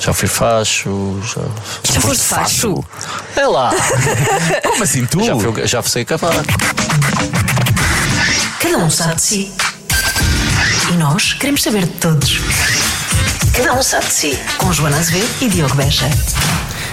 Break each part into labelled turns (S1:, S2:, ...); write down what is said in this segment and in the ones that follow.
S1: Já fui facho. Já,
S2: Já foste facho?
S1: É lá.
S3: Como assim tu?
S1: já, fui, já fui cavalo.
S2: Cada um sabe de si. E nós queremos saber de todos. Cada um sabe de si. Com Joana Azevedo e Diogo Beja.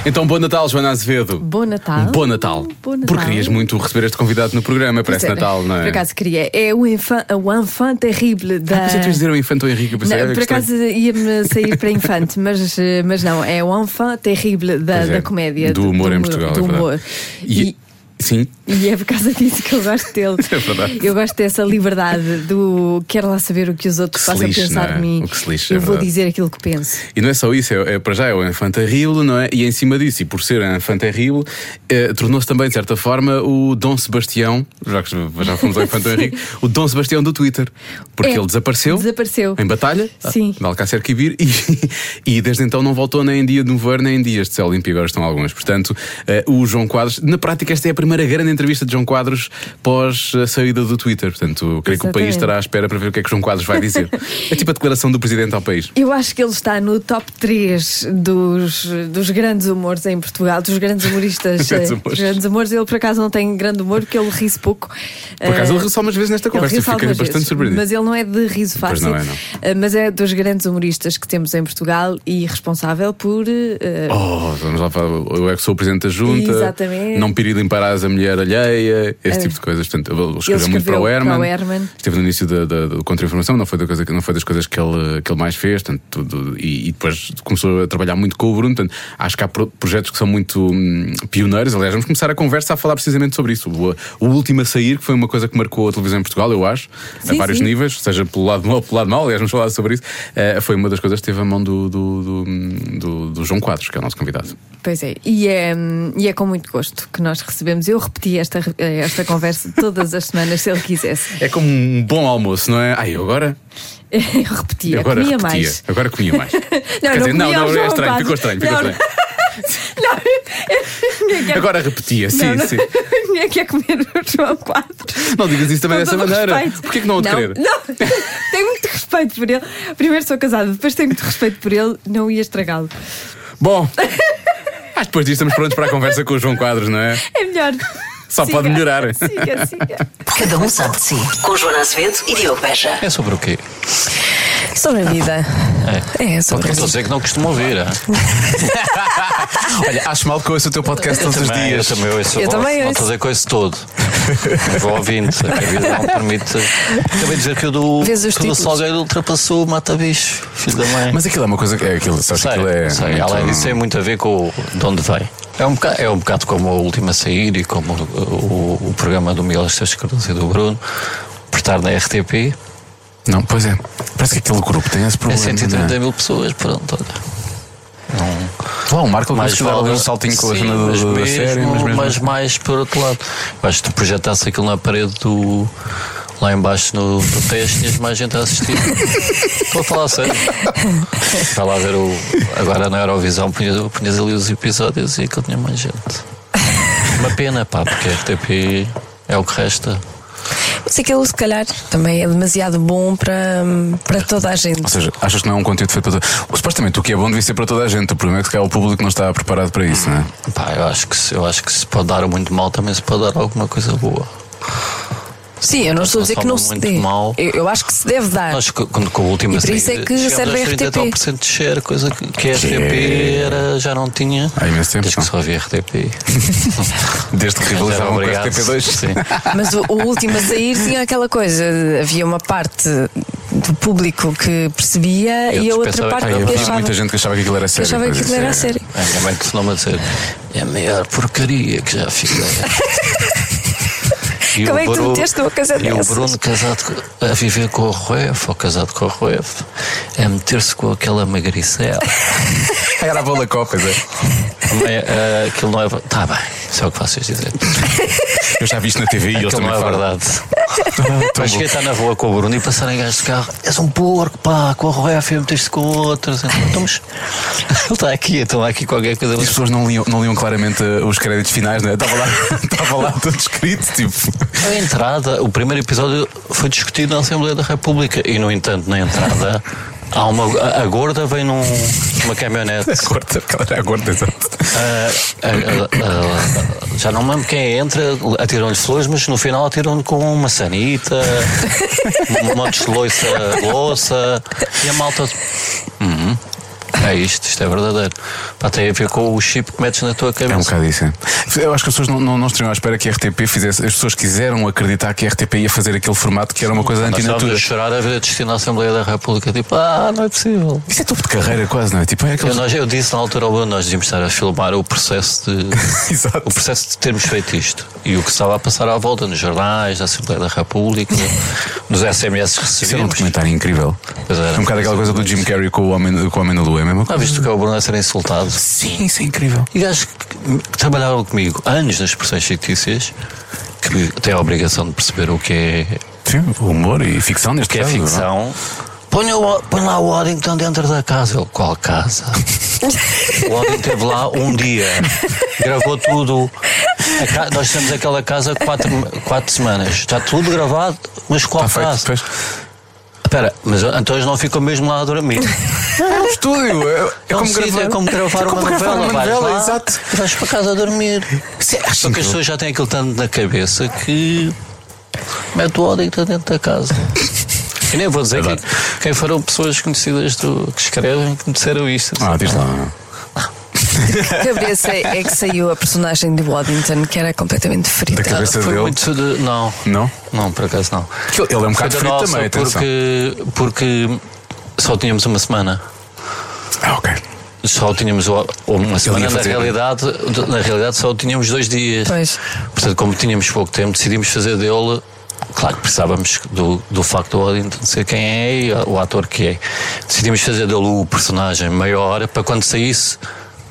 S3: Então, bom Natal, Joana Azevedo. Um
S4: Bom Natal. Um
S3: Bom Natal.
S4: Bom Natal.
S3: Porque querias muito receber este convidado no programa, parece Natal, não é?
S4: Por acaso queria. É o infan, o enfant terrible da.
S3: Ah, pensei que ias dizer o Infante ou Henrique, eu pensei,
S4: Não,
S3: olha,
S4: por
S3: que estranho.
S4: acaso ia-me sair para infante, mas, eh, mas não, é o enfant terrible da,
S3: Pois é,
S4: da comédia.
S3: Do humor em Portugal,
S4: Do
S3: é verdade.
S4: humor.
S3: E- Sim,
S4: E é por causa disso que eu gosto dele.
S3: É verdade.
S4: Eu gosto dessa liberdade do quero lá saber o que os outros
S3: Que se
S4: passam
S3: lixe,
S4: a pensar
S3: não é?
S4: de mim.
S3: O que se lixe, é
S4: eu vou
S3: verdade.
S4: dizer aquilo que penso.
S3: e não é só isso, é, é- para já é o Infante Terrible, não é? E em cima disso, e por ser um Infante Terrible, eh, tornou-se também, de certa forma, o Dom Sebastião, já que já fomos ao Infante Henrique, o Dom Sebastião do Twitter. Porque
S4: É,
S3: ele desapareceu.
S4: desapareceu.
S3: Em batalha, tá?
S4: Sim.
S3: de Alcácer Quibir, e, e desde então não voltou nem em dia de Noveiro, nem em dias de céu limpo, e agora estão algumas. Portanto, eh, o João Quadros, na prática, esta é a primeira grande entrevista de João Quadros pós a saída do Twitter. Portanto, creio que o país
S4: Exatamente.
S3: estará à espera para ver o que é que João Quadros vai dizer. é tipo a declaração do presidente ao país.
S4: Eu acho que ele está no top 3 dos, dos grandes humores em Portugal, dos grandes humoristas.
S3: Grandes
S4: eh,
S3: humores.
S4: dos grandes humores. Ele por acaso não tem grande humor porque ele ri-se pouco.
S3: Por acaso, ele riu só umas vezes nesta conversa, eu
S4: riu-se
S3: fiquei
S4: algumas
S3: bastante
S4: vezes,
S3: surpreendido.
S4: Mas ele não é de riso
S3: Pois
S4: fácil.
S3: não é, não.
S4: eh, Mas é dos grandes humoristas que temos em Portugal e responsável por. eh,
S3: Oh, vamos lá falar, eu é que sou o presidente da junta,
S4: Exatamente. É.
S3: não pirimparás a mulher alheia, esse tipo de coisas. Portanto, ele escreveu muito para
S4: escreveu
S3: o
S4: para
S3: Herman.
S4: o Herman.
S3: Esteve no início da, da, do Contra-Informação, não foi, da coisa, que- não foi das coisas que ele, que ele mais fez, portanto, tudo, e, e depois começou a trabalhar muito com o Bruno. Portanto, acho que há pro- projetos que são muito hum, pioneiros. Aliás, vamos começar a conversa a falar precisamente sobre isso. O, o último a sair, que foi uma coisa que marcou a televisão em Portugal, eu acho, a
S4: Sim,
S3: vários
S4: sim.
S3: níveis, seja pelo lado mau ou pelo lado mau, aliás, vamos falar sobre isso. eh, foi uma das coisas que teve a mão do, do, do, hum, do- do João Quadros, que é o nosso convidado.
S4: Pois é, e é, hum, e é com muito gosto que nós recebemos. Eu repeti esta, eh, esta conversa todas as semanas, se ele quisesse.
S3: É como um bom almoço, não é? Ai, eu agora,
S4: Eu repetia,
S3: agora repetia.
S4: comia mais.
S3: Agora comia mais.
S4: Não,
S3: Quer
S4: não
S3: dizer, não,
S4: comia
S3: não,
S4: ao
S3: é
S4: João
S3: estranho,
S4: Padre.
S3: ficou estranho, ficou
S4: Não,
S3: estranho.
S4: Não,
S3: Agora repetia, sim,
S4: não, não,
S3: sim.
S4: Ninguém quer comer o João Quadros.
S3: Não digas isso também
S4: Com
S3: dessa
S4: todo o
S3: maneira.
S4: respeito.
S3: Porquê que não o de
S4: não,
S3: querer?
S4: Não, tenho muito respeito por ele. Primeiro sou casada, depois tenho muito respeito por ele, não ia estragá-lo.
S3: Bom.
S5: Ah,
S3: Mas depois disto estamos prontos para a conversa com o João Quadros, não é?
S4: É melhor.
S3: Só
S4: Siga,
S3: pode melhorar.
S4: Siga, siga.
S2: Cada um sabe de si. Com Joana Azevedo e Diogo Beja.
S1: É sobre o quê?
S2: Sobre a vida. É,
S1: Não
S2: sobre a
S1: estou a
S2: vida.
S1: dizer que não costumo ouvir. é. hein?
S5: Olha, acho mal que ouço o teu podcast todos os
S1: Também, eu
S5: dias.
S1: também ouço.
S2: Eu
S1: gosto,
S2: também
S1: Não
S2: ouço.
S1: estou a dizer com isso todo. Mas Vou ouvindo. A vida não permite. Também dizer que o do,
S2: Vês os
S1: que o do
S2: títulos.
S1: Salgueiro ultrapassou o Mata-Bicho. Filho da mãe.
S5: Mas aquilo é uma coisa que é aquilo, sabes que
S1: Sei,
S5: aquilo é.
S1: sei.
S5: muito-
S1: Além disso, tem muito a ver com o- de onde vem. É um, bocado, é um bocado como a última a sair e como o, o- o programa do Miguel Esteves Cruz e do Bruno, por estar na RTP,
S5: Não, pois é. Parece que aquele grupo tem esse
S1: é
S5: problema. não
S1: 130
S5: é?
S1: mil pessoas, pronto. olha.
S5: Lá o Marco
S1: Mais
S5: mais que vale
S1: vale-
S5: um saltinho com a
S1: sim,
S5: cena do-
S1: mas
S5: do- da
S1: mesmo-
S5: série, mas mesmo. assim.
S1: mas mais por outro lado. Eu Acho que tu projetasse aquilo na parede do. Lá embaixo no, no teste, tinhas mais gente a assistir. Estou a falar sério. Vai lá ver o. Agora na Eurovisão punhas, punhas ali os episódios e aquilo tinha mais gente. Uma pena, pá, porque a RTP é o que resta.
S2: Mas aquilo, se calhar, também é demasiado bom para, para toda a gente.
S5: Ou seja, achas que não é um conteúdo feito para toda. Supostamente o que é bom devia ser para toda a gente. O problema é que se calhar o público não está preparado para isso, não é?
S1: Pá, eu acho que se, eu acho que se pode dar muito mal, também se pode dar alguma coisa boa.
S2: Sim, eu não estou a dizer que não se
S1: Muito
S2: dê.
S1: mal.
S2: Eu, eu acho que se deve dar.
S1: Acho que quando com a última
S2: Ah. E por isso
S1: saída,
S2: é que
S1: chegamos
S2: serve
S1: aos
S2: a
S1: 30 e
S2: RTP.
S1: tal por cento de share, coisa que, que a RTP era, já não tinha.
S5: é. Há imenso tempo,
S1: Desde que
S5: não?
S1: só havia RTP.
S5: Desde que
S1: Já era
S5: rivalizavam com a
S1: obrigado.
S5: RTP2.
S1: Sim.
S2: Mas o, o último a sair tinha aquela coisa: havia uma parte do público que percebia
S1: Eu
S2: e a outra
S1: dispensava
S2: parte
S1: aquela
S5: Eu
S2: que
S1: parte.
S5: vi
S2: achava,
S5: muita gente que achava que aquilo era
S2: que
S5: sério.
S2: achava que
S5: pois,
S2: aquilo
S5: isso
S2: era
S5: é-
S2: a sério.
S1: A minha mãe costuma dizer: é a maior porcaria que já fiz. E
S2: Como
S1: o
S2: é que tu
S1: Bruno-
S2: meteste numa coisa
S1: E o
S2: dessas?
S1: Bruno casado com- a viver com o Ruef, ou casado com o Ruef, a meter-se com aquela magricela.
S5: Era a bola copa, pois é.
S1: Também, eh, aquilo não é. Está bem, isso é o que vocês dizem.
S5: Eu já vi isto na TV e eles
S1: Aquilo
S5: também
S1: não é
S5: falam.
S1: verdade. Mas cheguei a estar na rua com o Bruno e passarem gajos de carro. És um porco, pá, com a Ruef, meteste com outros. Então, mas ele está aqui, então há aqui qualquer coisa.
S5: E as pessoas não liam, não liam claramente
S3: eh,
S5: uh, os créditos finais, não é? Estava lá, estava lá tudo escrito, tipo.
S1: A entrada, o primeiro episódio foi discutido na Assembleia da República e, no entanto, na entrada Há uma, a, a gorda vem num, numa caminhonete.
S3: Gorda, aquela era a gorda, exato.
S1: A- a- a- a- ah, já não me lembro quem é, entra, atiram-lhe flores, mas no final atiram-lhe com uma sanita, um monte de loiça, louça, e a malta. Uhum. É isto, isto é verdadeiro. Pá, tem a ver com o chip que metes na tua
S3: É um
S1: cabeça.
S3: bocado isso. é. Eu acho que as pessoas não, não, não estariam à espera que a RTP fizesse. As pessoas quiseram acreditar que a RTP ia fazer aquele formato que era uma coisa
S1: Nós estávamos
S3: antinatura.
S1: a chorar a ver a destino à Assembleia da República, tipo, ah, não é possível.
S3: Isso é topo de carreira, quase, não é? Tipo, é
S1: Eu,
S3: aqueles.
S1: nós, eu disse na altura ao Bruno, nós devíamos estar a filmar o processo de
S3: Exato.
S1: o processo de termos feito isto e o que estava a passar à volta nos jornais, na Assembleia da República, nos SMS que
S3: Isso era um
S1: recebíamos.
S3: documentário incrível.
S1: Pois era.
S3: É um bocado aquela coisa do Jim Carrey com o Homem, com o homem na Lua, é a mesma
S1: Ah,
S3: coisa.
S1: visto que é o Bruno a ser insultado.
S3: Sim, isso é incrível.
S1: E gajos que, que trabalharam comigo anos nas expressões fictícias, que têm a obrigação de perceber o que é,
S3: Sim, humor e ficção
S1: o
S3: neste
S1: que é
S3: caso. não
S1: ficção. Põe, o- põe lá o Oddington dentro da casa. Ele, qual casa? o Oddington esteve lá um dia. Gravou tudo. A ca- Nós temos aquela casa quatro, quatro semanas. Está tudo gravado, mas qual
S3: Está Tá feito
S1: casa?
S3: depois.
S1: Espera, mas então eles não ficam mesmo lá a dormir.
S3: É um estúdio. É, é
S1: É, um
S3: como
S1: sítio,
S3: gravar,
S1: é como gravar uma novela.
S3: uma
S1: vais
S3: novela,
S1: lá,
S3: exato.
S1: e Vais para casa a dormir. Só que
S3: incrível.
S1: as pessoas já têm aquilo tanto na cabeça que mete o ódio e está dentro da casa. E nem vou
S3: É
S1: dizer quem, quem foram pessoas conhecidas do, que escrevem que me disseram isto. assim.
S3: Ah, diz lá.
S2: A cabeça é que saiu a personagem de Waddington, que era completamente
S3: Da
S2: frita.
S3: cabeça
S1: Foi
S3: dele.
S1: muito de. Não.
S3: Não?
S1: Não, por acaso não.
S3: Aquilo- Ele é um
S1: Foi
S3: bocado
S1: da
S3: frito
S1: nossa,
S3: também, atenção.
S1: porque, porque só tínhamos uma semana.
S3: Ah, ok.
S1: Só tínhamos o- uma semana, na
S3: fazer-
S1: realidade, na realidade só tínhamos dois dias.
S2: Pois.
S1: Portanto, como tínhamos pouco tempo, decidimos fazer dele. Claro que precisávamos do, do facto do Oddington ser quem é e o ator que é. Decidimos fazer dele o personagem maior para quando saísse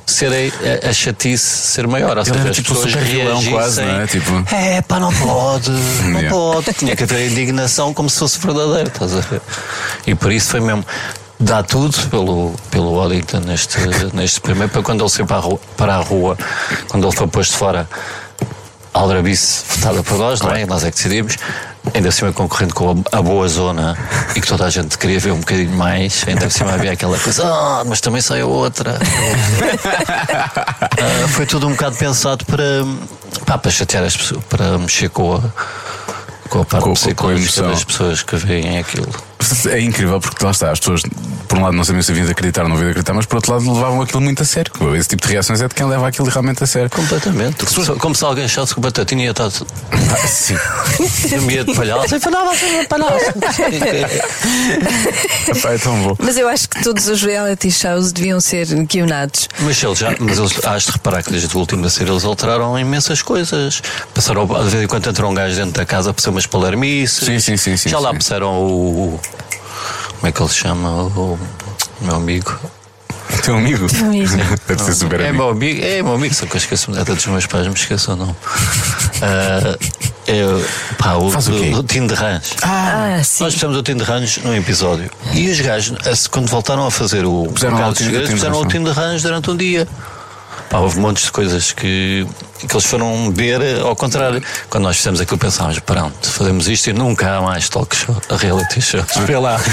S1: ser a, a- a chatice ser maior. Ou
S3: Ele
S1: seja,
S3: era
S1: as
S3: tipo o
S1: pessoas
S3: super vilão quase, não é?
S1: reagissem,
S3: Tipo-
S1: É, pá, não pode, não
S3: Yeah.
S1: pode. Tinha que haver indignação como se fosse verdadeiro, estás a ver? E por isso foi mesmo. Dá tudo pelo, pelo Oddington neste, neste primeiro, para quando ele saiu para a rua, para a rua quando ele foi posto fora, a Aldrabice votada por nós, não é? Nós é que decidimos. Ainda assim, concorrente com a, a boa zona e que toda a gente queria ver um bocadinho mais. Ainda assim, havia aquela coisa, ah, mas também sai a outra. Ah, foi tudo um bocado pensado para, pá, para chatear as pessoas, para mexer com a, com a parte
S3: Com- com- com a
S1: psicológica
S3: emoção.
S1: das pessoas que veem aquilo.
S3: É incrível porque lá está, as pessoas, por um lado, não sabiam se haviam de acreditar ou não haviam de acreditar, mas por outro lado, levavam aquilo muito a sério. Esse tipo de reações é de quem leva aquilo realmente a sério.
S1: Completamente. Só- Como se alguém achasse que o batatinha ia estar
S3: Ah, sim.
S1: no meio de palhaço. E falava assim, palhaço.
S3: Epá, é tão bom.
S2: Mas eu acho que todos os reality shows deviam ser guionados.
S1: Mas eles já, mas eles, hás de reparar que desde o último a ser eles alteraram imensas coisas. Passaram, de vez em quando entrou um gajo dentro da casa para ser umas palermices.
S3: Sim, sim, sim, sim,
S1: já lá
S3: sim.
S1: passaram o, o- Como é que ele se chama? O, o meu amigo.
S3: Teu amigo.
S2: amigo.
S3: Deve ser super
S1: É
S3: amigo.
S1: meu amigo, é meu amigo, só que eu esqueço-me até dos meus pais, me esqueço ou não. Ah, eu, pá, o,
S3: Faz o quê?
S1: do, do Tim de Rãs.
S2: Ah, sim.
S1: Nós fizemos o Tim de Rãs num episódio. E os gajos, a- quando voltaram a fazer o
S3: Puseram
S1: o
S3: lá o
S1: Caso
S3: Tim- o
S1: Segredo,
S3: Tim de é?
S1: puseram
S3: Rãs,
S1: o Tim de Rãs durante um dia. Pá, houve montes de coisas que, que eles foram ver eh, ao contrário. Quando nós fizemos aquilo, pensámos: pronto, fazemos isto e nunca há mais talk show, reality shows. Vê lá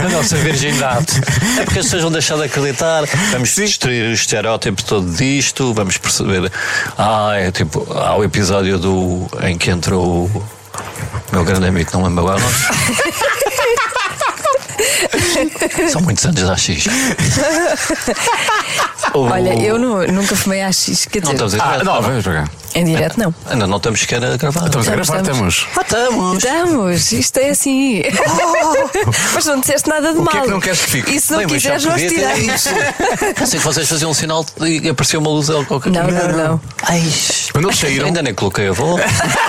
S1: a nossa virgindade. É porque as pessoas vão deixar de acreditar, vamos destruir o estereótipo todo disto, vamos perceber. Ah, é tipo, há o episódio do, em que entrou o meu grande amigo, não me lembro agora o nome. São muitos anos da X.
S2: Olha, eu nu- nunca fumei AX,
S1: Não
S2: quer dizer,
S1: estamos a
S3: Ah,
S1: gravar.
S3: não, vamos jogar.
S2: em direto não.
S1: Ainda não estamos sequer a gravar.
S3: Estamos a
S2: Estamos,
S3: gravar,
S2: estamos.
S3: estamos.
S1: Ah, estamos.
S2: Estamos, isto é assim.
S1: Oh!
S2: Mas não disseste nada de
S3: O
S2: mal.
S3: que é que não queres que fique?
S2: E se não
S1: Bem, mas já
S2: quiseres, nós
S1: podia ter
S2: tiramos.
S1: isso. Pensei que vocês faziam um sinal e apareceu uma luz ou qualquer
S2: Não,
S1: coisa.
S2: não, não.
S1: Ai,
S3: Quando eles saíram-
S1: Ainda nem coloquei a voz.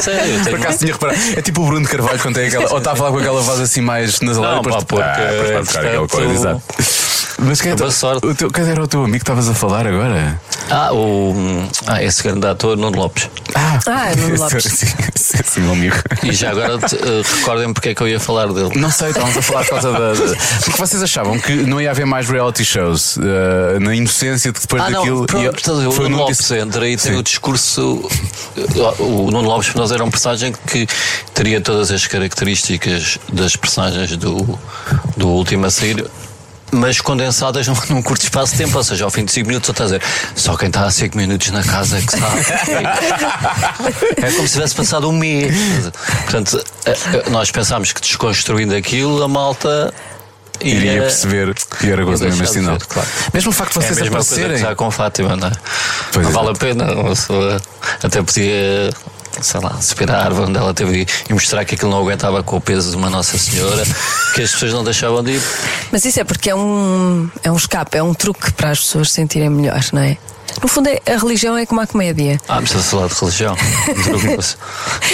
S1: Sério, eu
S3: Por
S1: tenho...
S3: acaso tinha reparado. É tipo o Bruno de Carvalho quando tem aquela. Ou está a falar com aquela voz assim mais nasalada
S1: Não,
S3: e depois
S1: pá,
S3: tu-
S1: porque,
S3: Ah, depois vai buscar aquela
S1: entretanto,
S3: coisa, exato. Mas quem, é
S1: boa
S3: teu-
S1: sorte.
S3: o teu, quem era o teu amigo que estavas a falar agora?
S1: Ah, o. Ah, esse grande ator, Nuno Lopes.
S3: Ah,
S2: Ah, Nuno
S3: esse-
S2: Lopes.
S3: esse- esse- esse meu amigo.
S1: E já agora te, eh, recordem porque é que eu ia falar dele.
S3: Não sei, estávamos a falar por causa da. da- Porque vocês achavam que não ia haver mais reality shows eh, na inocência de depois
S1: Ah, não,
S3: daquilo.
S1: pronto, estás a ver, o
S3: foi
S1: Nuno
S3: no
S1: Lopes entra e tem
S3: Sim.
S1: o discurso. O Nuno Lopes para nós era um personagem que teria todas as características das personagens do, do último a sair. Mas condensadas num, num curto espaço de tempo, ou seja, ao fim de 5 minutos, só está a dizer só quem está há 5 minutos na casa é que sabe. é como se tivesse passado um mês. Portanto, eh, eh, nós pensámos que desconstruindo aquilo, a malta
S3: Iria perceber que era coisa
S1: ia deixar de
S3: mesmo assim, não.
S1: ver, claro.
S3: Mesmo o facto de
S1: É a
S3: vocês
S1: mesma coisa que
S3: aparecerem.
S1: já com Fátima, não é?
S3: Pois
S1: não
S3: é.
S1: vale a pena. Uma pessoa até podia, sei lá, subir a árvore onde ela teve e mostrar que aquilo não aguentava com o peso de uma Nossa Senhora, que as pessoas não deixavam de ir.
S2: Mas isso é porque é um, é um escape, é um truque para as pessoas se sentirem melhores, não é? No fundo, é- a religião é como a comédia.
S1: Ah, mas estás a falar de religião.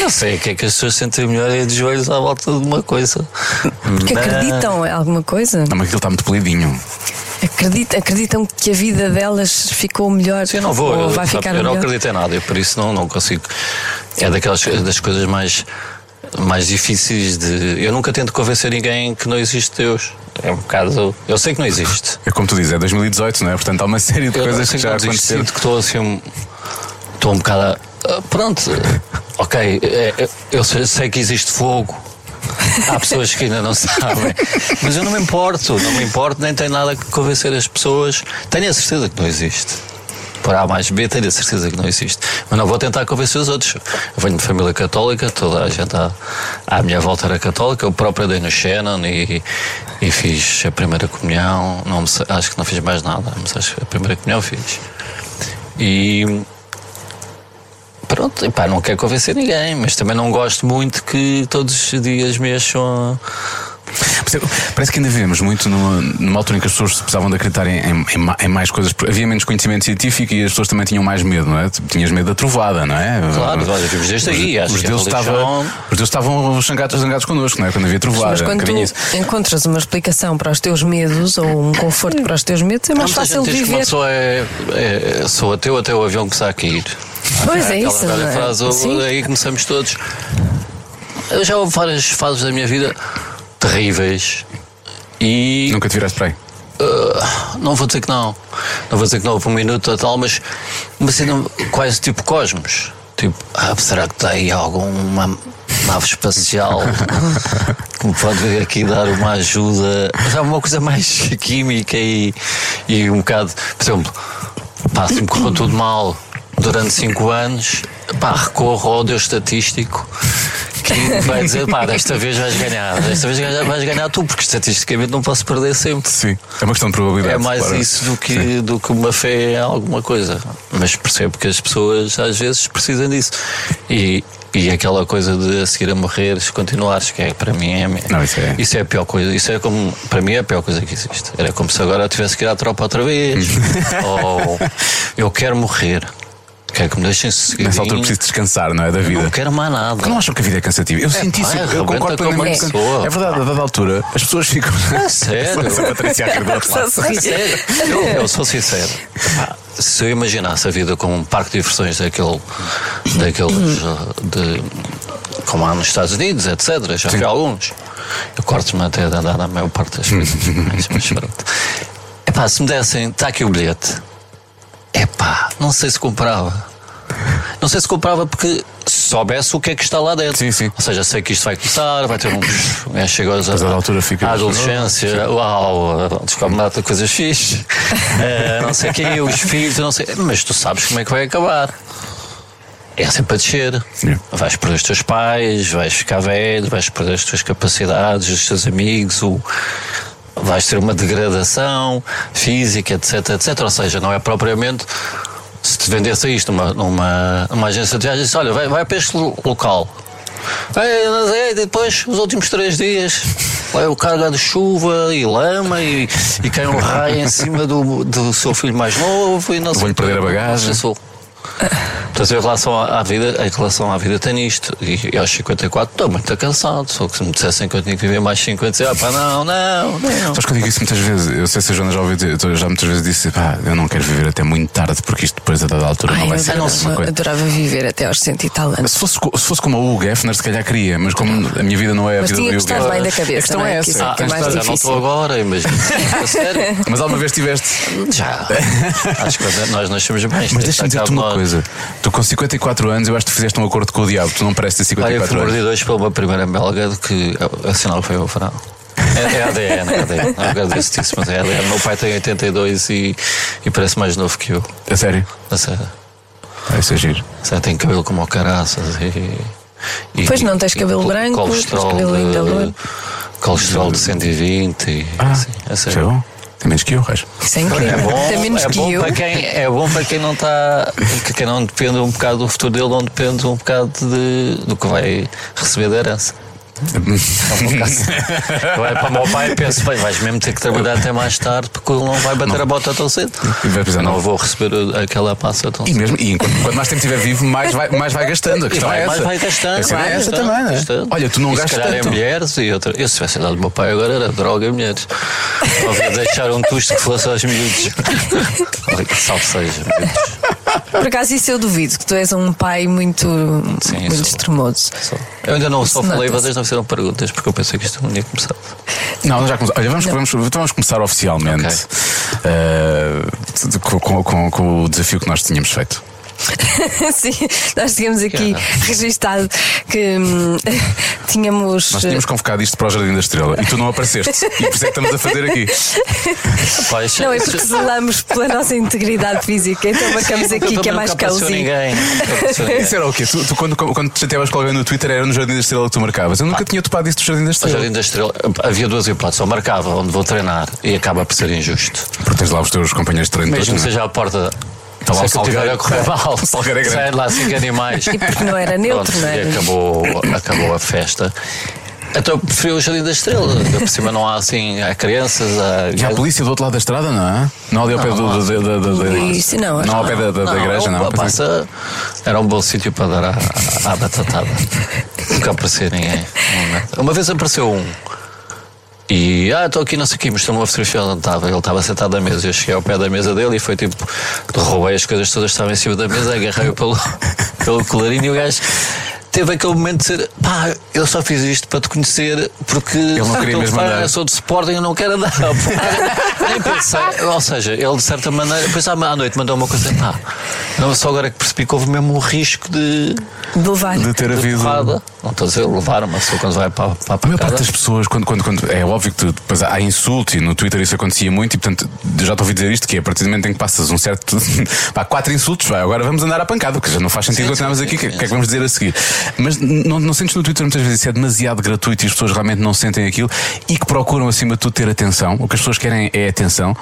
S1: não sei o que é que as pessoas sentem melhor é de joelhos à volta de uma coisa.
S2: Porque
S1: Mas-
S2: acreditam em alguma coisa.
S3: Não, mas aquilo está muito polidinho.
S2: Acredita- acreditam que a vida delas ficou melhor.
S1: Sim, eu não vou.
S2: Ou
S1: eu,
S2: vai
S1: sabe,
S2: ficar
S1: eu não
S2: melhor.
S1: acredito em nada, eu por isso não, não consigo. É daquelas é das coisas mais, mais difíceis de. Eu nunca tento convencer ninguém que não existe Deus. É um bocado. Eu sei que não existe.
S3: É como tu dizes, é 2018, não é? Portanto, há uma série de
S1: Eu
S3: coisas
S1: sei
S3: que já
S1: não desisto,
S3: aconteceram.
S1: Sinto que estou assim. um- Estou um bocado. ah, Pronto, ok. é, é, Eu sei, sei que existe fogo. Há pessoas que ainda não sabem. Mas eu não me importo, não me importo, nem tenho nada que convencer as pessoas. Tenho a certeza que não existe. Por A mais B, tenho a certeza que não existe. Mas não vou tentar convencer os outros. Eu venho de família católica, toda a gente à, à minha volta era católica. Eu próprio dei no Shannon e, e fiz a primeira comunhão. Não me sei- acho que não fiz mais nada, mas acho que a primeira comunhão fiz. E pronto, epá, não quero convencer ninguém, mas também não gosto muito que todos os dias mexam.
S3: Percebo. Parece que ainda vivemos muito numa, numa altura em que as pessoas precisavam de acreditar em, em- em ma- em mais coisas. Havia menos conhecimento científico e as pessoas também tinham mais medo, não é? Tipo, Tinhas medo da trovada, não é?
S1: Claro, olha, vimos desde aí,
S3: Os,
S1: acho
S3: os
S1: que é
S3: deuses
S1: a religião-
S3: estavam, os deuses estavam zangados, zangados connosco, não é? Quando havia trovada.
S2: Mas
S3: um
S2: quando
S3: bocadinho isso.
S2: tu encontras uma explicação para os teus medos ou um conforto para os teus medos, é mais
S1: Há muita
S2: fácil
S1: gente diz que Uma
S2: viver.
S1: pessoa é, é- sou ateu até o avião começar a cair.
S2: Pois é
S1: Aquela
S2: isso,
S1: velha
S2: não é?
S1: frase, ou-
S2: Sim.
S1: aí começamos todos. Eu já houve várias fases da minha vida terríveis e
S3: Nunca te viraste para aí.
S1: Uh, não vou dizer que não. Não vou dizer que não houve um minuto ou tal, mas uma cena quase tipo cosmos. Tipo, ah, será que está aí alguma nave espacial que me pode vir aqui dar uma ajuda? Sabe, uma coisa mais química e, e um bocado. Por exemplo, pá, se me correu tudo mal durante cinco anos, pá, recorro ao Deus estatístico que vai dizer, pá, desta vez vais ganhar, desta vez vais ganhar tu, porque estatisticamente não posso perder sempre.
S3: Sim. É uma questão de
S1: É
S3: probabilidade.
S1: mais
S3: claro.
S1: isso do que, do que uma fé em alguma coisa. Mas percebo que as pessoas às vezes precisam disso. E, e aquela coisa de a seguir a morrer, continuares, que é para mim é,
S3: Não, isso é-
S1: a pior coisa. Isso é como para mim é a pior coisa que existe. Era como se agora eu tivesse que ir à tropa outra vez.
S3: Uhum.
S1: Ou eu quero morrer. Quero que me deixem seguir.
S3: Nessa altura preciso descansar, não é? Da vida.
S1: Não quero mais nada.
S3: Porque não acham que a vida é cansativa? Eu senti isso,
S1: pá,
S3: eu concordo
S1: arrebenta com uma
S3: plenamente.
S1: pessoa.
S3: É verdade, a dada altura, as pessoas ficam.
S2: Ah,
S1: É sério.
S3: Essa Patrícia Arredor, claro.
S1: A sério? Eu, eu sou sincero. Epá, Se eu imaginasse a vida como um parque de diversões daquele, daqueles uh, de, como há nos Estados Unidos, etc., já fui a alguns. Eu corto-me até de andar na maior parte das coisas. mas, mas pronto. Epá, se me dessem, está aqui o bilhete. Epá, não sei se comprava. Não sei se comprava porque soubesse o que é que está lá dentro.
S3: Sim, sim.
S1: Ou seja, sei que isto vai começar, vai ter uns. É, chegou a
S3: Mas a da altura fica-
S1: à adolescência, uau, descobre uma data de coisas fixe, eh, não sei quem, os filhos, não sei. Mas tu sabes como é que vai acabar. É sempre a descer.
S3: Sim.
S1: Vais perder os teus pais, vais ficar velho, vais perder as tuas capacidades, os teus amigos, o- vais ter uma degradação física, etc, etc. Ou seja, não é propriamente se te vendesse isto numa, numa, numa agência de viagens, olha, vai, vai para este lo- local. É, mas é, depois, os últimos três dias, vai o carga de chuva e lama e, e cai um raio em cima do, do seu filho mais novo e não sei
S3: Vou-lhe
S1: o quê.
S3: perder a bagagem.
S1: Não sei se vou- Portanto, em relação à à vida, em relação à vida tenho isto. E aos 54 estou muito cansado. Só que se me dissessem que eu tinha que viver mais 50, eu dizia, ah, pá, não, não, não.
S3: Sabes que eu digo isso muitas vezes? Eu sei se a Joana já ouviu, eu já muitas vezes disse, pá, eu não quero viver até muito tarde porque isto depois a dada altura
S2: Ai,
S3: não
S2: eu
S3: vai ser a mesma
S2: adorava,
S3: coisa.
S2: adorava viver até aos 100 e tal anos.
S3: Se fosse, co- se fosse como a Hugo Hefner, se calhar queria, mas como a minha vida não é a
S2: Mas
S3: vida
S2: tinha
S3: do
S2: que
S3: Hugo Hefner-
S2: estar bem da
S3: A
S2: cabeça,
S3: questão
S2: não é?
S3: é
S2: Que isso
S3: essa.
S2: é que é mais
S1: já Ah, não
S2: difícil.
S1: estou agora, imagina. A sério?
S3: Mas alguma vez tiveste.
S1: Já. Acho que nós nascemos bem. é
S3: Mas
S2: tá
S3: deixa-me dizer-te uma coisa. Tu com 54 anos, eu acho que fizeste um acordo com o diabo. Tu não pareces ter
S1: Olha, eu fui
S3: 54 anos.
S1: mordido hoje pela uma primeira belga de que assinal foi o verão. É, é ADN, é ADN. Não agradeço disso, mas é ADN. Meu pai tem 82 e, e parece mais novo que eu.
S3: A sério.
S1: A sério.
S3: Ah, isso é giro.
S1: Sério, tem cabelo como o caraças e. e-
S2: Pois não, tens cabelo
S1: e
S2: branco,
S1: colesterol
S2: tens cabelo ainda
S1: de-
S2: loiro.
S1: Colesterol de 120 e
S3: Ah,
S1: assim, a
S3: isso
S1: sério.
S3: é bom. Tem menos que eu, Reis.
S2: Isso é incrível.
S1: É bom,
S2: Até menos
S1: é
S2: que
S1: bom
S2: eu.
S1: Para quem, é bom para quem não está. que Quem não depende um bocado do futuro dele, não depende um bocado de, do que vai receber da herança. É um bocado. Eu olho para o meu pai e penso, bem, vais mesmo ter que trabalhar até mais tarde porque ele não vai bater a bota tão cedo.
S3: E vai precisar, um
S1: não
S3: não.
S1: vou receber aquela passa tão
S3: E
S1: cedo.
S3: mesmo, e enquanto, quanto mais tempo estiver vivo, mais vai, mais vai gastando. A questão
S1: vai,
S3: é
S1: mais
S3: essa.
S1: vai gastando.
S3: A cena
S1: vai
S3: é essa
S1: gastando,
S3: também, não é?
S1: gastando.
S3: Olha, tu não
S1: E
S3: gastas
S1: Se calhar
S3: tanto.
S1: é mulheres e outra. Eu, se tivesse dado do meu pai agora, era droga e mulheres. Ou havia de deixar um tusto que fosse aos miúdos. Olha, que Salve seja, miúdos.
S2: Por acaso isso eu duvido, que tu és um pai muito,
S1: Sim, é
S2: muito
S1: sou.
S2: extremoso.
S1: Só. Eu ainda não só
S2: Isso
S1: falei,
S2: nota-se.
S1: vocês não fizeram perguntas porque eu pensei que isto não ia começar.
S3: Não, nós já começamos. Olha, vamos, vamos, então vamos começar oficialmente
S1: Ok.
S3: eh, t- com, com- com- com o desafio que nós tínhamos feito.
S2: Sim, nós tínhamos aqui registado que hum, tínhamos.
S3: Nós tínhamos convocado isto para o Jardim da Estrela e tu não apareceste. e por isso é que estamos a fazer aqui.
S1: Rapaz,
S2: Não, é porque zelamos pela nossa integridade física, então marcamos aqui que é mais calzinho.
S1: ninguém. nunca apareceu ninguém.
S3: Isso era o quê? Tu, tu quando, quando te chateavas com alguém no Twitter era no Jardim da Estrela que tu marcavas. Eu nunca tinha topado isso do Jardim da
S1: O
S3: Estrela.
S1: Jardim da Estrela, havia duas hipóteses. Ou marcava onde vou treinar e acaba por ser injusto.
S3: Porque tens lá os teus companheiros de treino
S1: Mesmo que
S3: todos, não é?
S1: seja à porta.
S3: Está lá
S1: se
S3: o
S1: eu estiver
S3: Salgueiro.
S1: a correr mal,
S3: O Salgueiro é grande.
S1: saem de lá cinco animais.
S2: E porque não era neutro,
S1: Pronto,
S2: não é?
S1: e
S2: era?
S1: acabou, acabou a festa. Então eu preferi o Jardim da Estrela. Ainda Por cima não há assim, há crianças, há.
S3: E há a polícia do outro lado da estrada, não é? Não ali ao pé do. do- do- do- do-
S2: Polícia, não, acho
S3: Não ao pé da, da- da
S1: Não,
S3: igreja,
S1: é
S3: não.
S1: uma passa- era um bom sítio para dar à, à batatada. Nunca apareceu ninguém. Uma vez apareceu um. E, ah, estou aqui, não sei o quê, mostrou-me uma fotografia onde estava. Ele estava sentado à mesa. Eu cheguei ao pé da mesa dele e foi tipo, roubei as coisas todas que estavam em cima da mesa, agarrei-o pelo, pelo colarinho e o gajo. Teve aquele momento de dizer, pá, eu só fiz isto para te conhecer porque
S3: não queria
S1: aquele
S3: mesmo
S1: fã,
S3: andar."
S1: eu sou de Sporting, eu não quero andar. Nem pensei. Ou seja, ele de certa maneira, depois à à noite mandou uma coisa, pá, não só agora que percebi que houve mesmo um risco de,
S2: De levar.
S3: De ter
S1: de
S3: havido. um
S1: porrada. Não estou a dizer levar uma pessoa quando vai para, para a
S3: A maior parte
S1: pancada.
S3: das pessoas, quando, quando, quando- é óbvio que tu- depois há insulto e no Twitter isso acontecia muito, e portanto eu já te ouvi dizer isto: que é, a partir do momento em que passas um certo. pá, quatro insultos, vai, agora vamos andar à pancada, porque já não faz sentido
S1: Sim,
S3: continuarmos
S1: sim,
S3: aqui, o
S1: sim,
S3: que, é
S1: sim,
S3: que é que
S1: sim.
S3: vamos dizer a seguir? Mas n- não, não sentes no Twitter muitas vezes isso é demasiado gratuito e as pessoas realmente não sentem aquilo e que procuram acima de tudo ter atenção, o que as pessoas querem é atenção.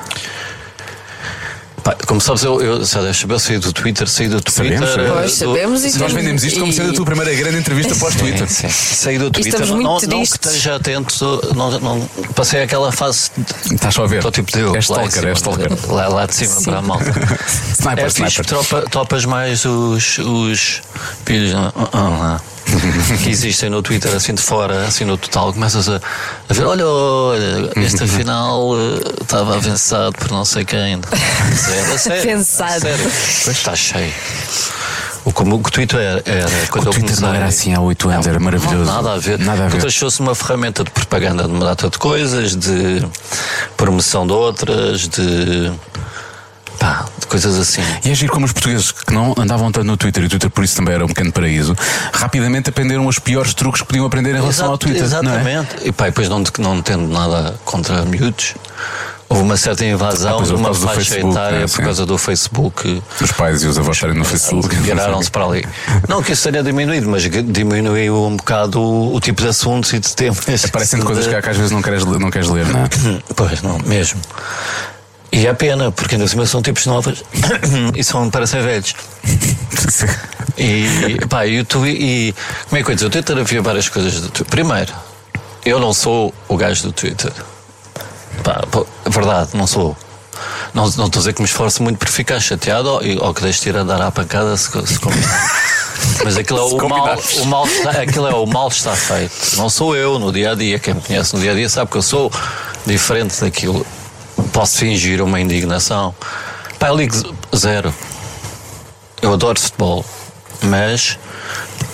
S1: Pá, como sabes, eu, eu já deves saber, eu saí do Twitter, saí do Twitter.
S3: Sabemos, sabemos.
S1: eh, do-
S2: Pois, sabemos e
S3: Nós vendemos isto como
S2: e-
S3: sendo a tua primeira grande entrevista pós-Twitter.
S1: Sim, sim. Saí do Twitter,
S2: estamos
S1: não,
S2: muito
S1: não que
S2: tristes.
S1: esteja atento, não, não- passei aquela fase. de-
S3: Estás só a ver.
S1: Estou tipo de eu.
S3: É
S1: lá em
S3: stalker,
S1: cima,
S3: é stalker.
S1: Lá, lá de cima para a malta.
S3: Sniper,
S1: é
S3: sniper.
S1: fixe, tropa, topas mais os, os pilhos não é? Ah, ah, ah. que existem no Twitter, assim de fora, assim no total. Começas a, a ver: olha, olha, este
S3: Uhum.
S1: afinal eh, estava avançado por não sei quem. Sério, a sério,
S2: Avançado.
S1: a Sério. Pois está cheio. O, como, o que o Twitter era, era quando
S3: O
S1: eu
S3: Twitter não
S1: comecei-
S3: era assim há 8 anos, era maravilhoso.
S1: não, nada a ver.
S3: Nada a ver.
S1: Porque achou-se uma ferramenta de propaganda de uma data de coisas, de promoção de outras, de. pá, de coisas assim.
S3: E agir como os portugueses que não andavam tanto no Twitter, e o Twitter por isso também era um pequeno paraíso, rapidamente aprenderam os piores truques que podiam aprender em relação
S1: Exato-
S3: ao Twitter. Não é?
S1: Exatamente. E pá, e depois não, não tendo nada contra miúdos. Houve uma certa
S3: Ah,
S1: invasão
S3: pois,
S1: de
S3: por
S1: uma
S3: causa do
S1: faixa
S3: Facebook,
S1: etária
S3: né,
S1: por
S3: sim.
S1: causa do Facebook.
S3: Os pais e os avós estarem no Facebook.
S1: Viraram-se para ali. Não que isso tenha diminuído, mas que diminuiu um bocado o, o tipo de assuntos e de temas.
S3: Aparecem
S1: De-
S3: coisas que, há que às vezes não queres, não queres ler, não é?
S1: Pois não, mesmo. E é pena, porque ainda assim são tipos novos e são parecem velhos. E pá, e, o Twi- e como é que eu dizer? Eu tento havia várias coisas do Twitter. Primeiro, eu não sou o gajo do Twitter. Pá, pô, é verdade, não sou. Não, não estou a dizer que me esforço muito por ficar chateado ou, ou que deixe de ir andar à pancada se, co- se combinar. Mas aquilo é o mal, o mal está, aquilo é o mal está feito. Não sou eu no dia a dia. Quem me conhece no dia a dia sabe que eu sou diferente daquilo. Posso fingir uma indignação. Pá, eu ligo z- zero. Eu adoro futebol, mas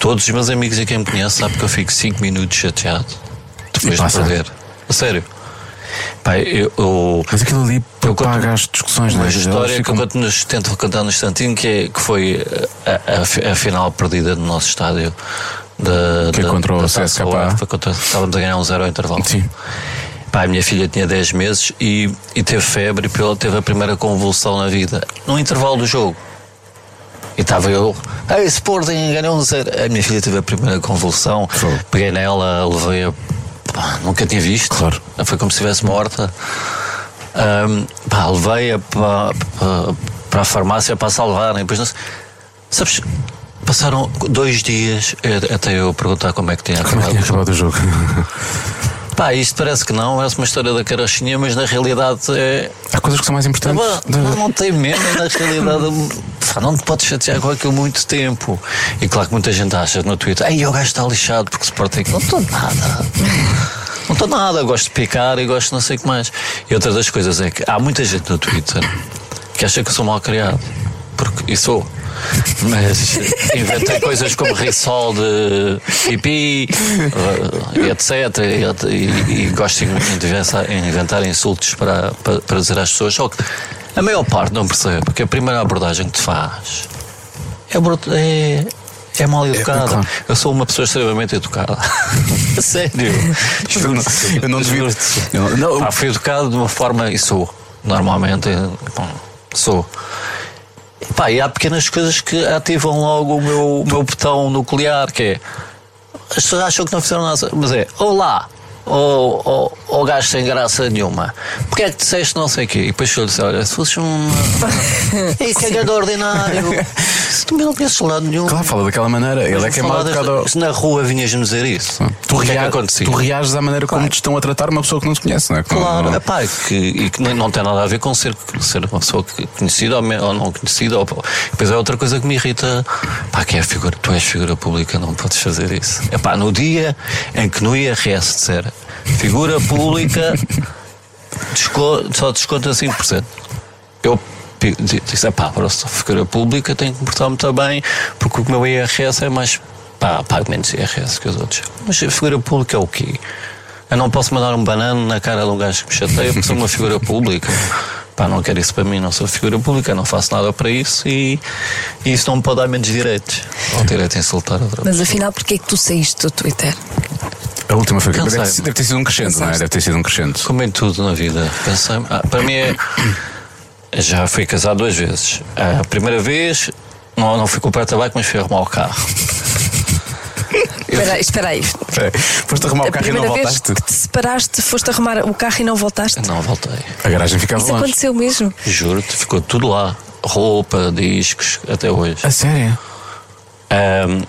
S1: todos os meus amigos e quem me conhece sabe que eu fico 5 minutos chateado depois de
S3: passa.
S1: perder. A sério. Pá, eu, eu-
S3: Mas aquilo ali
S1: Eu conto
S3: propaga as discussões, não é?
S1: uma
S3: Eles
S1: história
S3: ficam-
S1: que eu conto- nos- tento contar no instantinho que, é, que foi a, a fi- a final perdida no nosso estádio da,
S3: Que é
S1: da,
S3: contra o
S1: da Taça
S3: CSKA.
S1: UEFA. Foi contra- estávamos a ganhar um zero ao intervalo.
S3: Sim.
S1: Pá, a minha filha tinha 10 meses e, e teve febre e pela- teve a primeira convulsão na vida. No intervalo do jogo. E estava eu, ei, Sporting, ganhou um zero. A minha filha teve a primeira convulsão, peguei nela, levei-a. pá, Nunca tinha visto. Claro. Foi como se estivesse morta. Ahm, pá, levei-a para, para, para a farmácia para a salvarem. Depois, não sei- sabes, passaram dois dias eh, até eu perguntar como é que tinha
S3: Como é que
S1: acabado
S3: tinha
S1: o jogo.
S3: acabado o jogo?
S1: Pá, isto parece que não, é uma história da carochinha, mas na realidade é.
S3: Há coisas que são mais
S1: Não,
S3: importantes.
S1: não, não tem medo, na realidade. pá, não te podes chatear com aquilo muito tempo. E claro que muita gente acha no Twitter: ei, o gajo está lixado porque o Sporting. Não estou nada. Não estou nada. Eu gosto de picar e gosto de não sei o que mais. E outra das coisas é que há muita gente no Twitter que acha que eu sou mal criado. Porque, e sou. Mas inventei coisas como risol de pipi, eh, etc. E, e, e gosto de inventar, inventar insultos para, para, para dizer às pessoas. Só que a maior parte não percebe, porque a primeira abordagem que te faz é, brut- é, é mal educada.
S3: claro.
S1: Eu sou uma pessoa extremamente educada. Sério.
S3: Eu não- eu não devia-
S1: Juro-te.
S3: Eu- não, eu-
S1: Pá, Ah, fui educado de uma forma e sou. Normalmente bom, sou. Pá, e há pequenas coisas que ativam logo o meu, o meu botão nuclear, que é. As pessoas acham que não fizeram nada, mas é olá, ou oh, oh, oh, gajo sem graça nenhuma, porque é que disseste não sei o quê? E depois eu disse, olha, se fosses um. Ei, cagado é ordinário, se tu não conheces lado nenhum.
S3: Claro, fala daquela maneira. Ele é que é mal
S1: Falar das-
S3: educado. ao-
S1: Se na rua vinhas-me dizer isso,
S3: Tu,
S1: o que é que
S3: rea-
S1: acontecia?
S3: tu reages à maneira como te estão a tratar uma pessoa que não te conhece, não é? Que não-
S1: Claro,
S3: não-
S1: epá, que, e que nem- não tem nada a ver com ser, ser uma pessoa que- conhecida ou, me- ou não conhecida. Ou, depois é outra coisa que me irrita, pá, que é a figura, tu és figura pública, não podes fazer isso. Epá, no dia em que no IRS disser figura pública, desco- só desconta 5%. Eu pi- disse, epá, para sou figura pública tenho que comportar-me também, porque o meu IRS é mais, pá, pago menos IRS que os outros. Mas a figura pública é o quê? Eu não posso mandar um banano na cara de um gajo que me chateia porque sou uma figura pública. Pá, não quero isso para mim, não sou figura pública, não faço nada para isso e, e isso não me pode dar menos direitos. Ou direito a insultar outra
S2: Mas afinal, porquê é que tu saíste do Twitter?
S3: A última foi que
S1: Cansei-me.
S3: deve, deve ter sido um crescendo, não é? Deve ter sido um crescendo.
S1: Como em tudo na vida, pensei. ah, para mim é. Já fui casado duas vezes. A primeira vez, não, não fui comprar tabaco, mas fui arrumar o carro.
S2: Espera aí, espera aí.
S3: Espera aí, É. Foste arrumar
S2: A
S3: o carro e não
S2: primeira vez
S3: voltaste.
S2: que te separaste, foste arrumar o carro e não voltaste.
S1: Não voltei.
S3: A garagem ficava
S2: Isso
S3: longe.
S2: aconteceu mesmo.
S1: Juro-te, ficou tudo lá. Roupa, discos, até hoje.
S3: A sério?
S1: Ahm,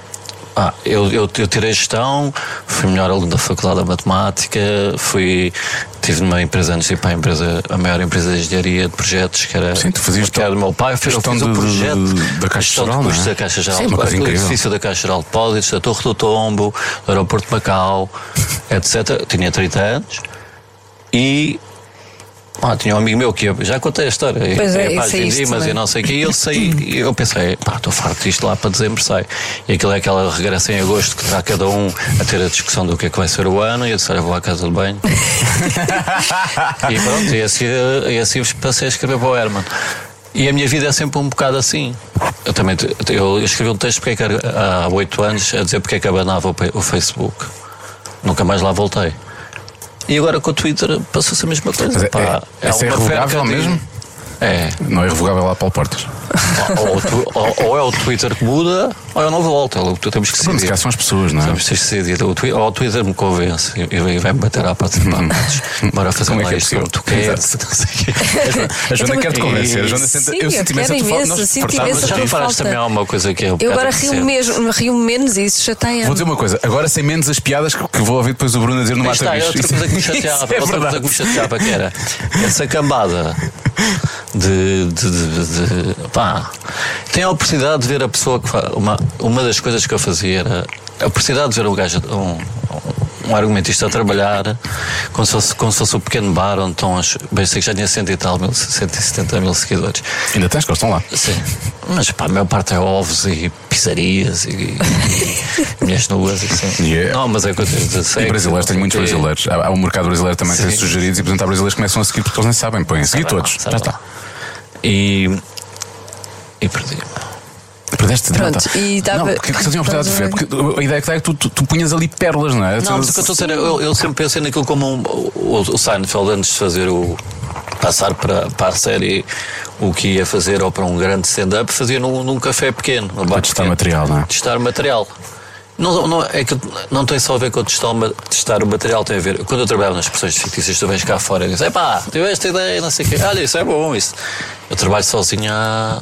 S1: ah, eu, eu, eu tirei gestão, fui melhor aluno da Faculdade de Matemática, fui, tive numa empresa antes de ir para a, empresa, a maior empresa de engenharia de projetos, que era,
S3: Sim, tu fazias
S1: que era do meu pai, fiz, eu
S3: gestão
S1: fiz o
S3: de-
S1: projeto
S3: de- da Caixa
S1: gestão de
S3: Geral, não é?
S1: custos da Caixa Geral,
S3: Sim, uma coisa
S1: do
S3: incrível.
S1: edifício da Caixa Geral de Depósitos, da Torre do Tombo, do Aeroporto de Macau, etc. Eu Tinha 30 anos e ah, tinha um amigo meu que ia- já contei a história.
S2: Pois é,
S1: ia para
S2: isso
S1: as
S2: é isto
S1: vindimas
S2: também.
S1: e não sei o que. E eu saí, e eu pensei, pá, estou farto disto lá para dezembro, sai. E aquilo é aquela regressa em agosto que está cada um a ter a discussão do que é que vai ser o ano. E eu disse, olha, vou à casa de banho. e pronto, e assim, e assim passei a escrever para o Herman. E a minha vida é sempre um bocado assim. Eu também te- eu escrevi um texto porque é que há há oito anos a dizer porque é que abanava o pe- o Facebook. Nunca mais lá voltei. E agora com o Twitter passou-se a mesma coisa.
S3: Mas é-
S1: pá.
S3: é- essa é
S1: uma
S3: revogável
S1: perca de-
S3: mesmo?
S1: É.
S3: Não é revogável lá para o Portas.
S1: Ou, tu- ou- ou é o Twitter que muda, ou eu não volto. Eu- Temos que
S3: Mas se
S1: decidir.
S3: calhar são as pessoas, não é?
S1: Temos que decidir. O Twitter, ou o Twitter me convence e- e vai-me bater à pata de papas. Bora fazer
S3: Uhum. Como é que
S1: lá
S3: é
S1: isto como
S3: possível?
S1: tu queres. não sei o quê.
S3: A Joana quer te convencer. A Joana sente,
S2: Então, Sim,
S3: eu
S2: eu
S3: senti imensa
S2: quero
S3: tua falta.
S2: imenso,
S3: Nós
S2: sinto
S3: fartámos
S2: imensa
S3: de
S1: Já
S3: rir.
S2: falta.
S1: reparaste também alguma coisa que é um
S2: Eu
S1: bocado
S2: agora
S1: recente.
S2: rio mesmo, rio menos e isso chateia.
S3: Vou dizer uma coisa, agora sem menos as piadas que que vou ouvir depois o Bruno a dizer no
S1: Aí está, é
S3: Mata-Bicho.
S1: outra coisa que me
S3: Isso
S1: chateava, outra
S3: é
S1: coisa
S3: verdade.
S1: que me chateava que era essa cambada de, de, de- de- de- pá, tem a oportunidade de ver a pessoa que faz, uma, uma das coisas que eu fazia era a oportunidade de ver um gajo, um, um argumentista a trabalhar como se fosse, como se fosse um pequeno bar onde estão, os- bem sei que já tinha cento e tal mil, 170 mil seguidores
S3: Ainda tens que eles estão lá.
S1: Sim, mas pá, a maior parte é ovos e pizzarias e, e mulheres nuas e assim.
S3: Yeah.
S1: Não, mas é coisa de
S3: E
S1: sexo,
S3: brasileiros, tenho muitos
S1: e-
S3: brasileiros. Há há um mercado brasileiro também que tem
S1: Sim. é
S3: sugeridos e, portanto, há brasileiros que começam a seguir porque eles nem sabem. Põem a seguir
S1: Sabe lá,
S3: todos. Já
S1: sabe
S3: está.
S1: lá. E. E perdi.
S3: Perdeste de
S2: Pronto,
S3: nota.
S2: e estava-
S3: Não, porque tu tinha a oportunidade de ver. Porque a ideia que dá é que tu, tu, tu punhas ali pérolas, não é?
S1: Não, mas o
S3: Tu-
S1: que eu estou a dizer, eu, eu sempre pensei naquilo como um- o, o Seinfeld antes de fazer o. passar para, para a série o que ia fazer ou para um grande stand-up, fazia num, num café pequeno. num bar
S3: Para testar
S1: pequeno.
S3: material, não é?
S1: Testar material. Não, não, é que não tem só a ver com testar o, ma- testar o material, tem a ver. Quando eu trabalhava nas expressões fictícias, tu vens cá fora e dizes: epá, tive esta ideia, não sei o quê. Olha, isso é bom, isso. Eu trabalho sozinho há-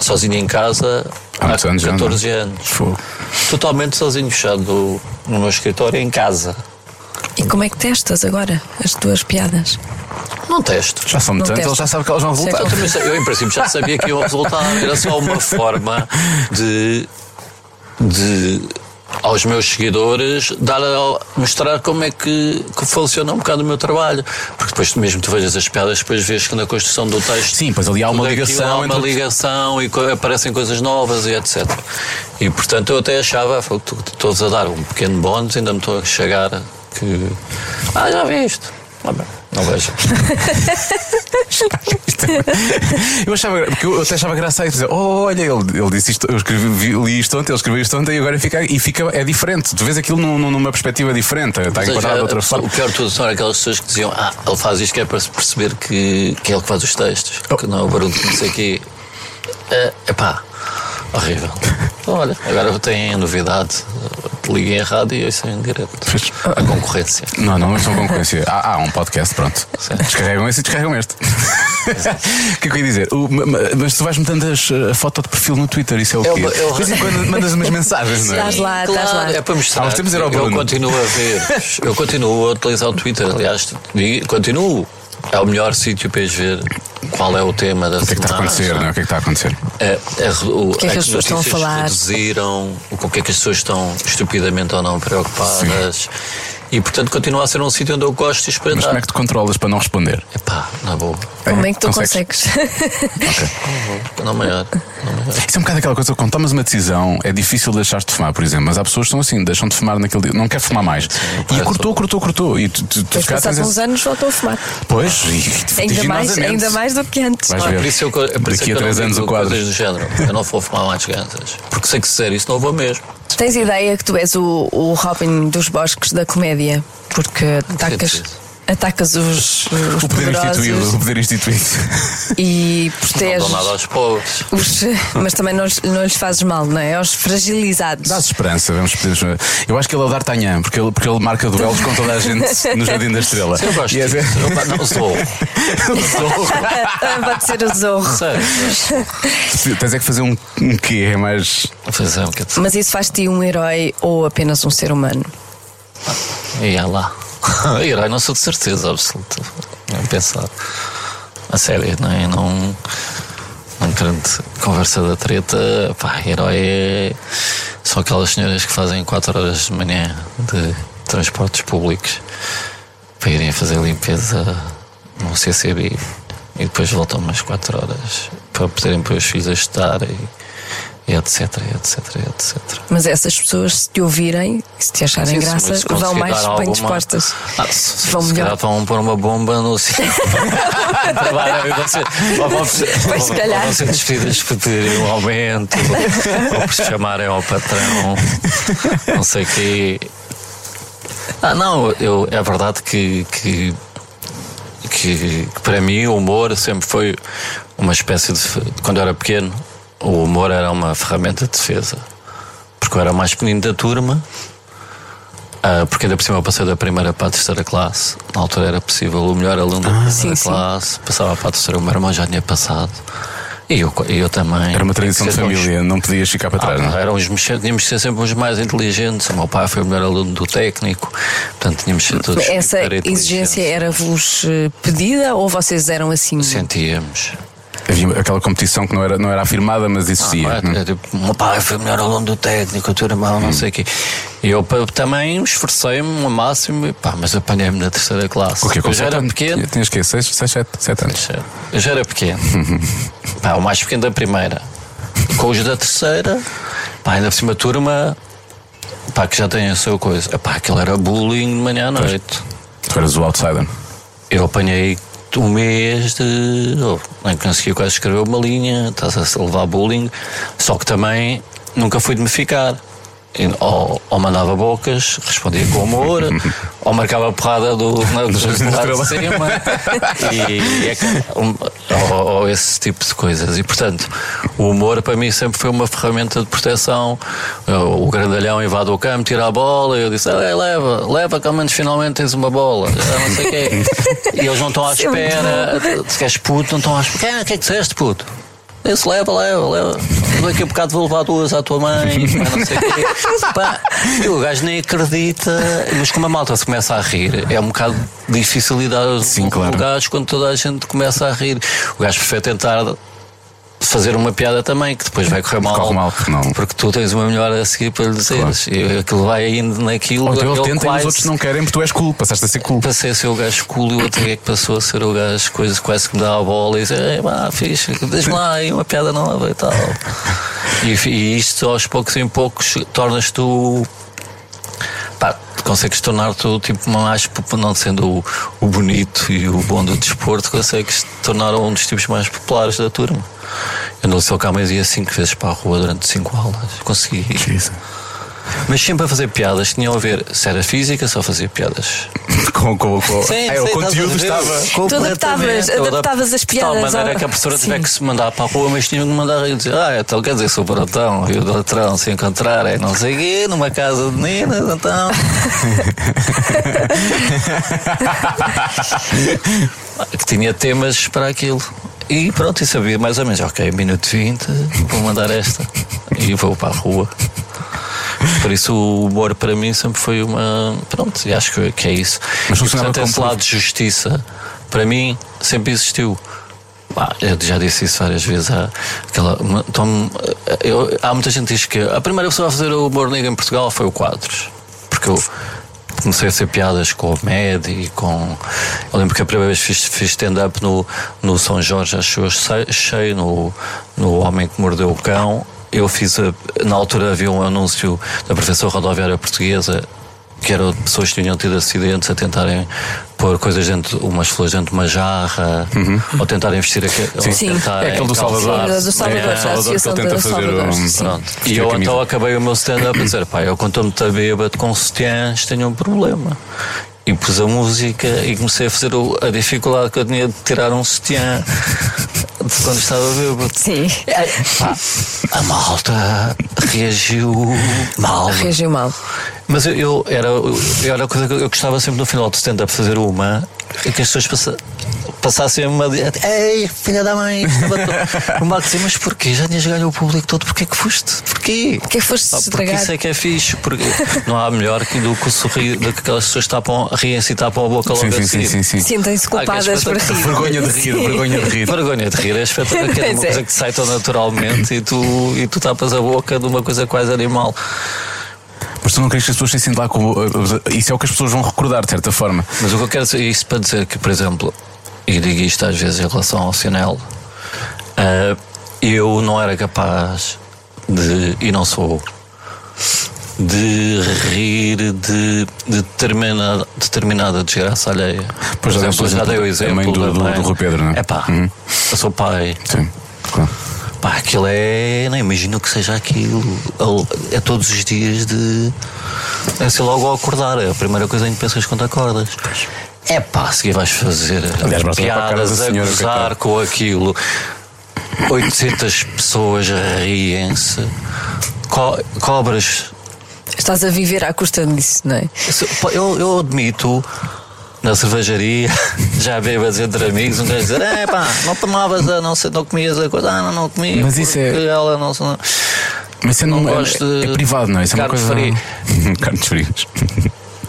S1: sozinho em casa
S3: Há muitos anos já, não é?
S1: 14 anos.
S3: Fogo.
S1: Totalmente sozinho, fechado no- no meu escritório, em casa.
S2: E como é que testas agora as tuas piadas?
S1: Não testo.
S3: Já são muitos
S2: Não
S3: anos, ele
S2: testa.
S3: já sabe que elas vão
S2: Sei
S3: voltar.
S1: Eu, também sa- eu, em princípio, já sabia que iam resultar. Era só uma forma de. de. aos meus seguidores dar a, mostrar como é que, que funciona um bocado o meu trabalho. Porque depois, tu mesmo tu vejas as piadas, depois vês que na construção do texto.
S3: Sim, pois ali há uma
S1: tudo aquilo,
S3: ligação
S1: Há uma
S3: entre-
S1: ligação e co- aparecem coisas novas e etc. E portanto, eu até achava, "Fogo, tu- tu- todos a dar um pequeno bónus, ainda me estou a chegar que. Ah, já vi isto. Ah, bem, Não vejo.
S3: Eu achava, porque eu até achava graça a isso, dizer, oh, olha, ele, ele disse isto, eu escrevi, vi- li isto ontem, ele escreveu isto ontem e agora fica, e fica é diferente. Tu vês aquilo num- num- numa perspectiva diferente, está
S1: Ou seja,
S3: enquadrado de
S1: a
S3: outra
S1: pessoa-
S3: forma.
S1: O pior de tudo são aquelas pessoas que diziam: Ah, ele faz isto que é para se perceber que, que é ele que faz os textos,
S3: Oh.
S1: que não é o barulho que não sei aqui. É epá, horrível. Então, Olha, agora tem a novidade. Liguem a rádio e isso é em direto. A concorrência.
S3: Não, não, mas são concorrência. Há, há um podcast, pronto. Descarregam esse e descarregam este. O que é que eu ia dizer? O- ma- ma- mas tu vais mudando as, a foto de perfil no Twitter, isso é o
S1: É
S3: quê?
S1: uma- é uma-
S3: De vez em quando mandas umas mensagens, não é?
S2: Estás lá, estás lá.
S1: É para mostrar.
S3: Há uns tempos era o
S1: eu
S3: Bruno.
S1: continuo a ver. Eu continuo a utilizar o Twitter. Aliás, digo- continuo. É o melhor sítio para eles ver qual é o tema da
S3: O que é que está
S1: semana,
S3: a acontecer, não é? O que é que está a acontecer?
S1: É, é, o,
S2: que é que
S1: é
S2: as pessoas estão a
S1: notícias
S2: falar?
S1: Reduziram, o com o que é que as pessoas estão estupidamente ou não preocupadas. E portanto continua a ser um sítio onde eu gosto de
S3: Mas como é
S1: espreitar.
S3: que te controlas para não responder?
S1: Epá, na boa.
S2: Como é que tu consegues?
S1: Não maior.
S3: Isso é um bocado aquela coisa, quando tomas uma decisão, é difícil deixar de fumar, por exemplo, mas há pessoas que são assim, deixam de fumar naquele dia, não quer fumar mais. E
S1: parece-
S3: cortou, cortou, cortou. E tu, tu, tu
S2: Depois
S3: se calhar
S2: passados
S3: tens
S2: uns
S3: esse-
S2: anos voltou a fumar.
S3: Pois, e,
S2: Ainda mais,
S3: vertiginosamente.
S2: ainda mais do que antes.
S3: Vais
S1: Não, é
S3: ver.
S1: por isso eu, é por isso
S3: Daqui
S1: que
S3: a
S1: eu
S3: três
S1: não
S3: anos o
S1: digo
S3: quadro.
S1: coisas do género. Eu não vou fumar mais gansas. Porque sei que se disser isso não vou mesmo.
S2: Tens ideia que tu és o, o Robin dos bosques da comédia? Porque atacas,
S1: disso?
S2: atacas os, os
S3: O poder instituído, o
S2: poderosos
S3: poder instituído.
S2: e
S1: Não dou
S2: proteges
S1: nada aos pobres.
S2: os... Mas também não, lhes- não lhes fazes mal, não é? Aos fragilizados.
S3: Dá-se esperança, vamos pedir. Eu acho que ele é o D'Artagnan, porque ele, porque ele marca duelos com toda a gente no Jardim da Estrela.
S1: Eu gosto
S3: E é-
S1: disso. Eu Não sou.
S2: Também Pode ser o zorro.
S1: Sério.
S3: Tens é que fazer um, um quê? É mais.
S1: Pois é, o que é que-
S2: Mas isso faz-te um herói ou apenas um ser humano?
S1: E é lá. Herói não sou de certeza absoluta. Nem pensar. A sério, não é? Não, não querendo conversa da treta, pá, herói é. São aquelas senhoras que fazem 4 horas de manhã de transportes públicos para irem fazer limpeza no CCB e depois voltam umas 4 horas para poderem pôr os filhos a estudar e, e etc, e etc, e etc.
S2: Mas essas pessoas, se te ouvirem, se te acharem
S1: Sim, se-
S2: graça,
S1: se conseguir
S2: vão mais
S1: dar
S2: bem
S1: alguma-
S2: dispostas.
S1: Ah, se, se,
S2: Vão
S1: se
S2: melhor.
S1: calhar vão pôr uma bomba no sítio. Trabalho, vão ser- vão- vão-
S2: Pois, se calhar.
S1: Vão ser despedidas por terem um aumento, ou por se chamarem ao patrão, não sei o quê. Ah, não, eu, é verdade que, que, que, que para mim o humor sempre foi uma espécie de. fe- Quando eu era pequeno, o humor era uma ferramenta de defesa. Porque eu era o mais pequenino da turma, ah, porque ainda por cima eu passei da primeira para a terceira classe. Na altura era possível o melhor aluno da
S3: Ah,
S1: primeira
S2: Sim, sim.
S1: classe, passava para a terceira, o meu irmão já tinha passado. E eu, e eu também.
S3: Era uma tradição de
S1: Tinha que ser uns-
S3: família, não podias ficar para
S1: ah,
S3: trás, não? é?
S1: eram os mexe- tínhamos de ser sempre os mais inteligentes. O meu pai foi o melhor aluno do técnico, portanto tínhamos de ser todos.
S2: Essa
S1: super inteligentes.
S2: exigência é- era-vos eh, pedida ou vocês eram assim?
S1: Sentíamos.
S3: Havia aquela competição que não era, não era afirmada, mas existia.
S1: Ah,
S3: não é?
S1: é tipo, o meu pai foi o melhor aluno do técnico, o teu irmão, não sei o quê. E eu pa- também esforcei-me ao máximo, e pá, mas apanhei-me na terceira classe.
S3: O é quê? Com
S1: eu já
S3: sete
S1: era
S3: anos?
S1: pequeno.
S3: Tinhas que 6, 7, 7 anos.
S1: Eu já era pequeno. Pá, o mais pequeno da primeira. Com os da terceira, pá, ainda por cima turma, pá, que já tem a sua coisa. Epá, aquilo era bullying de manhã à noite.
S3: Tu eras o outsider.
S1: Eu apanhei um mês de. Oh, nem conseguia quase escrever uma linha, estás a levar bullying, só que também nunca fui de me ficar. E Ou, ou mandava bocas, respondia com humor, ou marcava a porrada do, na, do, lado de cima, e, é que- um, ou, ou esse tipo de coisas. E portanto, o humor para mim sempre foi uma ferramenta de proteção. Eu- O grandalhão invade o campo, tira a bola, e eu disse: "Ah, leva, leva, que ao menos finalmente tens uma bola. Ah, não sei o quê. E eles não estão à espera. Se queres puto, não estão à espera. Quem é que é que disseste, puto? Isso leva, leva, leva. Daqui a bocado vou levar duas à tua mãe, mas não sei o quê. Pá, e o gajo nem acredita, mas como a malta se começa a rir, é um bocado difícil lidar
S3: Sim,
S1: com
S3: claro.
S1: o gajo quando toda a gente começa a rir. O gajo prefere tentar fazer uma piada também, que depois vai correr mal.
S3: Corre mal, porque não-
S1: Porque tu tens uma melhor a seguir para lhe dizeres. E aquilo vai indo naquilo. é
S3: Ou então ele
S1: aquele
S3: tenta e os
S1: quase-
S3: outros não querem, porque tu és cool, passaste a ser cool.
S1: Passei a ser o gajo cool e o outro é que passou a ser o gajo coisa quase que me dá a bola e diz, "Ei, vá, fixe, deixa-me lá aí uma piada nova e tal. E, fi- e isto aos poucos em poucos tornas-te o- pá, consegues tornar-te o tipo mais, pop- não sendo o, o bonito e o bom do desporto, consegues te tornar um dos tipos mais populares da turma. Eu não sei o que há mais ia cinco vezes para a rua durante cinco aulas. Consegui. Mas sempre a fazer piadas, tinha a ver, se era física, só fazia piadas.
S3: Com, com, com... é, o conteúdo estava.
S2: adaptavas- adaptavas as
S1: De
S2: piadas
S1: tal maneira
S2: ao-
S1: que a professora
S2: Sim.
S1: tiver que se mandar para a rua, mas tinha que mandar e dizer: Ah, então quer dizer, sou baratão e o doutrão se encontrarem, não sei o quê, numa casa de meninas, então. que tinha temas para aquilo. E pronto, e sabia mais ou menos: Ok, minuto 20, vou mandar esta e vou para a rua. Por isso o humor para mim sempre foi uma. Pronto, e acho que, que é isso.
S3: Mas
S1: E,
S3: funcionava
S1: portanto,
S3: como
S1: esse lado de justiça, para mim, sempre existiu. Pá, eu já disse isso várias vezes. Há, aquela, uma- então, eu- há muita gente que diz que a primeira pessoa a fazer o humor negro em Portugal foi o Quadros. Porque eu comecei a ser piadas com o Med e com. Eu lembro que a primeira vez fiz, fiz stand-up no, no São Jorge, acho eu, sei- cheio, no, no Homem que Mordeu o Cão. Eu fiz. a- na altura havia um anúncio da Professora Rodoviária Portuguesa que eram pessoas que tinham tido acidentes a tentarem pôr coisas dentro, umas flores dentro de uma jarra, ou tentarem vestir aquele. ou
S2: Sim.
S1: tentarem
S3: Uhum. É aquele do
S1: calçar-
S3: Salvador.
S2: Sim, do Salvador,
S3: é,
S2: da
S3: Salvador que
S2: Associação
S3: ele tenta
S2: do
S3: fazer.
S2: Salvador,
S3: um-
S2: sim.
S1: Pronto.
S3: vestir
S1: E
S3: a
S1: eu
S3: camisa.
S1: então acabei o meu stand-up a dizer: pá, eu conto-me a bêbado com sutiãs, tenho um problema. E pus a música e comecei a fazer o- a dificuldade que eu tinha de tirar um sutiã de quando estava bêbado.
S2: Sim.
S1: Pá, a malta reagiu mal.
S2: Reagiu mal.
S1: Mas eu, eu era, eu era a coisa que eu gostava sempre no final do stand-up fazer uma e que as pessoas passa- passassem uma. di- Ei, filha da mãe! estava todo- O Marco dizia, assim, mas porquê? Já tinhas ganho o público todo, porquê que foste? Porquê?
S2: Porquê que foste
S1: Ah, Porque
S2: estragar?
S1: isso é que é fixe, porque não há melhor que do que o sorriso, do que aquelas pessoas tapam, riem-se e tapam a boca logo
S3: Sim,
S1: a
S3: sim, sim,
S1: seguir.
S3: sim, sim.
S2: Sentem-se
S1: Ah, que
S2: culpadas por
S1: espetáculo.
S2: rir.
S3: Vergonha de rir,
S2: Sim.
S3: vergonha de rir.
S1: Vergonha de rir, é espetacular, que é uma
S2: Pois é.
S1: coisa que sai tão naturalmente e tu, e tu tapas a boca de uma coisa quase animal.
S3: Mas tu não queres que as pessoas se sintam lá com. Isso é o que as pessoas vão recordar, de certa forma.
S1: Mas o que eu quero dizer, isto para dizer que, por exemplo, e digo isto às vezes em relação ao Sinel, ah, eu não era capaz de, e não sou, de rir de, de determinada, determinada desgraça alheia.
S3: Pois já deste o
S1: já
S3: exemplo
S1: dei o
S3: da-
S1: exemplo.
S3: da mãe do- do-
S1: mãe.
S3: do Rui Pedro, não é?
S1: É pá,
S3: Uhum.
S1: eu sou pai.
S3: Sim, claro.
S1: Pá, aquilo é. Não imagino que seja aquilo. É- É todos os dias de. É assim, logo ao acordar. É a primeira coisa em que pensas quando acordas. É pá, a seguir vais fazer
S3: Aliás, basta olhar para a cara da
S1: piadas a
S3: senhora,
S1: gozar
S3: coitado.
S1: com aquilo. 800 pessoas riem-se, co- cobras
S2: Estás a viver à custa disso, não é?
S1: Se- pá, Eu, eu admito, na cervejaria, já bebas entre amigos, um gajo dizer, é pá, não tomavas, a, não, sei, não comias a coisa, ah, não, não comi.
S3: Mas isso é-
S1: porque Ela não, se- não.
S3: Mas isso é,
S1: Não
S3: num- é-
S1: gosto
S3: é,
S1: de
S3: privado, não é? Isso é uma
S1: carne
S3: coisa. Carnes frias.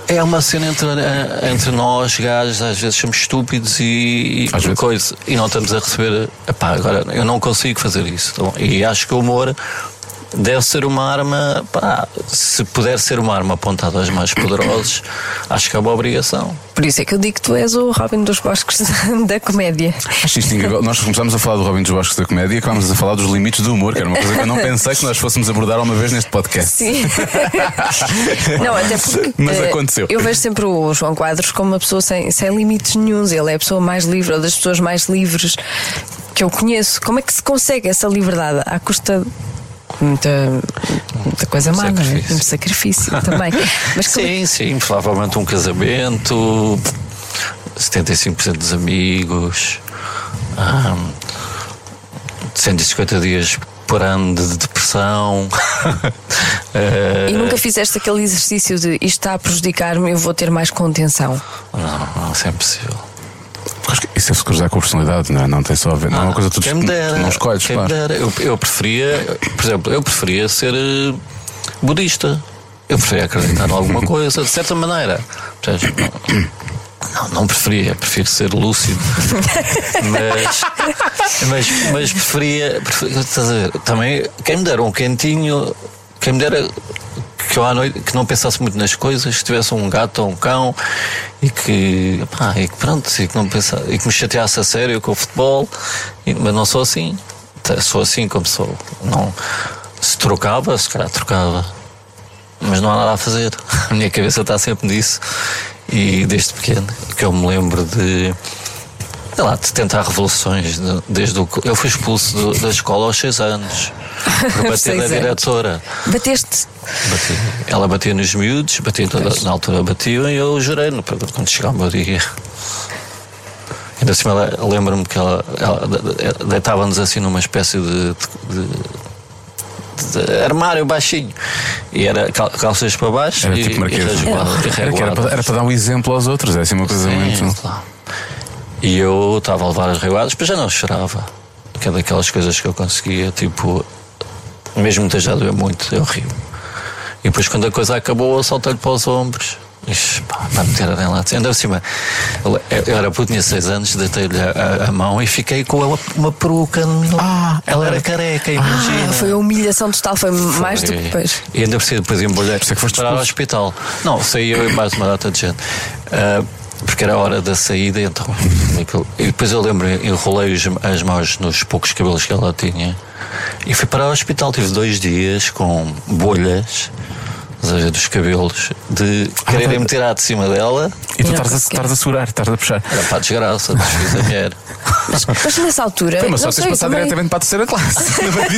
S1: É uma cena entre, eh, entre nós, gajos, às vezes somos estúpidos e,
S3: Às
S1: e
S3: vezes.
S1: coisa, e não estamos a receber. Epá, agora eu não consigo fazer isso. tá bom? E acho que o humor deve ser uma arma, pá, se puder ser uma arma apontada aos mais poderosos, acho que é uma obrigação.
S2: Por isso é que eu digo que tu és o Robin dos Bosques da comédia.
S3: Acho isto incrível. Nós começámos a falar do Robin dos Bosques da Comédia e acabámos a falar dos limites do humor, que era uma coisa que eu não pensei que nós fôssemos abordar uma vez neste podcast.
S2: Sim. não, até porque.
S3: Mas
S2: eh,
S3: aconteceu.
S2: Eu vejo sempre o João Quadros como uma pessoa sem, sem limites nenhuns. Ele é a pessoa mais livre, ou das pessoas mais livres que eu conheço. Como é que se consegue essa liberdade? À custa. de Muita, muita coisa má, não é?
S1: Sacrifício.
S2: Muito sacrifício também. Mas como é
S1: Sim, sim, provavelmente um casamento, 75% dos amigos, ahm, 150 dias por ano de depressão. Eh,
S2: E nunca fizeste aquele exercício de isto está a prejudicar-me, eu vou ter mais contenção.
S1: Não, não, isso é impossível.
S3: Porque acho que Isso é se cruzar com a personalidade, não é? Não tem só a ver. Não é uma coisa que tu,
S1: Quem me dera,
S3: tu não escolhes,
S1: quem me
S3: claro.
S1: dera. Eu, eu preferia, por exemplo, eu preferia ser eh, budista. Eu preferia acreditar em alguma coisa, de certa maneira. Percebes? Não, não preferia, prefiro ser lúcido. mas, mas, mas preferia, preferia- estás a ver, também, quem me dera um quentinho, quem me dera que eu à noite que não pensasse muito nas coisas, que tivesse um gato ou um cão e que, pá, e que pronto, e que, não pensa, e que me chateasse a sério com o futebol, e- mas não sou assim. Tá, Sou assim como sou. Não, se trocava, se calhar trocava. Mas não há nada a fazer. A minha cabeça está sempre nisso. E desde pequeno, que eu me lembro de. Sei lá, de tentar revoluções de- desde o. co- Eu fui expulso do- da escola aos seis anos. Por bater
S2: seis
S1: na
S2: anos.
S1: diretora.
S2: Bateste.
S1: Bati. Ela batia nos miúdos, batia em toda, na altura batiam e eu jurei no- quando chegava o meu dia. Ainda assim, ela, lembro-me que ela, ela de- de- deitava-nos assim numa espécie de, de- de- de armário baixinho. E era cal- calças para baixo
S3: Era
S1: e,
S3: tipo marquês.
S1: e resguardo- e
S3: Era, que era,
S1: resguardo.
S3: para, era para dar um exemplo aos outros, é assim uma coisa
S1: Sim,
S3: muito.
S1: claro. E eu estava a levar as reguadas, mas já não chorava. Que é daquelas coisas que eu conseguia, tipo, mesmo ter já doer muito, eu rio. E depois, quando a coisa acabou, eu saltei-lhe para os ombros. Ixi, pá, vai meter a dela lá. de cima. Ainda por cima, eu- eu era puto, tinha 6 anos, deitei-lhe a, a- a mão e fiquei com uma, uma peruca. no meu-
S3: Ah,
S1: ela era careca, imagina.
S2: Ah, foi a humilhação total, foi, mais do que depois.
S1: E ainda por cima depois embolhei.
S3: isso é que foste
S1: para o
S3: expulso.
S1: hospital. Não, saí eu e mais uma data de gente. Ah, porque era a hora da saída, então. aquilo- E depois eu lembro, enrolei os- as mãos nos poucos cabelos que ela tinha e fui para o hospital. Tive dois dias com bolhas. estás a ver, Dos cabelos, de quererem me tirar de cima dela,
S3: E tu
S2: Não,
S3: estás a,
S2: porque-
S3: estás a segurar, estás a puxar.
S1: era para a desgraça, desfiz a mulher.
S2: Mas, mas nessa altura.
S3: Mas só
S2: não
S3: tens
S2: sei,
S3: passado
S2: também-
S3: diretamente para a terceira classe. é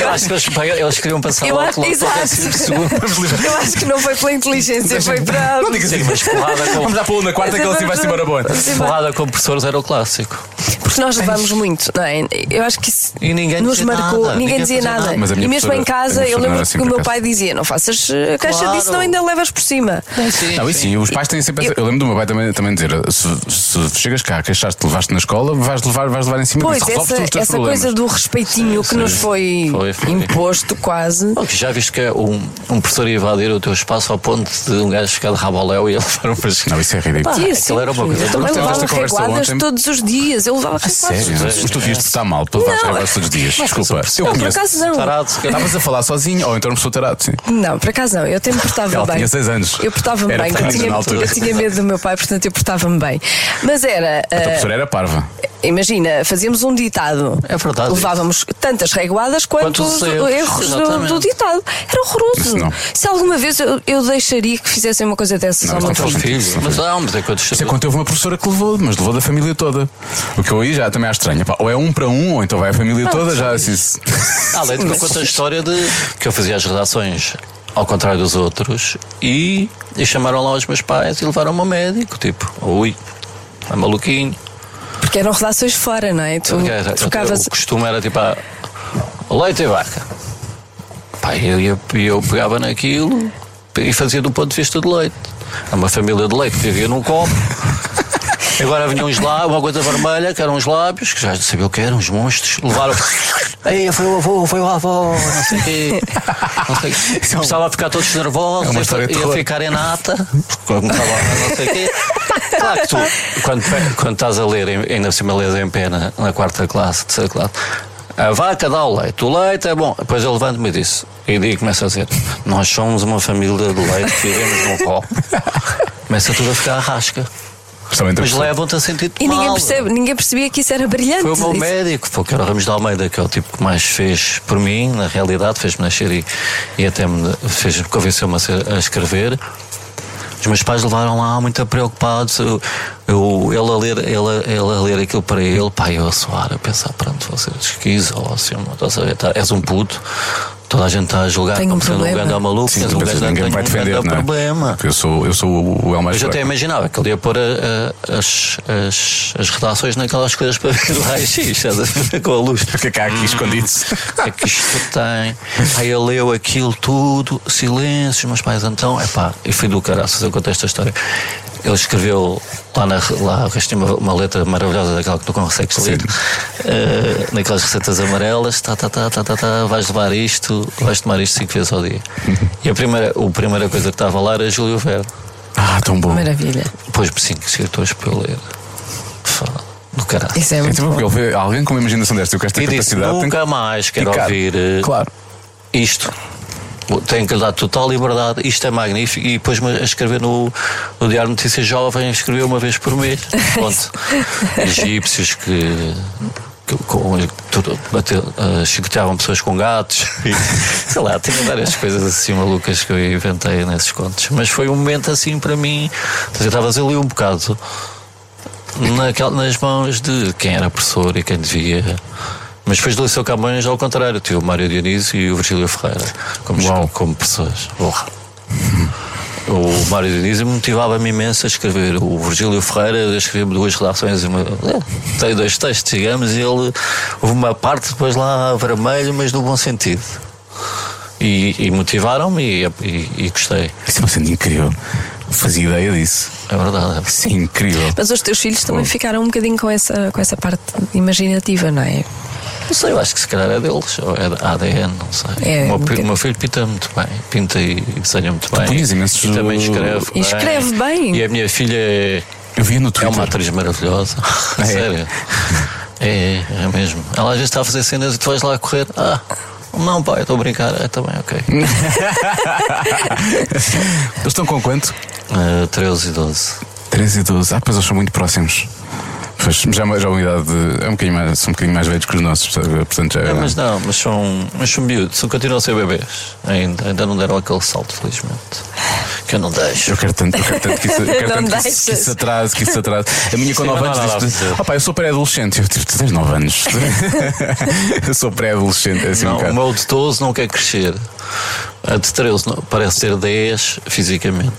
S1: Eu acho que eles, eles queriam passar
S2: Eu
S1: lá
S2: acho,
S1: outro lado para o
S2: exato. Eu acho que não foi pela inteligência, foi para.
S3: Não digas assim, mas
S1: porrada com-
S3: Vamos dar para um na quarta que ele assim vai-se embora bom.
S1: Porrada com professores era o clássico.
S2: Porque nós levamos muito, não é? Eu acho que isso
S1: E ninguém
S2: nos
S1: dizia
S2: marcou,
S1: nada,
S2: ninguém,
S1: ninguém
S2: dizia
S1: fazia
S2: nada.
S1: nada.
S3: Mas a minha
S2: E mesmo em
S3: professora- a
S2: casa,
S3: minha professora
S2: eu
S3: não
S2: lembro
S3: era
S2: que
S3: assim,
S2: o
S3: por
S2: meu
S3: acaso.
S2: pai dizia: não faças eh, caixa
S1: Claro.
S2: disso, não ainda levas por cima.
S3: Não, e sim, os pais têm sempre. essa- Eu lembro do meu pai também, também dizer: se, se chegas cá, queixaste-te, levaste na escola, vais levar, vais levar em cima
S2: Pois,
S3: disso, resolves
S2: essa,
S3: tu os teus
S2: essa
S3: problemas.
S2: coisa do respeitinho que nos foi,
S1: Foi, foi.
S2: imposto quase.
S1: Bom, que já viste que é um, um professor ia invadir o teu espaço ao ponto de um gajo ficar de raboléu e ele levar um pescoço.
S3: Não, isso é ridículo.
S1: Pá,
S2: Sim,
S1: aquilo
S2: sim.
S1: era uma coisa
S2: eu também
S3: brutal.
S2: levava
S3: Esta conversa
S2: reguadas
S3: ontem-
S2: todos os dias. Eu levava reguadas.
S3: Sério? Mas tu vias-te estar mal, tu levares levares todos os dias. Desculpa, eu
S2: Não, por
S3: conheço.
S2: acaso não.
S1: Tarado, se calhar.
S3: Estavas a falar sozinho ou então uma pessoa tarado, sim.
S2: Não, por acaso não. Eu até me portava
S3: Ela
S2: bem.
S3: tinha seis anos.
S2: Eu portava-me
S3: Era
S2: bem. Eu
S3: pequenina
S2: tinha,
S3: na altura.
S2: eu tinha medo do meu pai, portanto eu portava-me bem. Mas era.
S3: A tua
S2: ah,
S3: professora era parva.
S2: imagina, fazíamos um ditado.
S1: É verdade.
S2: Levávamos tantas reguadas quanto
S1: Quantos
S2: os
S1: erros,
S2: erros do,
S1: exatamente.
S2: do ditado. Era horroroso.
S3: Isso não.
S2: Se alguma vez eu, eu deixaria que fizessem uma coisa dessas
S3: Não,
S2: ao
S3: isso
S2: meu
S3: não
S1: Para o
S3: faz
S2: filho.
S3: sentido.
S1: filho. Mas não, mas é quando
S3: Isso é quando houve uma professora que levou, mas levou da família toda. O que eu aí já também acho estranho. Pá, ou é um para um, ou então vai a família toda, já assim. se-
S1: Além de que eu conto a história de que eu fazia as redações ao contrário dos outros e, e chamaram lá os meus pais e levaram-me ao médico. Tipo, ui, é maluquinho.
S2: Porque eram redações fora, não é? Tu
S1: Porque era-
S2: trocavas.
S1: O costume era tipo ah, leite e vaca. Pá, eu, ia- eu pegava naquilo e fazia do ponto de vista de leite. Há uma família de leite que vivia num copo. Agora vinha uns lábios, uma coisa vermelha, que eram uns lábios, que já sabia o que eram, uns monstros. Levaram. Ei, foi o avô, foi o avô, não sei o quê. Não sei o quê. Começava a ficar todos nervosos,
S3: é um- uma
S1: ia
S3: história de
S1: ia
S3: terror.
S1: ficar em nata. Começava a não sei o quê. Claro que tu, quando, pe- quando estás a ler, em- ainda por cima lês em pé na, na quarta classe, terceira classe, a vaca dá o leite, o leite é bom. Depois eu levanto-me e disse, e daí começa a dizer, nós somos uma família de leite que vivemos num copo. Começa tudo a ficar à rasca.
S3: Principalmente a
S1: Mas
S3: pessoa.
S1: levam-te a sentir
S2: E ninguém,
S1: mal.
S2: percebe, ninguém percebia que isso era brilhante.
S1: Foi o meu
S2: Isso- é
S1: médico, foi o Carlos Ramos de Almeida, que é o tipo que mais fez por mim, na realidade, fez-me nascer e, e até me fez, convenceu-me a, ser- a escrever. Os meus pais levaram lá muito preocupados. Eu, eu- ele, a ler, ele, a- ele a ler aquilo para ele, pá, eu a soar, a pensar, pronto, você esquizo, ou assim, não estás a ver, tá- és um puto, toda a gente está a julgar
S2: Tenho um
S1: como sendo um
S2: problema.
S1: grande maluco,
S3: Sim,
S1: és
S3: tu
S1: um
S3: pensas,
S1: grande,
S3: ninguém me vai
S1: tenho um
S3: defender,
S1: grande
S3: não é?
S1: problema.
S3: Porque eu sou, eu sou o El mais
S1: Mas eu até
S3: fraco.
S1: imaginava que ele ia pôr a- a- as, as, as redações naquelas coisas para ver o raio-x, estás a ver, com a luz. Hum.
S3: Fica cá aqui escondido-se.
S1: O que é que isto tem? Aí ele leu aquilo tudo, silêncio, meus pais então, epá, e fui do caraças, eu conto esta história. Ele escreveu lá, na, lá o resto tinha uma, uma letra maravilhosa daquela que tu consegues ler, eh, naquelas receitas amarelas, tá, tá, tá, tá, tá, tá, vais levar isto, vais tomar isto cinco vezes ao dia. E a primeira, a primeira coisa que estava lá era Júlio Verde.
S3: Ah, tão bom.
S2: Maravilha.
S1: Depois por cinco escritores para eu ler. Fala, do caralho.
S2: Isso é
S3: É
S2: muito
S3: tipo,
S2: bom.
S3: ele vê alguém com uma imaginação desta, eu quero esta
S1: E disse,
S3: capacidade. tem que-
S1: nunca mais quero
S3: Ficar.
S1: ouvir eh,
S3: Claro.
S1: isto. Tenho que lhe dar total liberdade, isto é magnífico. E depois-me a escrever no, no Diário de Notícias Jovem, escrever uma vez por mês. Pronto. Egípcios que. que com- tudo- bate- eh, Chicoteavam pessoas com gatos, e, sei lá, tinha várias coisas assim malucas que eu inventei nesses contos. Mas foi um momento assim para mim. Eu estava ali um bocado naquel- nas mãos de quem era professor e quem devia. Mas depois do Liceu Camões, ao contrário, tinha o Mário Dionísio e o Virgílio Ferreira como, como, como professores. Porra. O Mário Dionísio motivava-me imenso a escrever. O Virgílio Ferreira escreveu duas redações, uma, é, tem dois textos, digamos, e ele houve uma parte depois lá vermelho, mas no bom sentido. E, e motivaram-me e, e- e gostei.
S3: Isso é bastante incrível. Fazia ideia disso.
S1: É verdade.
S3: Isso é incrível.
S2: Mas os teus filhos também
S3: Bom.
S2: ficaram um bocadinho com essa, com essa parte imaginativa, não é?
S1: Não sei, eu acho que se calhar é deles, ou é da ADN, não sei.
S2: É,
S1: o, meu,
S2: um
S1: pi-
S2: bocadinho.
S1: o meu filho pinta muito bem, pinta e desenha muito bem.
S3: punhas imensos-
S1: E também escreve.
S3: E
S1: bem.
S2: escreve bem.
S1: E a minha filha é,
S3: Eu via no
S1: é
S3: Twitter.
S1: uma atriz maravilhosa.
S3: É.
S1: Sério. É, é mesmo. Ela às vezes está a fazer cenas e tu vais lá correr. Ah, não, pai, estou a brincar. É também, ok.
S3: Eles estão com quanto?
S1: Ah, 13 e 12.
S3: 13 e 12. Ah, pois eles são muito próximos. Pois, já, é uma- já é uma idade. de- É um bocadinho mais, são um bocadinho mais velhos que os nossos. sabe? Portanto, já,
S1: É, mas não, mas são, mas são miúdos, são- continuam a ser bebês. Ainda, ainda não deram aquele salto, felizmente. Que eu não deixo.
S3: Eu quero tanto, eu quero tanto que isso, eu quero
S2: Não
S3: tanto que isso-
S2: deixas.
S3: que isso atrase, que isso atrase. A minha com
S1: Sim,
S3: 9
S1: mas
S3: anos
S1: não, não,
S3: disse:
S1: não.
S3: Ah, pá, eu sou pré-adolescente. Eu tipo, tu tens 9 anos. eu sou pré-adolescente. é Assim, um
S1: Não, o
S3: bocado.
S1: meu de 12 não quer crescer. A de 13 não- parece ser 10 fisicamente.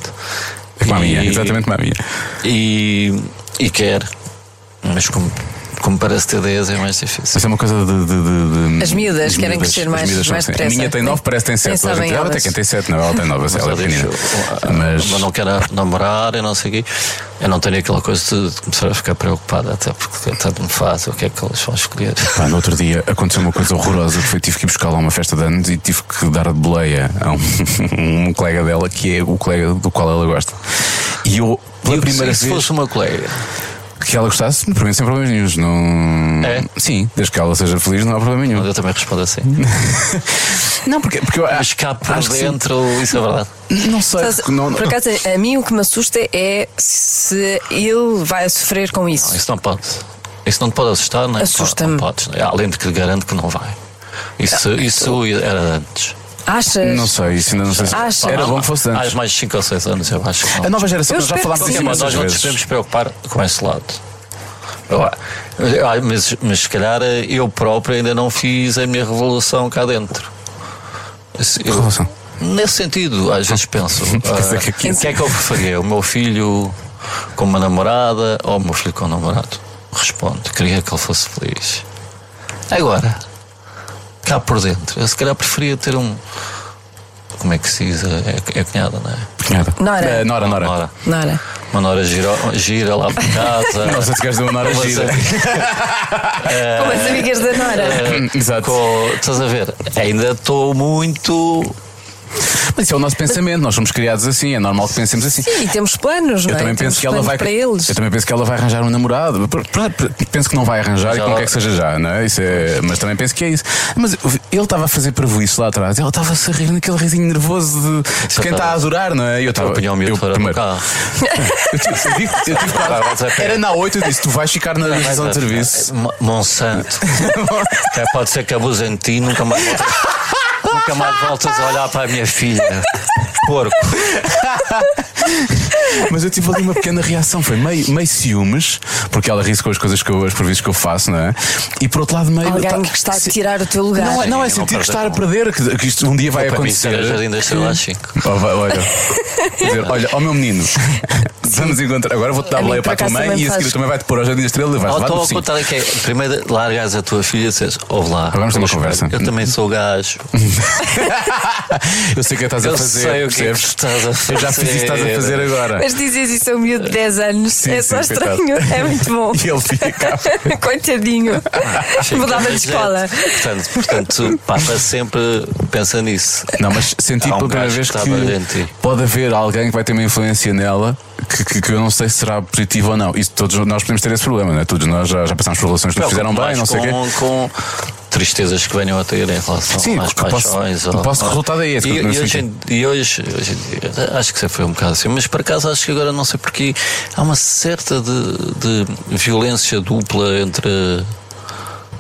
S3: É como a minha,
S1: E-
S3: exatamente como a minha.
S1: E, e quer. Mas como, como parece ter 10 é mais difícil.
S3: Isso é uma coisa de. de- de- de-
S2: As miúdas
S3: das
S2: querem crescer
S3: As
S2: mais-
S3: miúdas são
S2: mais
S3: assim. A
S2: depressa.
S3: minha tem 9, parece que tem 7.
S2: Pensava em
S3: Ela até
S2: elas.
S3: quem tem 7, não, ela tem 9, ela é
S1: Mas
S3: pequenina.
S1: eu-
S3: Mas.
S1: mas não quero namorar e não sei o quê. Eu não tenho aquela coisa de, de começar a ficar preocupada, até porque tanto me faz, o que é que eles vão escolher.
S3: Pá, no outro dia aconteceu uma coisa horrorosa que foi tive que ir buscar lá uma festa de anos e tive que dar a de boleia a um, um colega dela que é o colega do qual ela gosta. E eu, pela
S1: Eu,
S3: primeira
S1: se
S3: vez
S1: fosse uma colega.
S3: que ela gostasse, para mim sem problemas nenhums. Não...
S1: É?
S3: Sim, desde que ela seja feliz, não há problema nenhum.
S1: Eu também respondo assim.
S3: Não, porque, porque eu
S1: Mas
S3: acho
S1: cá por
S3: acho que sim.
S1: dentro, isso é verdade.
S3: Não sei.
S2: Sabes,
S3: não, não-
S2: Por acaso, a mim o que me assusta é se ele vai sofrer com isso.
S1: Isso não pode. Isso não te pode assustar, não é?
S2: Assusta-me.
S1: Não podes. Além de que garanto que não vai. Isso, isso era antes. Ah,
S2: Achas?
S3: não sei, isso ainda não sei se
S2: Acho.
S3: era bom que fosse
S1: Há
S3: antes.
S1: mais 5 ou 6 anos, eu acho que
S3: A
S1: não.
S3: nova geração,
S2: Eu
S3: nós já
S2: espero
S3: falámos
S2: que
S3: aqui
S2: sim.
S1: Mas
S3: muitas
S1: nós não nos devemos
S3: vezes.
S1: preocupar com esse lado. Eu- eu- ah, Mas, mas se calhar eh, eu próprio ainda não fiz a minha revolução cá dentro. Se- eu-
S3: Revolução?
S1: Nesse sentido, às vezes penso:
S3: dizer
S1: ah,
S3: que aqui-
S1: o que é que eu preferia? O meu filho com uma namorada ou o meu filho com um namorado? Respondo, queria que ele fosse feliz. Agora, cá por dentro, eu se calhar preferia ter um. Como é que se diz? É, é cunhada, não é?
S3: Cunhada.
S2: Nora.
S3: Eh, Nora, Nora.
S1: Nora.
S2: Nora.
S1: Uma Nora gira, gira lá por casa.
S3: Nossa, te queres dar uma Nora
S1: Uma
S3: gira.
S2: Como as amigas da Nora.
S1: Eh,
S3: Exato.
S1: com- estás a ver? Ainda estou muito.
S3: Mas isso é o nosso pensamento, nós somos criados assim, é normal que pensemos assim.
S2: Sim, e temos planos, não
S3: Eu
S2: é?
S3: também
S2: temos
S3: penso que ela
S2: planos
S3: vai.
S2: para eles.
S3: Eu também penso que ela vai arranjar um namorado. Por- por- por- Penso que não vai arranjar e
S1: Já
S3: como
S1: lá-
S3: quer que seja já, não é? Isso é- Mas também penso que é isso. Mas ele estava a fazer prejuízo lá atrás, ela estava a se rir naquele risinho nervoso de, de
S1: Eu
S3: quem está a
S1: tava-
S3: adorar, não é? E Eu estava.
S1: Eu apanhei o miúdo fora do carro.
S3: Eu tive, eu tive- eu tive quase-
S1: Vai, vai, vai, vai.
S3: Era na 8, eu disse: tu vais ficar na divisão de um serviço.
S1: é, Mo- Monsanto. Até pode ser que abuse em ti, nunca mais voltas, nunca mais voltas a olhar para a minha filha. Porco.
S3: Mas eu tive ali uma pequena reação, foi meio, meio ciúmes, porque ela ri-se com as coisas que eu, as previstas que eu faço, não é? E por outro lado, meio.
S2: Alguém
S3: tá-
S2: que está a
S3: se-
S2: tirar o teu lugar.
S3: Não é, não é
S1: Sim,
S3: sentir
S1: não
S3: que
S1: perde
S3: está a perder, que, que isto um dia vai
S1: Para mim, isso
S3: acontecer.
S1: era Jardim das Estrelas 5.
S3: Oh, vai, olha, Quer dizer, olha, ó meu menino, vamos encontrar. Agora vou-te dar
S2: A mim,
S3: boleia
S2: por
S3: para a tua
S2: acaso,
S3: mãe
S2: também
S3: e a seguir
S2: faz-
S3: também vai-te pôr ao Jardim da Estrela e vais
S1: Ou
S3: levar
S1: estou
S3: por
S1: a
S3: cima.
S1: contar aqui. é, Primeiro largas a tua filha e dizes, ouve lá.
S3: Agora vamos ter uma conversa.
S1: Eu também sou gajo.
S3: Eu sei o que estás a
S1: Eu
S3: fazer,
S1: sei o que é que
S3: percebes?
S1: estás a fazer.
S3: Eu já fiz isso que estás a fazer agora.
S2: Mas dizes isso a um miúdo de 10 anos.
S3: Sim,
S2: é
S3: sim,
S2: só
S3: coitado.
S2: estranho. É muito bom.
S3: E ele fica.
S2: Coitadinho.
S1: Chega
S2: Mudava de
S1: gente.
S2: escola.
S1: Portanto, portanto papa sempre pensa nisso.
S3: Não, mas senti
S1: Há um
S3: pela primeira
S1: gajo
S3: vez
S1: que está dentro
S3: que
S1: de ti.
S3: pode haver alguém que vai ter uma influência nela que, que- que eu não sei se será positivo ou não. Isso todos nós podemos ter esse problema, não é? Todos nós já, já passámos por relações que nos fizeram bem,
S1: mais
S3: não sei o quê.
S1: com, com tristezas que venham a ter em relação
S3: Sim,
S1: às
S3: que posso-
S1: paixões.
S3: que posso- que resultado é esse que
S1: E,
S3: eu não
S1: e
S3: sei
S1: hoje,
S3: o
S1: em- e hoje, hoje em dia, acho que sempre foi um bocado assim, mas por acaso acho que agora não sei porque há uma certa de, de violência dupla entre.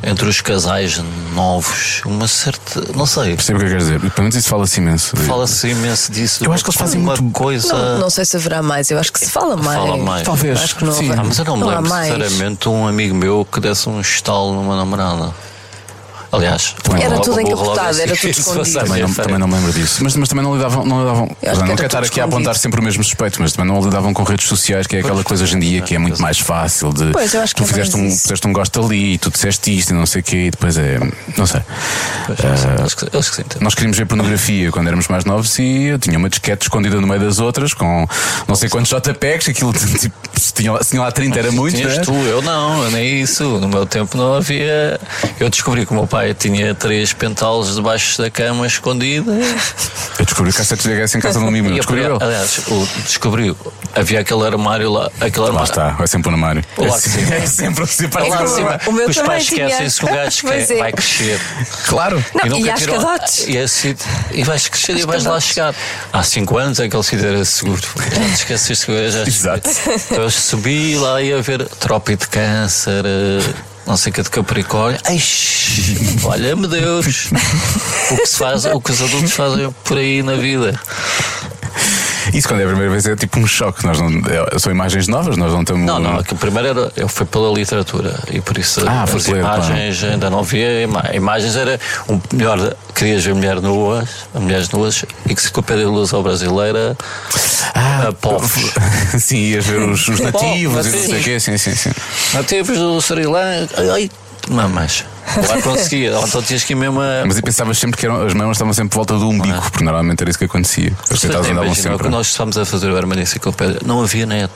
S1: Entre os casais novos, uma certa. Não sei.
S3: Percebo o que eu quero dizer. Pelo menos isso fala-se imenso.
S1: Fala-se imenso disso.
S3: Eu acho que eles fazem
S1: uma
S3: muito-
S1: coisa.
S2: Não, não sei se haverá mais. Eu acho que se fala mais.
S1: Fala mais.
S3: Talvez.
S2: Acho que não
S3: Sim.
S2: haverá.
S1: Ah, mas eu não me
S2: há
S1: lembro,
S2: mais.
S1: sinceramente, um amigo meu que desse um estalo numa namorada. Aliás, um
S2: Era
S1: logo-
S2: tudo
S1: logo
S2: encapotado,
S1: assim,
S2: era tudo
S1: se
S2: escondido.
S1: fosse a
S3: Também não,
S1: minha
S3: também não me lembro disso. Mas, mas também não lidavam. Não, lidavam,
S2: Eu acho
S3: não
S2: que era
S3: quero estar
S2: tudo
S3: aqui a apontar
S2: escondido.
S3: sempre o mesmo suspeito, mas também não lidavam com redes sociais, que é aquela coisa hoje em dia que é muito mais fácil de.
S2: Pois, eu acho
S3: tu
S2: que é
S3: fizeste um,
S2: mais isso.
S3: fizeste um gosto ali, tu disseste isto e não sei o quê, e depois é. Não sei.
S1: Pois, eu sei, Eles que- eles que se entendem.
S3: Nós queríamos ver pornografia quando éramos mais novos e eu tinha uma disquete escondida no meio das outras com não sei quantos JPEGs, aquilo tipo, se tinha, lá- se tinha lá 30 era muito,
S1: Tinhas
S3: né?
S1: tu, eu não, nem isso. No meu tempo não havia. Eu descobri que o meu pai tinha três pentales debaixo da cama escondida.
S3: Eu descobri que há 7 VHS em casa de um amigo meu,
S1: E a
S3: descobriu
S1: primeira-
S3: ele.
S1: Aliás, o, descobriu. Havia aquele armário lá. Aquele
S3: Lá
S1: armário.
S3: está, é sempre um armário.
S1: Lá
S3: É
S1: de cima.
S3: sempre- É sempre o sempre
S1: Lá
S2: É
S1: de
S2: que o-
S1: cima.
S2: o meu
S1: Os
S2: também
S1: pais
S2: tinha.
S1: esquecem-se que um gajo
S2: Pois
S1: quer-
S2: é.
S1: vai crescer.
S3: Claro.
S2: Não,
S1: nunca
S2: e às
S1: tirou-
S2: cadotes.
S1: E, esse sítio- e vais crescer e vais lá chegar. Há 5 anos é aquele sítio era seguro. Já te esqueceste que eu já
S3: Exato.
S1: Eu subi lá e ia ver trópio de câncer. eh, Não sei o que de Capricórnio. Eish, olha-me Deus. O que, se faz, o que os adultos fazem por aí na vida.
S3: Isso quando é a primeira vez é tipo um choque. Nós não, é- são imagens novas, nós não estamos.
S1: Não, não, que o primeiro era, eu fui pela literatura e por isso
S3: Ah,
S1: as
S3: foste ler,
S1: imagens ainda não via ima- imagens era um melhor, querias ver mulher nuas, mulheres nuas, enciclopédia de luz ao brasileira, ah, povos.
S3: Sim, ias ver os, os nativos e não sei o quê, sim, sim, sim.
S1: Nativos do Sri Lanka, ai, ai, mamas. Lá conseguia, ou então tinhas que ir mesmo a.
S3: Mas eu pensava sempre que eram, as mamas estavam sempre por volta do umbigo, porque normalmente era isso que acontecia. Ah. As coitadas andavam
S1: Imagina, o
S3: sempre.
S1: que nós estávamos a fazer o Hermano Enciclopédia, não havia net.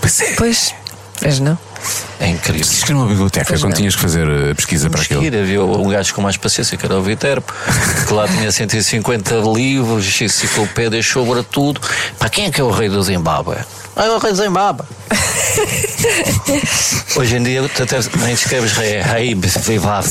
S3: Pois é.
S2: Pois. Pois não.
S1: É incrível.
S3: Precisas uma biblioteca
S2: Pois
S3: quando
S2: não.
S3: tinhas que fazer eh, pesquisa para aquilo.
S1: Mentira, havia um gajo com mais paciência que era o Viterbo, que lá tinha 150 livros, enciclopédias sobre tudo. Para quem é que é o rei do Zimbábue? Ah, é o rei do Zimbábue. Hoje em dia tu até nem escreves rei, é rei Zimbábue.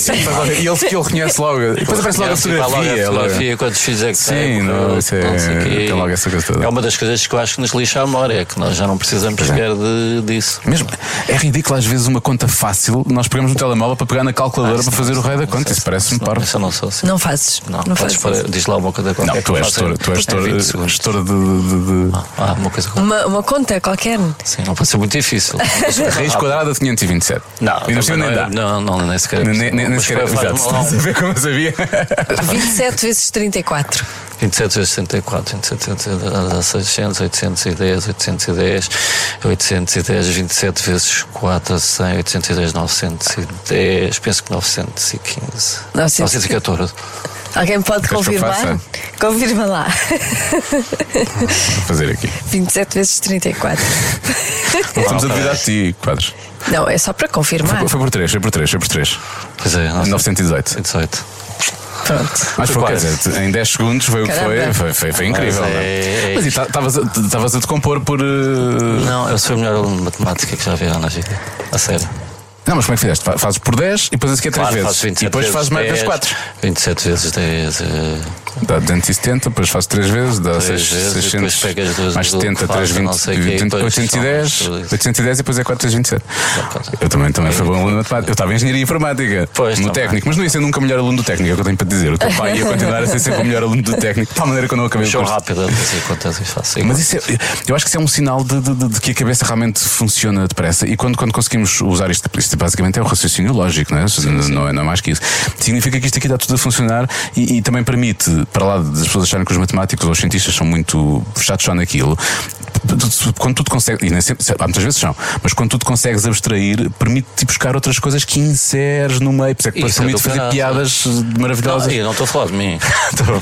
S3: E ele que ele reconhece logo. Depois aparece logo a
S1: Fica Logo
S3: fotografia.
S1: a
S3: logo.
S1: fotografia quando os filhos é que
S3: Sim,
S1: têm,
S3: não,
S1: porque
S3: isso é-
S1: sei o quê.
S3: tem logo essa coisa toda. é.
S1: É uma das coisas que eu acho que nos lixa a memória, é que nós já não precisamos sequer de, disso.
S3: Mesmo, é ridículo às vezes uma conta fácil. Nós pegamos no telemóvel para pegar na calculadora para fazer o rei da conta. Isso um parece-me
S1: Não,
S3: parvo.
S1: Isso eu não sou assim.
S2: Não fazes.
S1: Não,
S2: Não,
S1: podes
S2: fazes.
S1: pôr, diz lá uma coisa qualquer.
S3: Não, É tu
S1: que
S3: és
S1: faça
S3: gestora, tu és
S1: 20
S3: gestora-
S1: segundos.
S3: gestora de- de- de,
S1: Ah, uma coisa qualquer.
S2: Uma, uma conta qualquer.
S1: Sim, não pode ser muito difícil.
S3: Raiz
S1: é-
S3: quadrada de 527.
S1: Não,
S3: e não sei
S1: também
S3: nem dá.
S1: não, não, nem sequer. é
S3: Nem, nem, nem
S1: Mas
S3: sequer
S1: faz- faz
S3: exato.
S1: mal.
S3: Estás a ver como eu sabia?
S2: 27 vezes 34.
S1: 27, 64, 27, 600, 810, 810, 810, 27 vezes 4, 100, 810, 910, penso que 915. 914.
S2: Alguém pode
S3: Queres que eu
S2: confirmar?
S3: faça?
S2: Confirma lá.
S3: Vou fazer aqui.
S2: 27 vezes 34.
S3: Não estamos a duvidar de ti, quadros.
S2: Não, é só para confirmar.
S3: Foi, foi por 3, foi por 3, foi por 3.
S1: Pois é,
S3: 918.
S1: 918.
S2: Pronto.
S3: Mas foi, quer
S1: Quase.
S3: dizer, em 10 segundos foi o que foi,
S2: Caramba.
S3: foi, foi, foi incrível.
S1: Mas
S3: não
S1: é-
S3: Mas e ta- estavas a- estavas a decompor por. eh,
S1: Não, eu sou o melhor aluno de matemática que já viram na vida. A sério.
S3: Não, mas como é que fizeste? Fa- Fazes por 10 e depois a seguir 3
S1: Claro,
S3: vezes.
S1: faço 27
S3: e depois
S1: vezes
S3: fazes mais
S1: 10,
S3: vezes 4.
S1: 27 vezes 10. eh,
S3: Dá 270, depois fazes 3 vezes, dá
S1: Três
S3: 6,
S1: vezes,
S3: 600.
S1: depois pegas duas
S3: mais
S1: do que
S3: 70,
S1: faz,
S3: 3, 20,
S1: não sei o quê,
S3: 80,
S1: depois somas
S3: 810.
S1: tudo isso.
S3: 810 e depois é 4, 327. Eu também, também fui bom aluno de matemática. Eu estava em engenharia informática.
S1: É Pois,
S3: no
S1: também.
S3: técnico, mas não ia ser nunca o melhor aluno do técnico, é o que eu tenho para te dizer. O teu pai ia continuar a ser sempre o melhor aluno do técnico, de tal maneira que eu não acabei o
S1: Show
S3: curso.
S1: rápido, eu não sei quantas vezes tipo faço.
S3: Mas isso é, eu acho que isso é um sinal de, de- de- de que a cabeça realmente funciona depressa. E quando, quando conseguimos usar isto, isto basicamente é o raciocínio lógico, não é? Não, é, não é mais que isso. Significa que isto aqui está tudo a funcionar e, e também permite, para lá das pessoas acharem que os matemáticos ou os cientistas são muito fechados só naquilo. Quando tu te consegues, e nem sempre, há muitas vezes são, mas quando tu te consegues abstrair, permite-te buscar outras coisas que inseres no meio, por isso é que
S1: Isso é
S3: permite
S1: do
S3: fazer
S1: caralho.
S3: piadas maravilhosas.
S1: Não, eu não estou a falar de mim.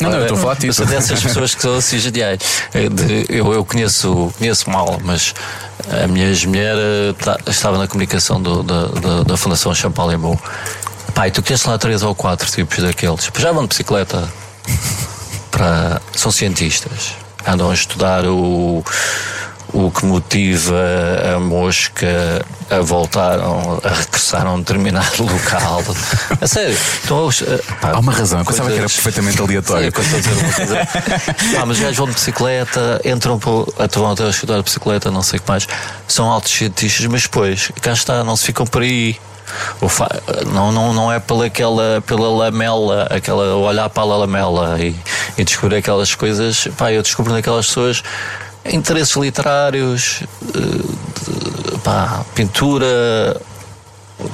S3: Não, não, eu estou a falar de ti.
S1: Eu sou dessas pessoas que são assim geniais. É de- Eu, eu conheço, conheço mal, mas a minha ex-mulher eh, ta- estava na comunicação do- da, da, da Fundação Champalimau. Pai, tu conheces lá três ou quatro tipos daqueles. Pois Já vão de bicicleta para. São cientistas. Andam a estudar o. O que motiva a mosca a voltar, a regressar a um determinado local. A sério. Então, os- eh, pá,
S3: Há uma razão, eu pensava que era
S1: coisas-
S3: perfeitamente aleatório.
S1: Sim, quando estou a dizer uma coisa. Ah, mas os gajos vão de bicicleta, entram para. Vão até estudar de bicicleta, não sei o que mais. São altos cientistas, mas depois, cá está, não se ficam por aí. O fa- Não, não, não é pela, aquela, pela lamela, aquela, olhar para a lamela e, e descobrir aquelas coisas. Pá, eu descubro naquelas pessoas interesses literários, eh, de- pá, pintura,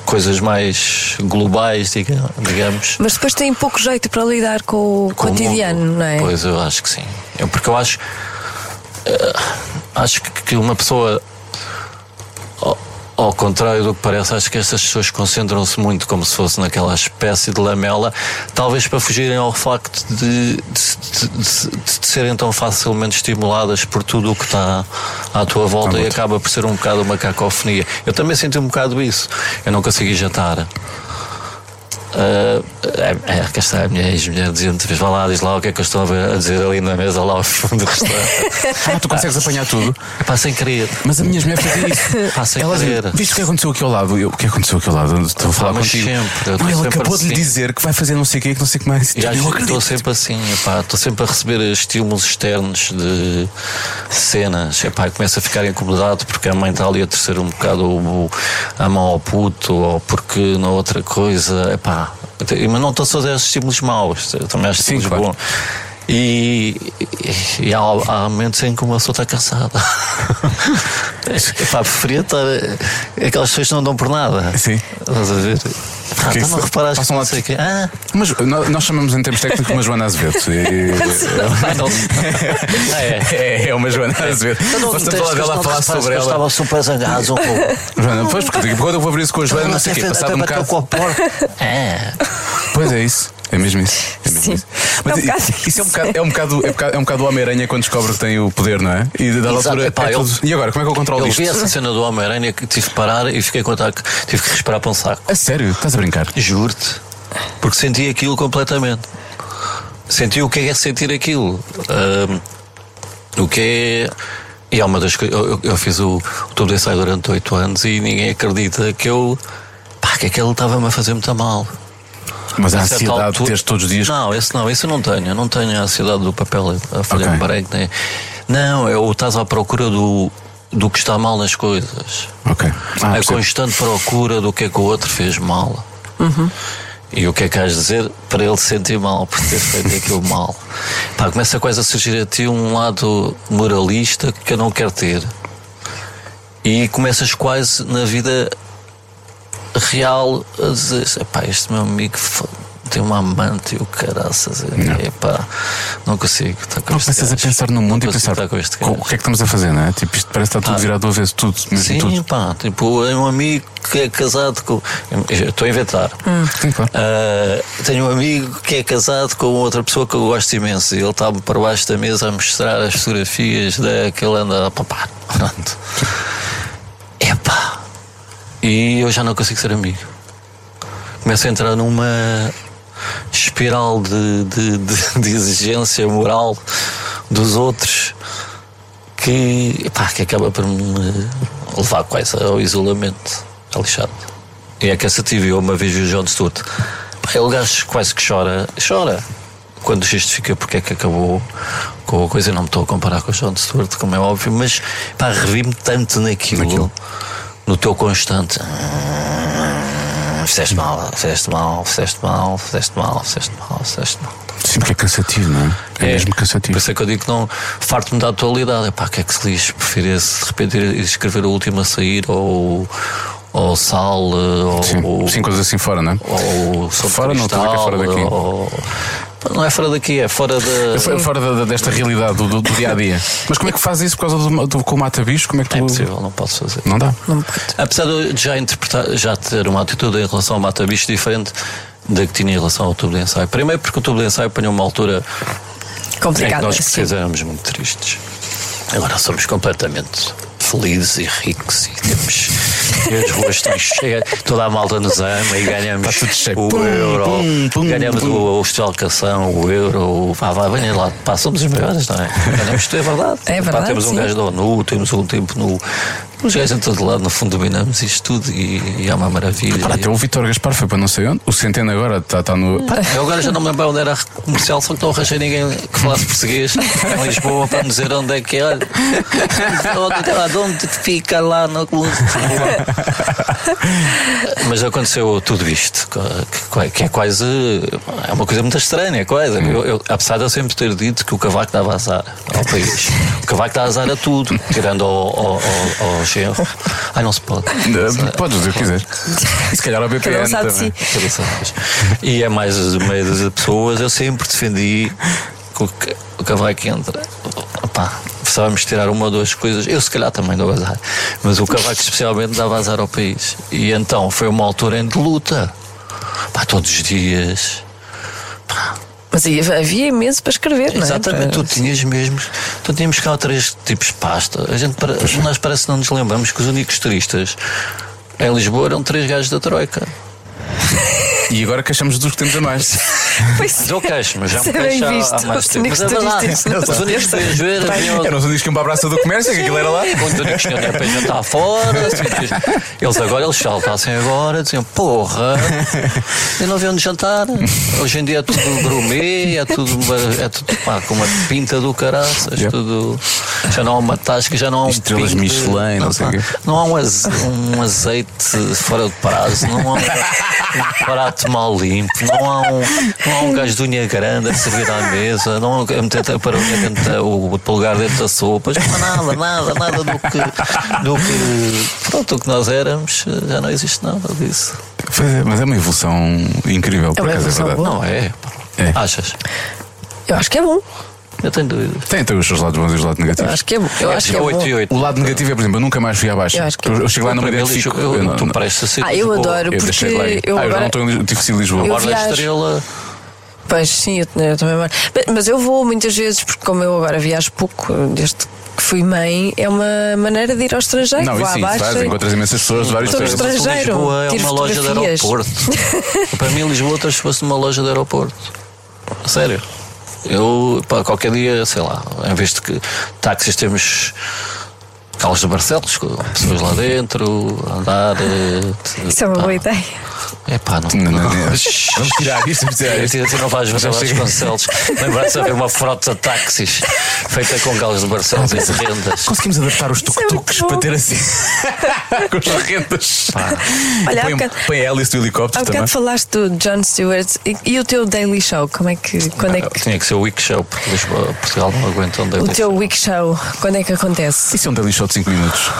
S1: coisas mais globais, diga- digamos
S2: Mas depois tem pouco jeito para lidar com o
S1: com o
S2: cotidiano,
S1: mundo.
S2: não é?
S1: Pois eu acho que sim. Eu, porque eu acho. eh, acho que que uma pessoa. Ao, ao contrário do que parece, acho que estas pessoas concentram-se muito como se fosse naquela espécie de lamela, talvez para fugirem ao facto de, de- de- de- de serem tão facilmente estimuladas por tudo o que está à tua volta e acaba por ser um bocado uma cacofonia. Eu também senti um bocado isso. Eu não consegui jantar. Ah, é, é, cá está a minha ex-mulher dizia-me, "Vês, vá lá, diz lá o que é que eu estou a dizer ali na mesa, lá ao fundo do restaurante.
S3: Ah, tu consegues apanhar tudo.
S1: Pá, sem querer.
S3: Mas a minha mulher fazia isso.
S1: Pá, sem
S3: Ela dizia,
S1: querer.
S3: viste o que aconteceu aqui ao lado? Eu, o que aconteceu aqui ao lado? Eu Estou a falar
S1: Ah, mas
S3: contigo.
S1: sempre, eu
S3: não,
S1: estou
S3: ela
S1: sempre
S3: acabou de lhe
S1: assim.
S3: dizer que vai fazer não sei o quê, que não sei o que mais.
S1: E
S3: Eu
S1: às
S3: não
S1: vezes
S3: acredito.
S1: estou sempre assim, epá, estou sempre a receber estímulos externos de cenas. Epá, eu começo a ficar incomodado porque a mãe está ali a terceiro um bocado o- o- a mão ao puto ou porque na outra coisa. Epá, Mas não estou só a dar estímulos maus, eu também acho estímulos
S3: claro.
S1: bons. E, e- e há, há momentos em que uma pessoa está cansada. Epá, preferia estar. Aquelas pessoas que não dão por nada.
S3: Sim.
S1: Estás a ver? Ah,
S3: Que
S1: então não
S3: isso- um
S1: reparaste que
S3: passam
S1: não
S3: lá-
S1: sei o quê. Ah,
S3: Mas nó- nós chamamos em termos técnicos uma Joana Azevedo. E-
S1: Ah, não. Ah, é. Então
S3: é, é uma Joana Azevedo. Nós estamos a falar dela a falar sobre ela.
S1: Estava super um zangado.
S3: Joana, pois, porque digo, quando eu vou abrir isso com a
S1: Então
S3: Joana, não sei o quê, passado um bocado.
S1: É.
S3: Pois é isso. É mesmo isso. É mesmo
S2: Sim.
S3: isso. Mas
S2: É um
S3: i-
S2: bocado
S3: isso é um bocado, é um bocado, é um bocado, é um bocado o Homem-Aranha quando descobre que tem o poder, não é? E da
S1: Exato.
S3: altura.
S1: Epá,
S3: é
S1: eu-
S3: tudo- E agora, como é que eu controlo
S1: Eu
S3: isto?
S1: vi essa cena do Homem-Aranha que tive que parar e fiquei com ataque. Tive que respirar para um saco.
S3: A sério? Estás a brincar?
S1: Juro-te. Porque senti aquilo completamente. Senti o que é sentir aquilo. Ahm, o que é. E é uma das coisas. Eu, eu- eu fiz o, o tubo de ensaio durante oito anos e ninguém acredita que eu. Pá, que aquilo estava-me a fazer muito mal.
S3: Mas a
S1: A certa
S3: ansiedade de
S1: altura-
S3: teres todos os dias.
S1: Não, esse não, esse eu não tenho. Eu não tenho a ansiedade do papel a folha
S3: Ok.
S1: de parede, nem. Não, é o estás à procura do, do que está mal nas coisas.
S3: Ok. Ah,
S1: a
S3: percebo.
S1: constante procura do que é que o outro fez mal. E o que é que has de dizer para ele se sentir mal por ter feito aquilo mal? Pá, começa quase a surgir a ti um lado moralista que eu não quero ter. E começas quase na vida real a dizer: pá, este meu amigo f- tem uma amante e o caraças. Epá, não consigo. estar com
S3: Não,
S1: este
S3: começas a
S1: gajo.
S3: pensar no mundo
S1: Não
S3: e
S1: consigo
S3: a pensar
S1: estar com este
S3: "Co- o
S1: gajo."
S3: que é que estamos a fazer, não é? Tipo, isto parece que está tudo virado do avesso, tudo, mesmo
S1: Sim,
S3: tudo.
S1: pá, tipo, é um amigo que é casado com. eu Estou a inventar.
S3: Sim, claro.
S1: Ah, tenho um amigo que é casado com outra pessoa que eu gosto imenso e ele estava para baixo da mesa a mostrar as fotografias daquele anda. Pá, pá, pronto. Epá. E eu já não consigo ser amigo. Começo a entrar numa espiral de, de- de- de exigência moral dos outros que, epá, que acaba por me levar quase ao isolamento. É lixado. E é cansativo. Eu uma vez vi o John Stewart. Pá, ele gajo quase que chora. Chora. Quando justifica porque é que acabou com a coisa. Eu não me estou a comparar com o John Stewart, como é óbvio, mas pá, revi-me tanto naquilo, no teu constante. "Hum, Fizeste mal, fizeste mal, fizeste mal, fizeste mal, fizeste mal, fizeste mal.
S3: Sim, porque é cansativo, não é? É, mesmo cansativo.
S1: Por isso é que eu digo que não farto-me da atualidade. Epá, o que é que se lixe? Prefiro esse, de repente ir escrever o último a sair ou, ou sal eh, ou,
S3: Sim,
S1: ou-
S3: sim, coisas assim fora, não é?
S1: ou Som de
S3: Fora não,
S1: Cristal,
S3: tudo é que é fora daqui.
S1: ou- Pá, Não é fora daqui, é fora
S3: É
S1: da.
S3: fo- Fora da- da- desta realidade do, do- do dia a dia. Mas como é que fazes isso por causa do, do com o mata-bicho? Como é que tu.
S1: É impossível, não posso fazer.
S3: Não dá.
S2: Não pode.
S1: Apesar de eu já interpretar, já ter uma atitude em relação ao mata-bicho diferente da que tinha em relação ao tubo de ensaio. Primeiro porque o tubo de ensaio apanhou uma altura em É que
S2: Complicado.
S1: nós
S3: Assim.
S2: sim.
S1: portugueses éramos muito tristes. Agora somos completamente felizes e ricos e temos e as ruas estão cheias, toda a malta nos ama e ganhamos
S3: Está tudo cheio.
S1: o
S3: Pum,
S1: euro,
S3: pum, pum,
S1: ganhamos
S3: pum.
S1: o, o Festival de Canção, o euro, o vá, vá, venha lá, pá, somos os melhores, não é? Ganhamos tudo, é verdade.
S2: É
S1: Pá,
S2: verdade,
S1: temos um
S2: sim.
S1: gajo da ONU, temos um tempo no. Os gajos em todo lado, no fundo, dominamos isto tudo e, e é uma maravilha.
S3: Para até o Vitor Gaspar foi para não sei onde. O Centeno agora está está no. Pá,
S1: Eu agora já não me lembro onde era a comercial, só que não arranjei ninguém que falasse português em Lisboa para me dizer onde é que é. Olha, onde, é lá, de onde fica lá no clube. Mas aconteceu tudo isto, que- que é quase. É uma coisa muito estranha, quase. Eu, eu, apesar de eu sempre ter dito que o cavaco dava azar ao país. O cavaco dá azar a tudo, tirando ao, ao, ao, ao genro. Ai, não se pode.
S3: Podes dizer o que quiseres. E se calhar ao BPN.
S2: Cada um sabe de
S3: também.
S2: si.
S1: Cabeça atrás. E é mais de meio das pessoas. Eu sempre defendi que o ca- o cavaco entra. Opá, precisávamos tirar uma ou duas coisas. Eu, se calhar, também dou azar. Mas o cavaco, especialmente, dava azar ao país. E então foi uma altura em de luta. Pá, todos os dias.
S2: Mas aí havia imenso para escrever, não é?
S1: Exatamente, tu
S2: Para-
S1: tinhas mesmo. Tu tínhamos cá três tipos de pasta. A gente, para-
S2: é.
S1: nós parece que não nos lembramos que os únicos turistas em Lisboa eram três gajos da Troika.
S3: E agora queixamos dos que temos a mais.
S2: Pois
S1: Mas eu queixo, mas já
S2: Isso
S1: me
S2: é bem
S1: queixo há- há
S2: visto.
S1: mais
S2: Os
S1: tempo. Mas é
S2: turistas
S1: verdade, os únicos que
S2: dizem isso.
S1: iam ver
S3: Eram os únicos que iam para a Praça do Comércio, que aquilo era lá.
S1: quando o únicos que iam para jantar fora. assim, Eles agora, eles saltassem agora, diziam, porra, eu não vi onde jantar. Hoje em dia é tudo gourmet, é tudo, uma- é tudo pá, com uma pinta do caraças,
S3: Yep.
S1: tudo. Já não há uma tasca, já não há um
S3: Estrelas
S1: pingo de-
S3: Michelin, não sei o quê.
S1: não há um, aze- um azeite fora de prazo, não há um prato mal limpo, não há um, não há um gajo de unha grande a servir à mesa, não há um a meter para unha dentro da, o polegar dentro da sopa, não há nada, nada, nada do que, do que, pronto, o que nós éramos, já não existe nada disso.
S3: Pois é, Mas é uma evolução incrível, por
S2: uma
S3: acaso, é
S2: evolução
S3: verdade.
S2: boa.
S1: Não é?
S3: É.
S1: Achas?
S2: Eu acho que é bom.
S1: Eu tenho dúvidas.
S3: Tem então os seus lados bons e os lados
S2: Eu
S3: negativos.
S2: acho que é bom. Eu acho que é
S1: Oito e
S2: bom.
S1: oito.
S3: O lado negativo é, por exemplo, eu nunca mais fui abaixo.
S2: Eu acho que-
S3: chego lá e não me
S1: Para mim,
S3: identifico.
S1: eu-
S3: Eu não-
S1: tu pareces ser
S2: Ah,
S1: de
S2: eu
S1: Lisboa.
S2: adoro.
S3: eu deixei lá.
S2: Porque
S3: ir.
S2: eu
S3: Ah, eu já não
S2: agora-
S3: estou em tive Lisboa.
S2: Eu
S1: Borda
S2: viajo.
S1: Estrela.
S2: Pois sim, eu, eu também moro. Bem, Mas eu vou muitas vezes, porque como eu agora viajo pouco, desde que fui mãe, é uma maneira de ir ao estrangeiro.
S3: Não,
S2: vou
S3: e
S2: à
S3: sim,
S2: Baixa
S3: vais,
S2: e-
S3: encontras imensas pessoas de vários
S2: Sou
S3: países.
S2: estrangeiro.
S1: Lisboa é
S2: tiro
S1: uma loja de
S2: fotografias.
S1: aeroporto. para mim, Lisboa transformou-se numa loja de aeroporto. A Sério. Eu, pá, qualquer dia, sei lá, em vez de que táxis temos carros de Barcelos, com pessoas lá dentro, a andar.
S2: Isso é uma
S3: Ah,
S2: boa ideia.
S1: É pá, não.
S3: Não,
S1: não,
S3: não, não. Vamos tirar isto, vamos tirar isto.
S1: não vais ver os Barcelos. Lembrar-se de haver uma frota de táxis feita com galos de Barcelos e de rendas.
S3: Conseguimos adaptar os
S2: Isso é muito
S3: tuk-tuks
S2: bom.
S3: para ter assim. com as rendas.
S2: Olha, há
S3: põe, um
S2: bocado-
S3: põe a hélice do
S2: Há
S3: helicóptero
S2: bocado
S3: também.
S2: falaste do John Stewart e, e o teu Daily Show, como é que. Quando é
S1: Ah,
S2: que
S1: Tinha que ser o Week Show, porque Lisboa, Portugal não aguenta onde é
S2: o
S1: que-
S2: teu Week Show, quando é que acontece?
S3: Isso é um daily show de 5 minutos.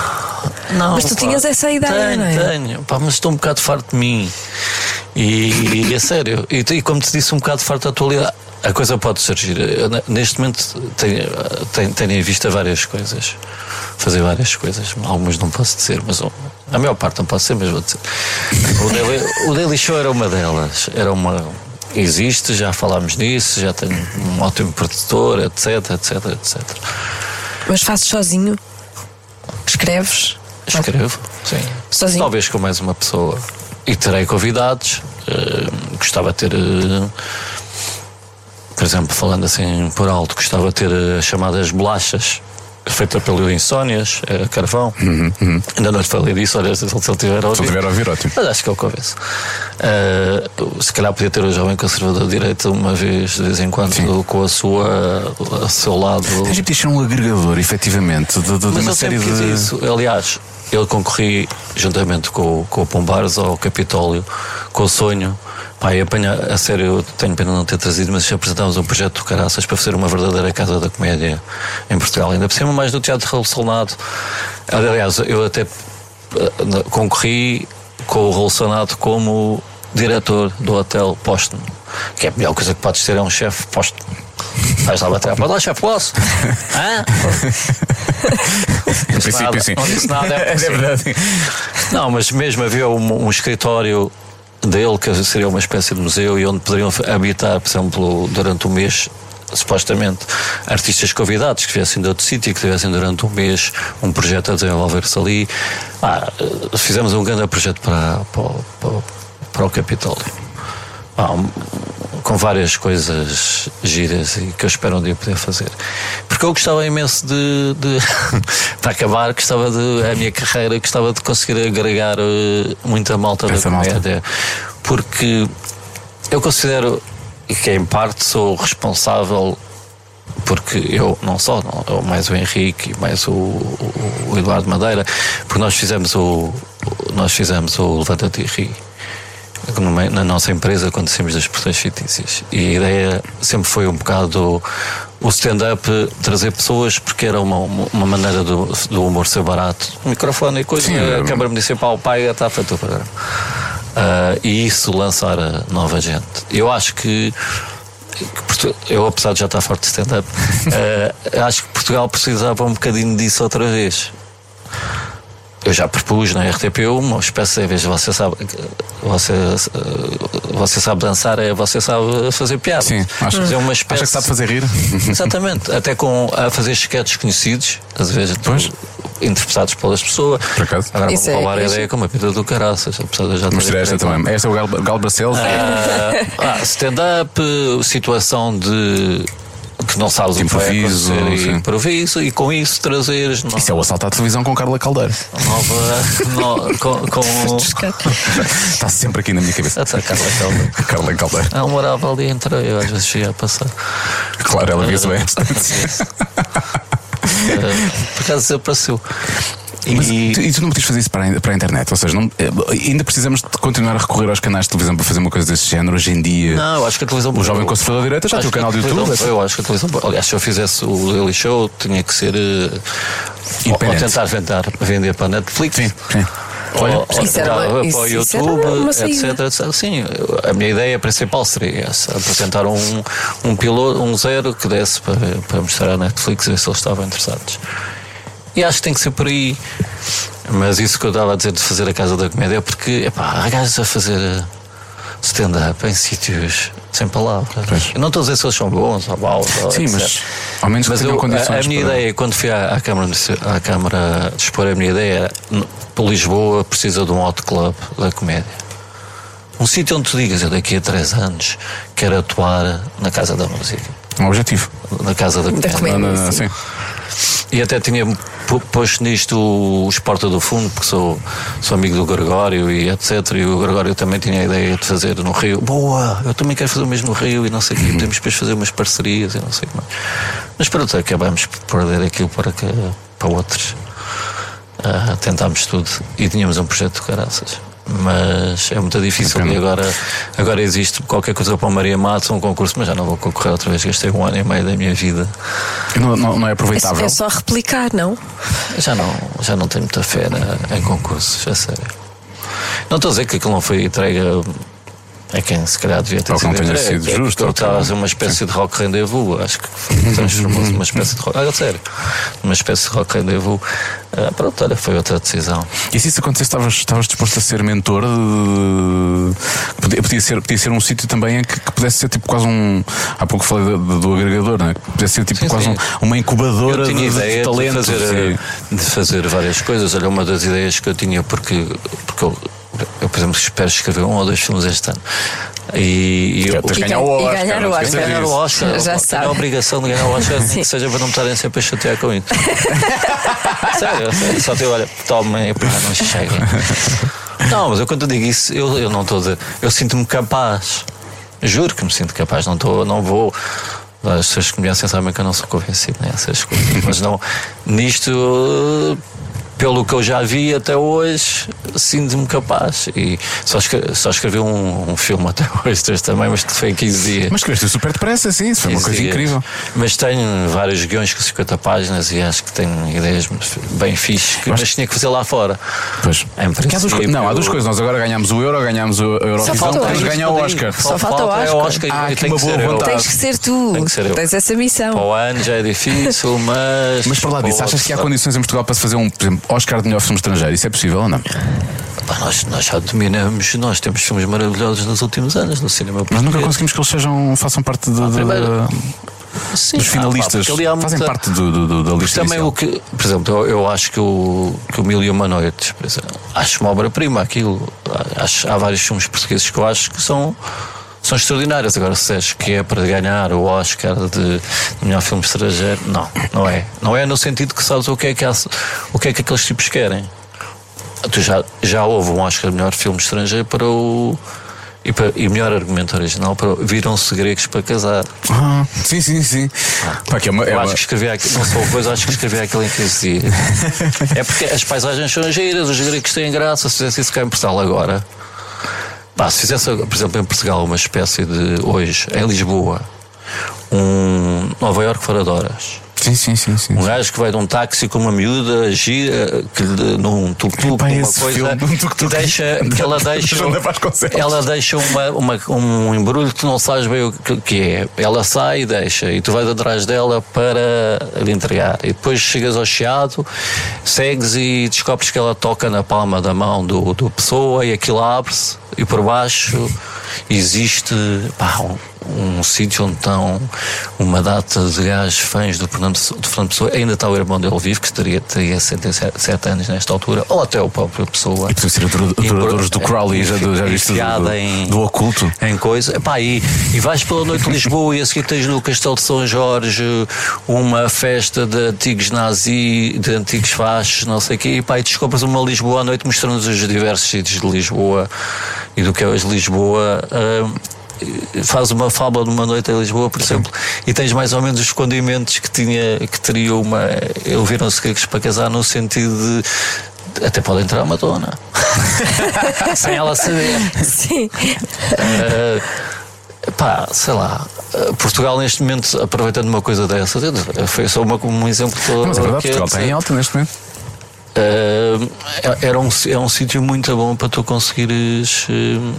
S1: Não,
S2: Mas tu tinhas essa ideia,
S1: tenho,
S2: não é?
S1: Tenho, Pá, mas estou um bocado farto de mim. E, e é sério. E, e como te disse, um bocado farto de atualidade. A coisa pode surgir. Eu, ne- Neste momento tenho, tenho, tenho em vista várias coisas. Fazer várias coisas. Algumas não posso dizer, mas oh, a maior parte não posso dizer, mas vou dizer. O Daily, o Daily Show era uma delas. Era uma. Existe, já falámos nisso, já tenho um ótimo produtor, etc, etc, etc.
S2: Mas fazes sozinho? Escreves?
S1: Escrevo, sim.
S2: Sozinho?
S1: Talvez com mais uma pessoa. E terei convidados. eh, gostava de ter. eh, por exemplo, falando assim por alto, gostava de ter eh, as chamadas bolachas. Feita pelo Insónias, eh, Carvão. Ainda não lhe falei disso, olha, se ele se ele tiver a
S3: Uhum, Se
S1: ouvir.
S3: eu tiver a ouvir, ótimo.
S1: Mas acho que eu convenço. Eh, se calhar podia ter o jovem conservador de direita uma vez, de vez em quando, com a sua, ao seu lado.
S3: A gente é um agregador, efetivamente, de, de- de
S1: Mas
S3: uma
S1: eu
S3: série
S1: sempre
S3: de.
S1: quis isso. Aliás, eu concorri juntamente com, o- com o Pombares ao Capitólio, com o Sonho. Pai, apanha, a sério, eu tenho pena não ter trazido, mas apresentámos um projeto do Caraças para fazer uma verdadeira casa da comédia em Portugal. Ainda por cima, mais do Teatro Revolucionado. Aliás, eu até eh, na- concorri com o Revolucionado como diretor do hotel Póstumo, que é a melhor coisa que podes ter é um chefe póstumo. Vais lá bater à porta, "Olá, chefe, posso? Hã?
S3: Em
S1: disse
S3: princípio,
S1: nada,
S3: sim.
S1: não disse nada, é
S3: é verdade.
S1: Não, mas mesmo havia um, um escritório dele, que seria uma espécie de museu, e onde poderiam habitar, por exemplo, durante um mês, supostamente, artistas convidados que viessem de outro sítio e que tivessem durante um mês um projeto a desenvolver-se ali. Ah, eh, fizemos um grande projeto para, para, o- para, o- para o Capitólio. Ah, um- com várias coisas giras e que eu espero um dia poder fazer. Porque eu gostava imenso de, de- para acabar, gostava de é a minha carreira, gostava de conseguir agregar eh, muita malta
S3: Essa
S1: da
S3: malta.
S1: comédia. Porque eu considero que em parte sou responsável porque eu não só, não, eu mais o Henrique, mais o, o- o Eduardo Madeira, porque nós fizemos o o- nós fizemos o Levanta-te e Ri numa- na nossa empresa quando saímos das expressões fictícias. E a ideia sempre foi um bocado o stand-up trazer pessoas, porque era uma, uma maneira do, do humor ser barato. Um Microfone e coisa,
S3: Sim,
S1: a
S3: era-
S1: Câmara Municipal, pai, está feito o programa. Ah, e isso lançar a nova gente. Eu acho que. que Portu- Eu, apesar de já estar forte de stand-up, ah, acho que Portugal precisava um bocadinho disso outra vez. Eu já propus na RTP1 uma espécie, um, em vez de você sabe, você, eh, você sabe dançar, é você sabe fazer piada.
S3: Sim, acho,
S1: é uma
S3: acho
S1: espécie.
S3: que sabe fazer rir.
S1: Exatamente, até com a fazer esquetes conhecidos, às vezes
S3: Pois.
S1: interpretados pelas pessoas.
S3: Por acaso.
S1: Agora
S2: Isso
S1: vou
S2: é-
S1: roubar a
S2: isso-
S1: ideia com uma pita do caraças, apesar de eu já ter
S3: Mostrei esta
S1: feito.
S3: também. Esta é o Gal, Gal Barcelos.
S1: Ah, ah, stand-up, eh, situação de que não sabes o
S3: Improviso,
S1: que vai acontecer
S3: sim.
S1: e improviso, e com isso trazeres no-
S3: Isso é o assalto à televisão com Carla Caldeira.
S1: nova. no- com, com,
S3: Está sempre aqui na minha cabeça.
S1: Até a Carla É um Calda.
S3: Carla Caldeira.
S1: Ela morava ali entre eu, às vezes ia a passar.
S3: Claro, ela viu-se bem.
S1: Eh, Por acaso desapareceu.
S3: Mas
S1: E,
S3: tu, e tu não podias fazer isso para a, in- para a internet? Ou seja, não- eh, ainda precisamos de continuar a recorrer aos canais de televisão para fazer uma coisa desse género hoje em dia.
S1: não, eu acho que a televisão.
S3: O jovem conservador da direita já
S1: Acho
S3: tem o
S1: que a
S3: canal do
S1: televisão-
S3: YouTube.
S1: Eu acho que a televisão. Aliás, se eu fizesse o Daily Show, tinha que ser. eh, ou- ou
S3: Independente.
S1: tentar vender, vender para a Netflix.
S3: Sim, sim.
S1: Ou,
S3: Olha,
S1: ou
S2: isso era
S1: para,
S2: uma-
S1: para
S2: isso-
S1: o
S2: isso era
S1: YouTube,
S2: uma
S1: etc,
S2: saída.
S1: etc. Sim, a minha ideia principal seria essa: apresentar um, um piloto, um zero que desse para, para mostrar à Netflix e ver se eles estavam interessados. E acho que tem que ser por aí. Mas isso que eu estava a dizer de fazer a Casa da Comédia é porque, epá, há gajos a fazer eh, stand-up em sítios sem palavras.
S3: Pois.
S1: Eu não estou a dizer se eles são bons ou maus. ou
S3: Sim,
S1: etc.
S3: mas ao menos que
S1: Mas
S3: tenham
S1: eu, a,
S3: condições.
S1: a minha
S3: para-
S1: ideia, quando fui à, à Câmara, Munici- à Câmara expor a minha ideia, era, n- por Lisboa precisa de um hot club da comédia. Um sítio onde tu digas, eu daqui a três anos quero atuar na Casa da Música,
S3: Um objetivo.
S1: na Casa da Comédia.
S2: comédia.
S3: Não, não, não, sim.
S1: E até tinha po- posto nisto o Esporta do Fundo, porque sou, sou amigo do Gregório e etc. E o Gregório também tinha a ideia de fazer no Rio. Boa, eu também quero fazer o mesmo no Rio e não sei o quê. Podemos depois fazer umas parcerias e não sei o que mais. Mas pronto, acabamos por perder aquilo para, que, para outros. Ah, tentámos tudo e tínhamos um projeto de caraças. Mas é muito difícil.
S3: Pena.
S1: E agora, agora existe qualquer coisa para o Maria Matos, um concurso, mas já não vou concorrer outra vez. Gastei um ano e meio da minha vida.
S3: Não, não- não é
S2: É,
S3: aproveitável.
S2: é só replicar, não?
S1: Já não, já não tenho muita fé na- em concursos, a sério. Não estou a dizer que aquilo não foi entregue É quem se calhar devia ter
S3: Ou que não
S1: sido.
S3: tenha
S1: é,
S3: sido
S1: é,
S3: justo,
S1: é,
S3: ou que-
S1: Estava a fazer uma espécie de rock rendezvous, acho que foi- transformou-se numa espécie de rock. Ah, sério, uma espécie de rock rendezvous. Ah, pronto, olha, foi outra decisão.
S3: E se isso acontecesse, estavas, estavas disposto a ser mentor? De... Podia, podia ser, podia ser um sítio também em que, que pudesse ser tipo quase um. Há pouco falei do, do- do agregador, não é? Que pudesse ser tipo
S1: Sim,
S3: quase
S1: sim.
S3: um- uma incubadora
S1: Eu tinha
S3: de, de
S1: ideia de,
S3: talentos.
S1: fazer, eh,
S3: e-
S1: de fazer várias coisas. Olha, uma das ideias que eu tinha, porque, porque eu, eu, por exemplo, espero escrever um ou dois filmes este ano. E, e eu.
S3: Tens de
S2: E
S3: ganhar
S2: gan-
S3: o
S2: e
S3: Oscar,
S2: ganhar o
S3: não te
S2: Oscar.
S3: esqueças
S1: Ganhar o
S3: disso.
S1: Oscar, é
S2: Já
S1: tenho
S2: sabe.
S1: a obrigação de ganhar o Oscar, nem
S2: Sim.
S1: que seja para não me estarem sempre a chatear com isso. sério, é sério, só tenho, olha, toma, epá, não chega. Não, mas eu quando eu digo isso, eu, eu não estou. de- Eu sinto-me capaz. Juro que me sinto capaz, não, estou não vou. As pessoas que me conhecem sabem que eu não sou convencido nessas coisas. Mas não, nisto, pelo que eu já vi até hoje, sinto-me capaz. E só, escre- só escrevi um, um filme até hoje, dois também, mas foi em 15 dias.
S3: Mas cresceu super depressa, sim, isso foi uma
S1: Isso
S3: coisa
S1: é.
S3: incrível.
S1: Mas tenho vários guiões com 50 páginas e acho que tenho ideias bem fixes, que, mas tinha que fazer lá fora. É
S3: Pois.
S1: Em
S3: Porque há duas
S1: princípio-
S3: coisas. Não, há duas coisas. Nós agora ganhámos o Euro, ganhámos a Eurovisão,
S2: falta
S3: temos de
S2: hoje.
S3: ganhar é o Oscar.
S2: Só falta o
S1: é
S2: Oscar.
S1: e-
S3: Ah,
S1: e
S3: que
S1: tem
S3: uma
S1: que
S3: boa
S1: ser eu.
S3: vontade.
S2: Tens que ser tu.
S1: Tem que ser eu.
S2: Tens essa
S1: Para
S2: missão.
S1: o ano já é difícil, mas.
S3: Mas para lá disso,
S1: Pô,
S3: achas que há
S1: só-
S3: condições em Portugal para se fazer um, por exemplo, Oscar de melhor filme estrangeiro? Isso é possível ou não?
S1: Pá, nós, nós já dominamos, nós temos filmes maravilhosos nos últimos anos no cinema
S3: Mas
S1: português.
S3: nunca conseguimos que eles sejam, façam parte de- de-
S1: primeiro-
S3: Sim, dos finalistas.
S1: Ah, pá, porque ali há
S3: fazem
S1: muita-
S3: parte do, do- do- da
S1: Mas
S3: lista
S1: também
S3: inicial.
S1: o que, por exemplo, eu, eu acho que o, que o Mil e Uma Noites, por exemplo, acho uma obra-prima aquilo. Acho- há vários filmes portugueses que eu acho que são, são extraordinários. Agora, se és que é para ganhar o Oscar de, de melhor filme estrangeiro, não, não é. Não é no sentido que sabes o que é que, há- o que, é que aqueles tipos querem. Tu já, já houve um Oscar de melhor filme estrangeiro para o. E, para- e melhor argumento original para o viram-se gregos para casar.
S3: Ah, sim, sim, sim.
S1: Ah.
S3: Pá, que é uma, é
S1: Eu
S3: uma-
S1: acho que escrevi aquilo, não sou coisa, acho que escrevi aquilo em 15 dias. É porque as paisagens são giras, os gregos têm graça, se fizesse isso cá em Portugal agora. Pá, se fizesse, por exemplo, em Portugal uma espécie de hoje, em Lisboa, um Nova Iorque fora de horas.
S3: Sim, sim, sim. sim.
S1: Um gajo que vai de um táxi com uma miúda, gira, que lhe- num tuk-tuk,
S3: Epá,
S1: numa
S3: esse
S1: coisa,
S3: filme, um tuk-tuk.
S1: que deixa, que ela deixa, um-
S3: Joana Vasconcelos.
S1: ela deixa uma, uma- um embrulho que não sabes bem o que, que é. Ela sai e deixa, e tu vais atrás dela para lhe entregar. E depois chegas ao chiado, segues e descobres que ela toca na palma da mão do, do pessoa, e aquilo abre-se, e por baixo existe, pá, um, um sítio onde estão uma data de gajos fãs do Fernando, Pessoa- do Fernando Pessoa. Ainda está o irmão dele vivo, que teria, teria 77 anos nesta altura, ou até o próprio Pessoa.
S3: E podemos É ser adora-
S1: E
S3: adoradores
S1: por-
S3: do Crowley, já, do- já viste? Do,
S1: enfiada
S3: do,
S1: em-
S3: do oculto.
S1: em coisa. Epá, e, e vais pela noite de Lisboa e a seguir tens no Castelo de São Jorge uma festa de antigos nazi, de antigos fachos, não sei o quê. Epá, e descobres uma Lisboa à noite mostrando-nos os diversos sítios de Lisboa e do que é hoje Lisboa. Ahm, e faz uma fábula de uma noite em Lisboa, por exemplo, e tens mais ou menos os condimentos que tinha, que teria uma. Eu viram-se gregos para casar no sentido de. Até pode entrar uma dona. Sem ela saber.
S2: Sim.
S1: Uh, pá, sei lá. uh, Portugal, neste momento, aproveitando uma coisa dessa, eu- foi só uma, um exemplo que eu-
S3: Mas é verdade,
S1: que eu
S3: Portugal está em
S1: ia
S3: alta neste momento.
S1: dizer. Uh, é- era um, si- é um sítio muito bom para tu conseguires uh,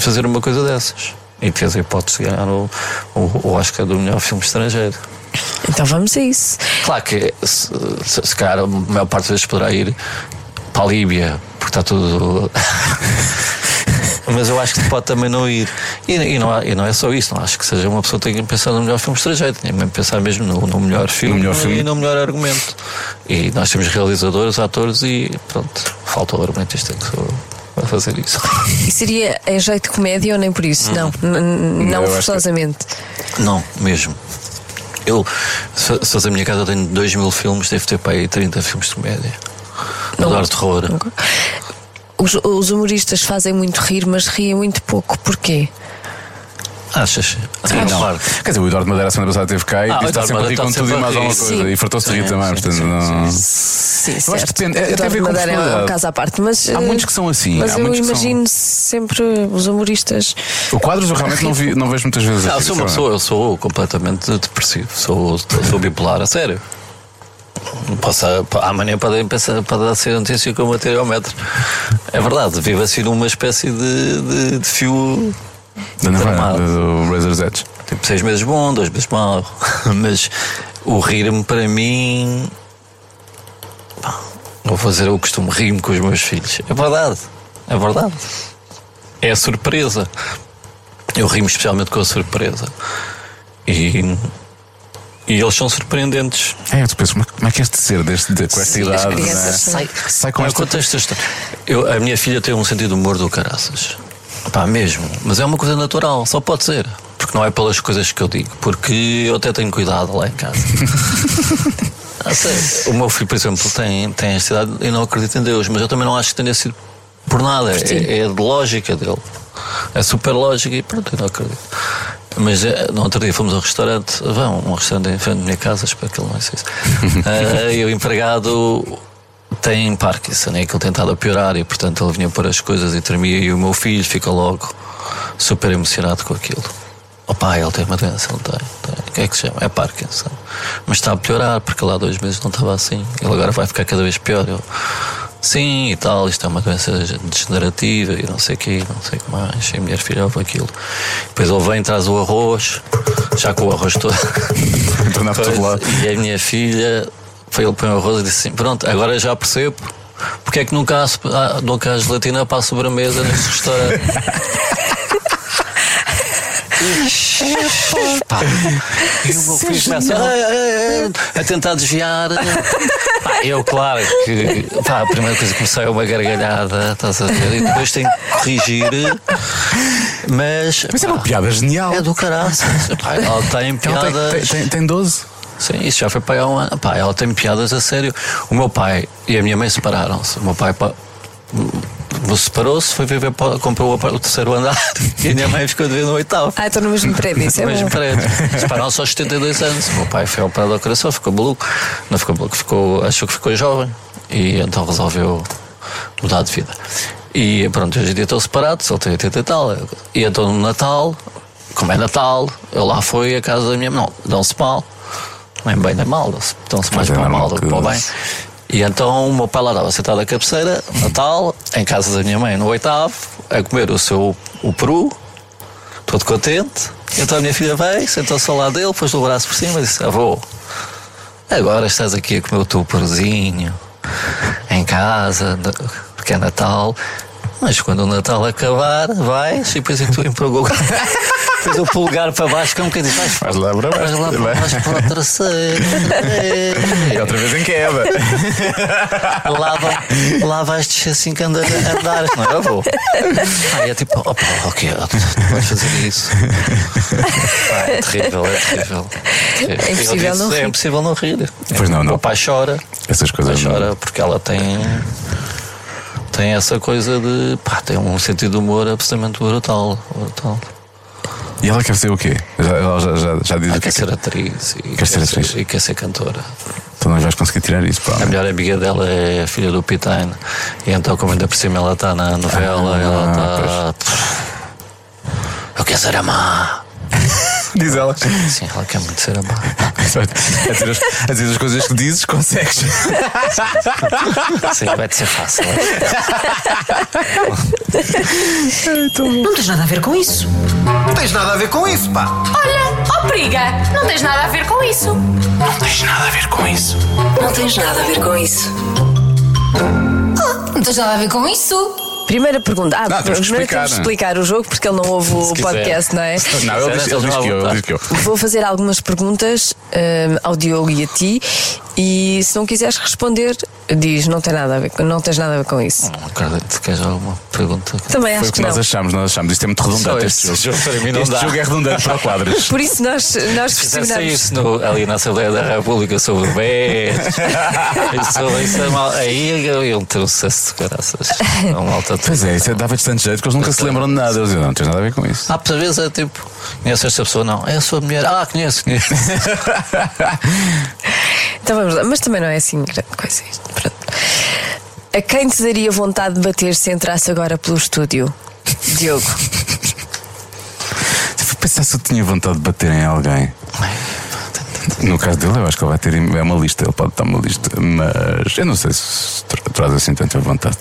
S1: fazer uma coisa dessas. E tens a hipótese de ganhar o, o, o Oscar do melhor filme estrangeiro.
S2: Então vamos a isso.
S1: Claro que se, se, se calhar a maior parte das vezes poderá ir para a Líbia, porque está tudo. Mas eu acho que pode também não ir. E, e não, há- e não é só isso, não acho que seja uma pessoa que tenha que pensar no melhor filme estrangeiro, tinha mesmo que pensar mesmo no, no melhor filme,
S3: melhor filme.
S1: e no melhor argumento. E nós temos realizadores, atores e pronto, falta o argumento, isto é que sou a fazer isso.
S2: E seria em jeito de comédia ou nem por isso? Não. n- n-
S3: Eu
S2: Não
S3: acho que-
S2: forçosamente.
S1: Não, mesmo. Eu, se se fosse a minha casa, eu tenho 2 mil filmes, devo ter para aí 30 filmes de comédia.
S2: Não.
S1: Adoro terror.
S2: Os, os humoristas fazem muito rir, mas riem muito pouco. Porquê?
S1: Achas? Sim,
S3: Não.
S1: claro.
S3: Quer dizer, o Eduardo Madeira a semana passada esteve cá e
S1: Ah,
S3: disse
S1: o
S3: que está
S1: Eduardo
S3: sempre a
S1: Madeira
S3: rir
S1: está sempre a
S3: com tudo e mais
S1: rir.
S3: alguma coisa.
S2: Sim.
S3: E fartou-se de rir
S1: Sim,
S3: também,
S1: sim,
S3: portanto
S1: sim,
S3: não.
S2: Sim,
S3: Eu acho que depende- é- tem a ver com
S2: Madeira é um
S3: personalidade.
S2: caso à parte, mas.
S3: Há
S2: eh,
S3: muitos que são assim,
S2: Mas
S3: há
S2: eu
S3: muitos que são-
S2: imagino sempre os humoristas.
S3: O quadros eu realmente não, vi, não vejo muitas vezes.
S1: Não,
S3: aqui,
S1: Ah, sou uma
S3: sei lá.
S1: pessoa, eu sou completamente depressivo, sou, sou bipolar, a sério. Não Posso, amanhã podem pensar, pode dar ser notícia que eu matei ao metro. É verdade, vivo assim numa espécie de, de, de fio
S3: Da Nirvana,
S1: Tramado.
S3: do Razor's Edge.
S1: Tipo, seis meses bom, dois meses mal. Mas o rir-me para mim. pá, Vou fazer o costume rir-me com os meus filhos. É verdade. É verdade. É a surpresa. Eu rimo especialmente com a surpresa. E. E eles são surpreendentes.
S3: É, tu pensas, como é- como é que és de ser deste, de, com esta
S1: Sim, as
S3: idade? não é?
S2: crianças são-
S3: sai, com
S1: Não, eu
S3: esta.
S1: conto esta história. Eu, a minha filha tem um sentido de humor do caraças. Pá, mesmo. Mas é uma coisa natural, só pode ser. Porque não é pelas coisas que eu digo, porque eu até tenho cuidado lá em casa. Ah, sei, o meu filho, por exemplo, tem, tem esta idade e não acredita em Deus, mas eu também não acho que tenha sido por nada. É, é de lógica dele. É super lógica e pronto, eu não acredito. Mas eh, no outro dia fomos ao restaurante, vão, um restaurante em frente da minha casa, espero que ele não seja isso. Ah, e o empregado tem Parkinson, é que ele tentado a piorar e portanto ele vinha pôr as coisas e tremia e o meu filho fica logo super emocionado com aquilo. Opa, ele tem uma doença, ele tem, tem. O que é que se chama? É Parkinson. Mas está a piorar, porque lá há dois meses não estava assim. Ele agora vai ficar cada vez pior. Eu, sim, e tal, isto é uma doença degenerativa e não sei o quê, não sei o que mais. E a mulher filha ouve aquilo. Depois ele vem, traz o arroz, já com o arroz todo.
S3: Então, não, por todo lado.
S1: E a minha filha foi ele põe o arroz e disse assim: Pronto, agora já percebo porque é que nunca há, sop- ah, nunca há gelatina para a sobremesa neste restaurante. Pá. E o meu filho começa a, a- a- a tentar desviar. Pá, eu, claro, que pá, a primeira coisa que comecei é uma gargalhada, estás a ver? E depois tenho que corrigir. Mas.
S3: Mas é uma
S1: pá,
S3: piada genial.
S1: é do caraças. Pá, ela tem
S3: Ela tem-
S1: piadas.
S3: tem, tem, tem 12.
S1: Sim, isso já foi para há um ano. Pá, ela tem piadas a sério. O meu pai e a minha mãe separaram-se. O meu pai pá, hum, separou-se, foi viver, para- comprou o apar- o terceiro andar e a minha mãe ficou de ver no oitavo.
S2: Ah, estou no mesmo prédio, isso é
S1: No mesmo
S2: bom.
S1: prédio. Separaram-se aos 72 anos. O meu pai foi operado ao coração, ficou maluco. Não ficou maluco, ficou, achou que ficou jovem e então resolveu mudar de vida. E pronto, hoje em dia estão separados, ele tem 80 e tal. E então no Natal, como é Natal, eu lá fui à casa da minha mãe. Não, dão-se mal. Nem bem nem mal, dão-se- dão-se mais
S3: Pois é,
S1: para o mal
S3: normal
S1: do que
S3: que
S1: para o
S3: dão-se.
S1: bem. E então o meu pai lá estava sentado à cabeceira, Natal, em casa da minha mãe, no oitavo, a comer o seu o peru, todo contente. Então a minha filha veio, sentou-se ao lado dele, pôs-lhe o braço por cima e disse: Avô, agora estás aqui a comer o teu peruzinho, em casa, na- porque é Natal. Mas quando o Natal acabar, vais e depois é tu empregou. Depois o polegar para baixo, que é um bocadinho. Vais,
S3: Faz lá para
S1: vais
S3: baixo.
S1: lá para
S3: Vai.
S1: baixo para o terceiro.
S3: E outra vez em queda.
S1: lá, vai- lá vais descer assim que andar, andares, não é? Eu vou. Aí é tipo, opa, ok, ó, tu tu podes fazer isso. Pá, é terrível, é terrível.
S2: É impossível
S1: Eu disse,
S2: não rir.
S1: É impossível não rir.
S3: Pois não, não.
S1: O pai chora,
S3: Essas
S1: o pai
S3: coisas. não-
S1: chora porque ela tem. Tem essa coisa de. pá, tem um sentido de humor absolutamente brutal. brutal.
S3: E ela quer ser o quê? Já- Ela já, já, já diz
S1: Ela
S3: o que é
S1: Ah, quer
S3: que
S1: ser atriz e
S3: Quer ser atriz.
S1: e quer ser cantora.
S3: Tu não vais conseguir tirar isso, pá.
S1: A melhor amiga dela é a filha do Pitain. E então, como ainda por cima ela está na novela,
S3: Ah,
S1: ela está. Eu quero ser a má.
S3: Diz ela.
S1: Sim, ela quer muito ser a má.
S3: A dizer, as, a dizer as coisas que dizes, consegues.
S1: Sim, vai te ser fácil.
S6: Não tens nada a ver com isso.
S7: Não tens nada a ver com isso, pá.
S8: Olha, ó periga, não tens nada a ver com isso.
S2: Não tens nada a ver com isso.
S8: Não tens nada a ver com isso.
S2: Primeira pergunta. Ah,
S3: Não, temos
S2: primeiro
S3: que explicar,
S2: temos que
S3: né?
S2: explicar o jogo porque ele não ouve o
S1: quiser.
S2: podcast, não é?
S3: Não, ele diz, ele diz que eu, ele diz que eu.
S2: Vou fazer algumas perguntas hum, ao Diogo e a ti e se não quiseres responder, diz, não, tem nada a ver, com- não tens nada a ver com isso.
S1: Não acredito que haja alguma pergunta.
S2: Também
S3: Hum, Foi
S2: acho
S3: o
S2: que
S3: que
S2: não.
S3: nós achamos, nós achamos. Isto é muito
S1: Só
S3: redundante
S1: este
S3: este jogo.
S1: jogo para mim não
S3: este
S1: dá.
S3: jogo é redundante para quadras.
S2: Por isso nós, nós
S1: Se
S2: questionamos.
S1: isso no, ali na Assembleia da República sobre o BES, sobre isso é mal. Aí eu eu ter um sucesso de caraças. É um alto
S3: Pois é, isso é- dava-te tanto jeito que eles nunca se lembram de nada. Eles dizem, não, não tens nada a ver com isso.
S1: Há por vezes é tipo, conheço esta pessoa? Não, é a sua mulher. Ah, conheço, conheço.
S2: Então vamos lá. Mas também não é assim grande coisa isto. Pronto. A quem te daria vontade de bater se entrasse agora pelo estúdio? Diogo.
S3: Fui Tipo, pensar se eu tinha vontade de bater em alguém. No caso dele, eu acho que ele vai ter. É uma lista, ele pode dar uma lista, mas eu não sei se tra- traz assim tanta vontade.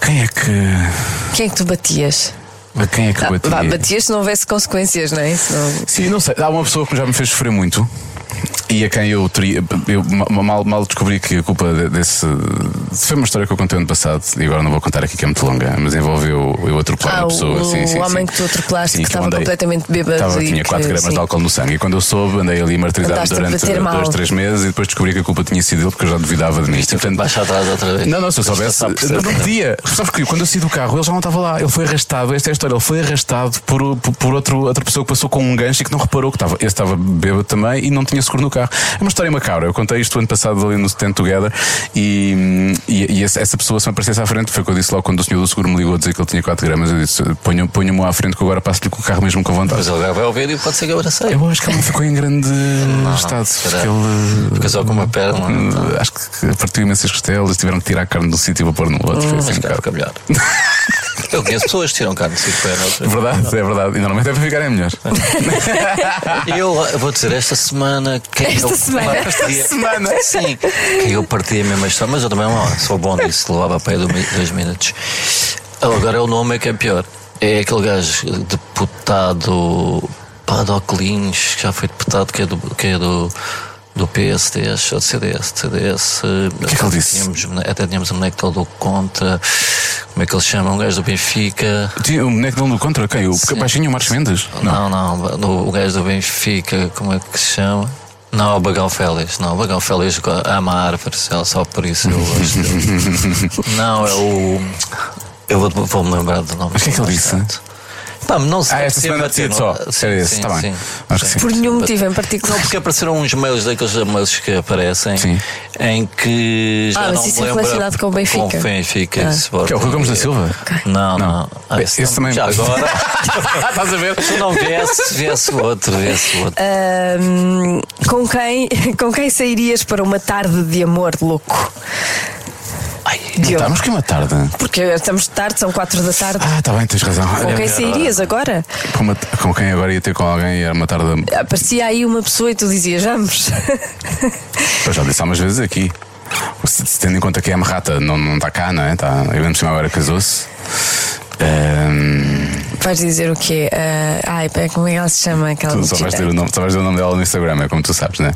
S3: Quem é que.
S2: Quem é que tu batias?
S3: Mas quem é que batia?
S2: Vá, batias se não houvesse consequências, não é? Se não-
S3: Sim, não sei. Há uma pessoa que já me fez sofrer muito e a quem eu, teria, eu ma- mal, mal descobri que a culpa de- desse. Foi uma história que eu contei ano passado e agora não vou contar aqui que é muito longa, mas envolveu eu atropelar
S2: Ah,
S3: uma
S2: o-
S3: pessoa. sim, sim,
S2: o
S3: sim.
S2: homem que tu atropelaste
S3: Sim,
S2: que estava
S3: eu andei-
S2: completamente bêbado
S3: Estava,
S2: e
S3: tinha
S2: que-
S3: 4 gramas
S2: sim.
S3: de álcool no sangue e quando eu soube andei ali martirizado
S2: Andaste a
S3: durante
S2: bater mal.
S3: 2, 3 meses e depois descobri que a culpa tinha sido dele porque eu já duvidava de mim. E, portanto,
S1: Tipo, Baixa atrás outra vez.
S3: não, não, se eu soubesse.
S1: Está a perceber.
S3: Não, não podia. Sabes que quando eu saí do carro, ele já não estava lá. Ele foi arrastado. Esta é a história. Ele foi arrastado por, por, por outro, outra pessoa que passou com um gancho e que não reparou que estava. Esse estava bêbado também e não tinha seguro no carro. É uma história macabra. Eu contei isto ano passado ali no Stand Together e, e, e essa, essa pessoa, se me aparecesse à frente, foi o que eu disse logo quando o senhor do seguro me ligou a dizer que ele tinha 4 gramas. Eu disse: ponho- ponho-me lá à frente que eu agora passo-lhe com o carro mesmo com vontade.
S1: Mas ele agora vai ouvir e pode ser que eu abracei.
S3: Eu acho que ele não ficou em grande estado.
S1: será?
S3: Porque ele.
S1: Ficou só com uma perna. é?
S3: Eh, Acho que partiu imensas costelas, tiveram que tirar a carne do sítio para pôr no outro. Foi assim
S1: Mas
S3: um
S1: cá
S3: bocado.
S1: fica melhor. Eu conheço pessoas que tiram carne de cinco pernas.
S3: Verdade, é verdade. E normalmente é para ficarem melhores.
S1: Eu eu vou dizer, esta semana. Quem
S2: Esta
S1: eu
S2: semana,
S1: partia-
S2: esta semana.
S1: Sim, quem eu parti a mesma história, mas eu também não, sou bom nisso, levava para aí do- dois minutos. Agora o nome é que é pior. É aquele gajo deputado Padoclins, que já foi deputado, que é do. Que é do do PSD, acho, ou do CDS, CDS. O
S3: que é que ele disse?
S1: até eh, tínhamos um boneco todo contra. Como é que ele se chama? Um gajo do Benfica.
S3: Tinha o boneco de um do contra, quem? O
S1: Sim.
S3: baixinho, o Marcos Mendes? Não.
S1: Não, não, do- o gajo do Benfica, como é que se chama? Não, o Bagão Félix, não, o Bagão Félix go- ama árvores, é só por isso eu gosto dele. Não, é o. Eu vou- vou-me lembrar do nome.
S3: Mas o que é que ele disse?
S1: Pá, não sei.
S3: Ah, esta
S1: sim,
S3: semana
S1: bateu,
S3: decide só.
S1: não-
S3: Era esse, está bem. Acho que sim.
S2: Por nenhum
S1: Sim,
S2: motivo em
S1: Não,
S2: particular.
S1: porque apareceram uns mails daqueles mails que aparecem
S3: Sim.
S1: em que já
S2: Ah, mas
S1: não me
S2: isso é
S1: lembro
S2: relacionado com o Benfica.
S1: Com o Benfica e
S2: Ah.
S1: Sporting.
S3: Que é o Rui Gomes da Silva?
S1: Não,
S3: Não.
S1: não.
S3: Bem,
S1: esse
S3: esse também-
S1: Já agora.
S3: Estás a ver?
S1: Se não viesse, viesse o outro, viesse o outro.
S2: Ahm, com, quem, com quem sairias para uma tarde de amor louco?
S1: Ai,
S2: Diogo?
S3: Estávamos que é uma tarde.
S2: Porque estamos tarde, são quatro da tarde.
S3: Ah, está bem, tens razão.
S2: com
S3: Olha,
S2: quem sairias agora?
S3: com uma- Com quem agora ia ter com alguém e era uma tarde.
S2: Aparecia aí uma pessoa e tu dizias, vamos.
S3: Eu já disse há umas vezes aqui. Se, se tendo em conta que é a Merrata não, não está cá, não é? Tá, eu lembro-me agora casou-se. Ehm, Ahm,
S2: Vais dizer o quê? Ah, ai, pá, como é que ela se chama? Aquela
S3: tu só vais,
S2: metida?
S3: ter o nome, só vais ter o nome dela no Instagram, é como tu sabes, não é?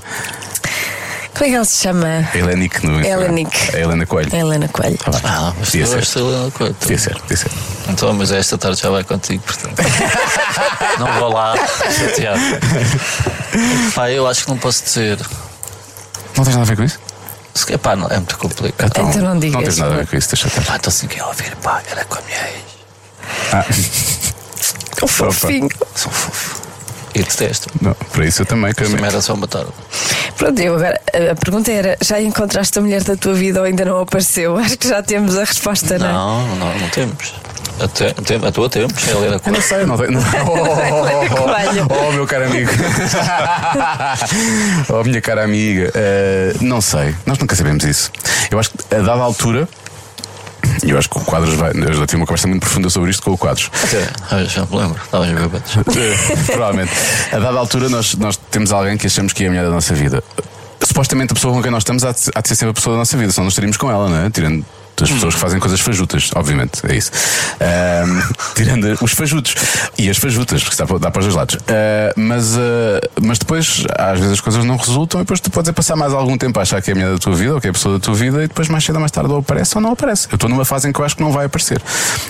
S2: Como é que ela se chama?
S3: A Helenic no Instagram. É
S2: Helenic.
S3: A Helena Coelho.
S2: A Helena Coelho.
S3: Tá bem.
S1: Ah, mas
S3: podia
S1: tu
S3: ser.
S1: és Helena Coelho.
S3: Podia ser, podia ser.
S1: Então, mas esta tarde já vai contigo, portanto. não vou lá chateado. Pá, eu acho que não posso dizer.
S3: Não tens nada a ver com isso?
S1: Se calhar, Pá, não, é muito complicado. É,
S3: Então,
S2: não digas.
S3: Não tens nada a ver com isso, deixa estar.
S1: Pá, estou sem querer ouvir. Pá, era com a minha ex.
S3: Ah,
S2: O fofinho.
S1: Sou fofo. E detesto.
S3: não, para isso eu também, que eu
S1: Também era só uma tarde.
S2: Pronto, eu agora. A a pergunta era: já encontraste a mulher da tua vida ou ainda não apareceu? Acho que já temos a resposta, não é?
S1: Não, não, não temos. Até, tem, a tua temos. Ela era com
S3: não sei, não tenho. Não. Oh,
S2: Coelho.
S3: oh, oh, oh, meu caro amigo. oh, minha cara amiga. Eh, não sei, nós nunca sabemos isso. Eu acho que a dada altura. E eu acho que o Quadros vai. Eu já tive uma conversa muito profunda sobre isto com o Quadros.
S1: Até, Ah, já me lembro. Estavas bêbados.
S3: Eh, Provavelmente. A dada altura, nós, nós temos alguém que achamos que é a mulher da nossa vida. Supostamente, a pessoa com quem nós estamos há de, há de ser sempre a pessoa da nossa vida, senão nós estaríamos com ela, não é? Tirando as pessoas que fazem coisas fajutas, obviamente, é isso. Ahm, tirando os fajutos e as fajutas, porque dá para, dá para os dois lados. Ah, mas, ah, mas depois, às vezes, as coisas não resultam e depois tu podes é passar mais algum tempo a achar que é a mulher da tua vida ou que é a pessoa da tua vida e depois, mais cedo ou mais tarde, ou aparece ou não aparece. Eu estou numa fase em que eu acho que não vai aparecer.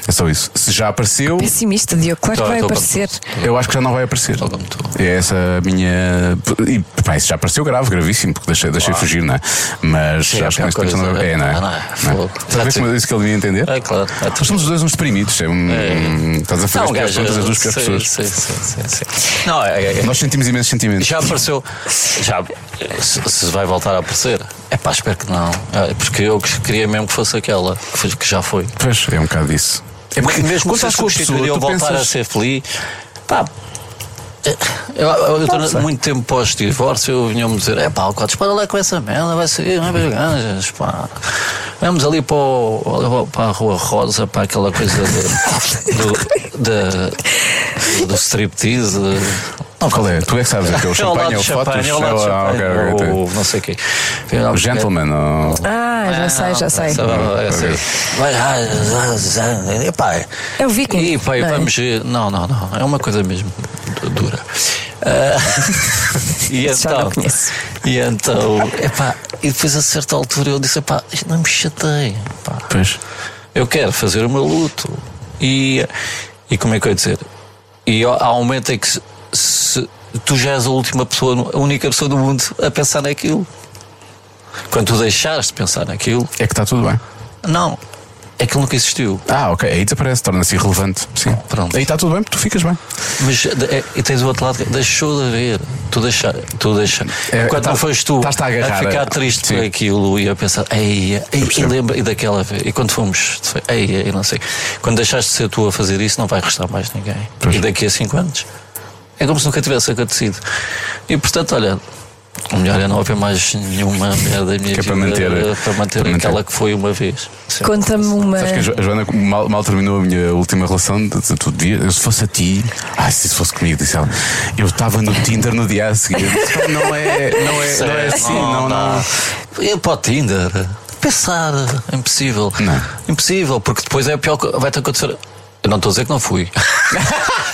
S3: É só isso. Se já apareceu.
S2: Pessimista, Diogo, claro que
S1: Tá,
S2: vai
S1: tá, tá.
S2: aparecer.
S3: Eu acho que já não vai aparecer.
S1: Tal como tu.
S3: É essa a minha. E, pá, isso já apareceu grave, gravíssimo, porque deixei, deixei fugir, não é? Mas
S1: Sim, é
S3: acho que
S1: a
S3: neste
S1: pior
S3: momento não
S1: coisa,
S3: é, não é?
S1: não é?
S3: Não é?
S1: Fogo.
S3: Estás a ver como eu disse que ele ia entender?
S1: É claro. É
S3: Nós somos os dois uns deprimidos. É um, Estás é a fazer as piores contas das duas piores
S1: sim,
S3: pessoas.
S1: sim, sim, sim, sim. Não, é, é, é,
S3: Nós sentimos imensos sentimentos.
S1: já apareceu. Já, se, se vai voltar a aparecer, é pá, espero que não. É, porque eu que queria mesmo que fosse aquela que, foi- que já foi.
S3: Pois, é um bocado isso. É porque
S1: mesmo
S3: quando
S1: se eu
S3: estás com a pessoa,
S1: substituir eu
S3: tu
S1: voltar a
S3: pensas.
S1: ser feliz, pá. é, Eu, eu, eu estou na- muito tempo pós-divórcio, eu vinha-me dizer: é pá, o Cotes, para lá com essa merda, vai seguir, não é ganjas, pá. Vamos ali para, o- para a Rua Rosa, para aquela coisa de- do, da- do striptease. de-
S3: Não, qual é? Tu é que sabes, é que é o
S1: ao lado
S3: champanhe, é o
S1: do champanhe, ao
S3: fotos, é
S1: lado
S3: o-
S1: do
S3: ah, ok,
S1: champanhe,
S3: ok,
S1: ou
S3: ok.
S1: não sei o quê.
S3: o gentleman. ou-
S2: Ah, já sei, já sei.
S1: Mas, epá,
S2: É o Viking,
S1: E, pá,
S2: não é?
S1: vamos. eh, Não, não, não. É uma coisa mesmo du- dura. Ah, e
S2: Isso já não conheço.
S1: E então. Epá, e depois a certa altura eu disse: epá, isto não me chateia. pá.
S3: Pois.
S1: Eu quero fazer o meu luto. E, e como é que eu ia dizer? E há há um momento em que se- se- tu já és a última pessoa, no- a única pessoa do mundo a pensar naquilo. Quando tu deixares de pensar naquilo,
S3: É que está tudo bem.
S1: não, aquilo nunca existiu.
S3: Ah, ok. Aí desaparece, torna-se irrelevante. Sim.
S1: Ah, Pronto.
S3: Aí está tudo bem, tu ficas bem.
S1: Mas é, e tens o outro lado, que deixou de haver. Tu deixa, tu deixa.
S3: É,
S1: Enquanto
S3: tá-
S1: não foste tu
S3: estás-te a agarrar,
S1: ficar
S3: é.
S1: triste
S3: Sim.
S1: por aquilo e a pensar, ei, ei, e
S3: percebo.
S1: lembra, e daquela vez, e quando fomos, foi, ei, ei, não sei. Quando deixaste de ser tu a fazer isso, não vai restar mais ninguém.
S3: Pois.
S1: E daqui a cinco anos. É como se nunca tivesse acontecido. E portanto, olha. O melhor é não haver mais nenhuma merda em minha
S3: Que é
S1: vida
S3: para
S1: eh,
S3: manter-
S1: para manter
S3: para manter.
S1: aquela que foi uma vez. Sim.
S2: Conta-me uma.
S3: Sabes que a Jo- a Joana mal, mal terminou a minha última relação de, de, de dia. Eu, se fosse a ti, ai, se isso fosse comigo, disse ela, eu estava no Tinder no dia a seguir. Eu disse, "Pá, Não é, não é, não é assim, não, não.
S1: Ir tá. para o Tinder. Pensar. é Impossível.
S3: Não.
S1: Impossível, porque depois é pior que vai-te acontecer. Eu não estou a dizer que não fui.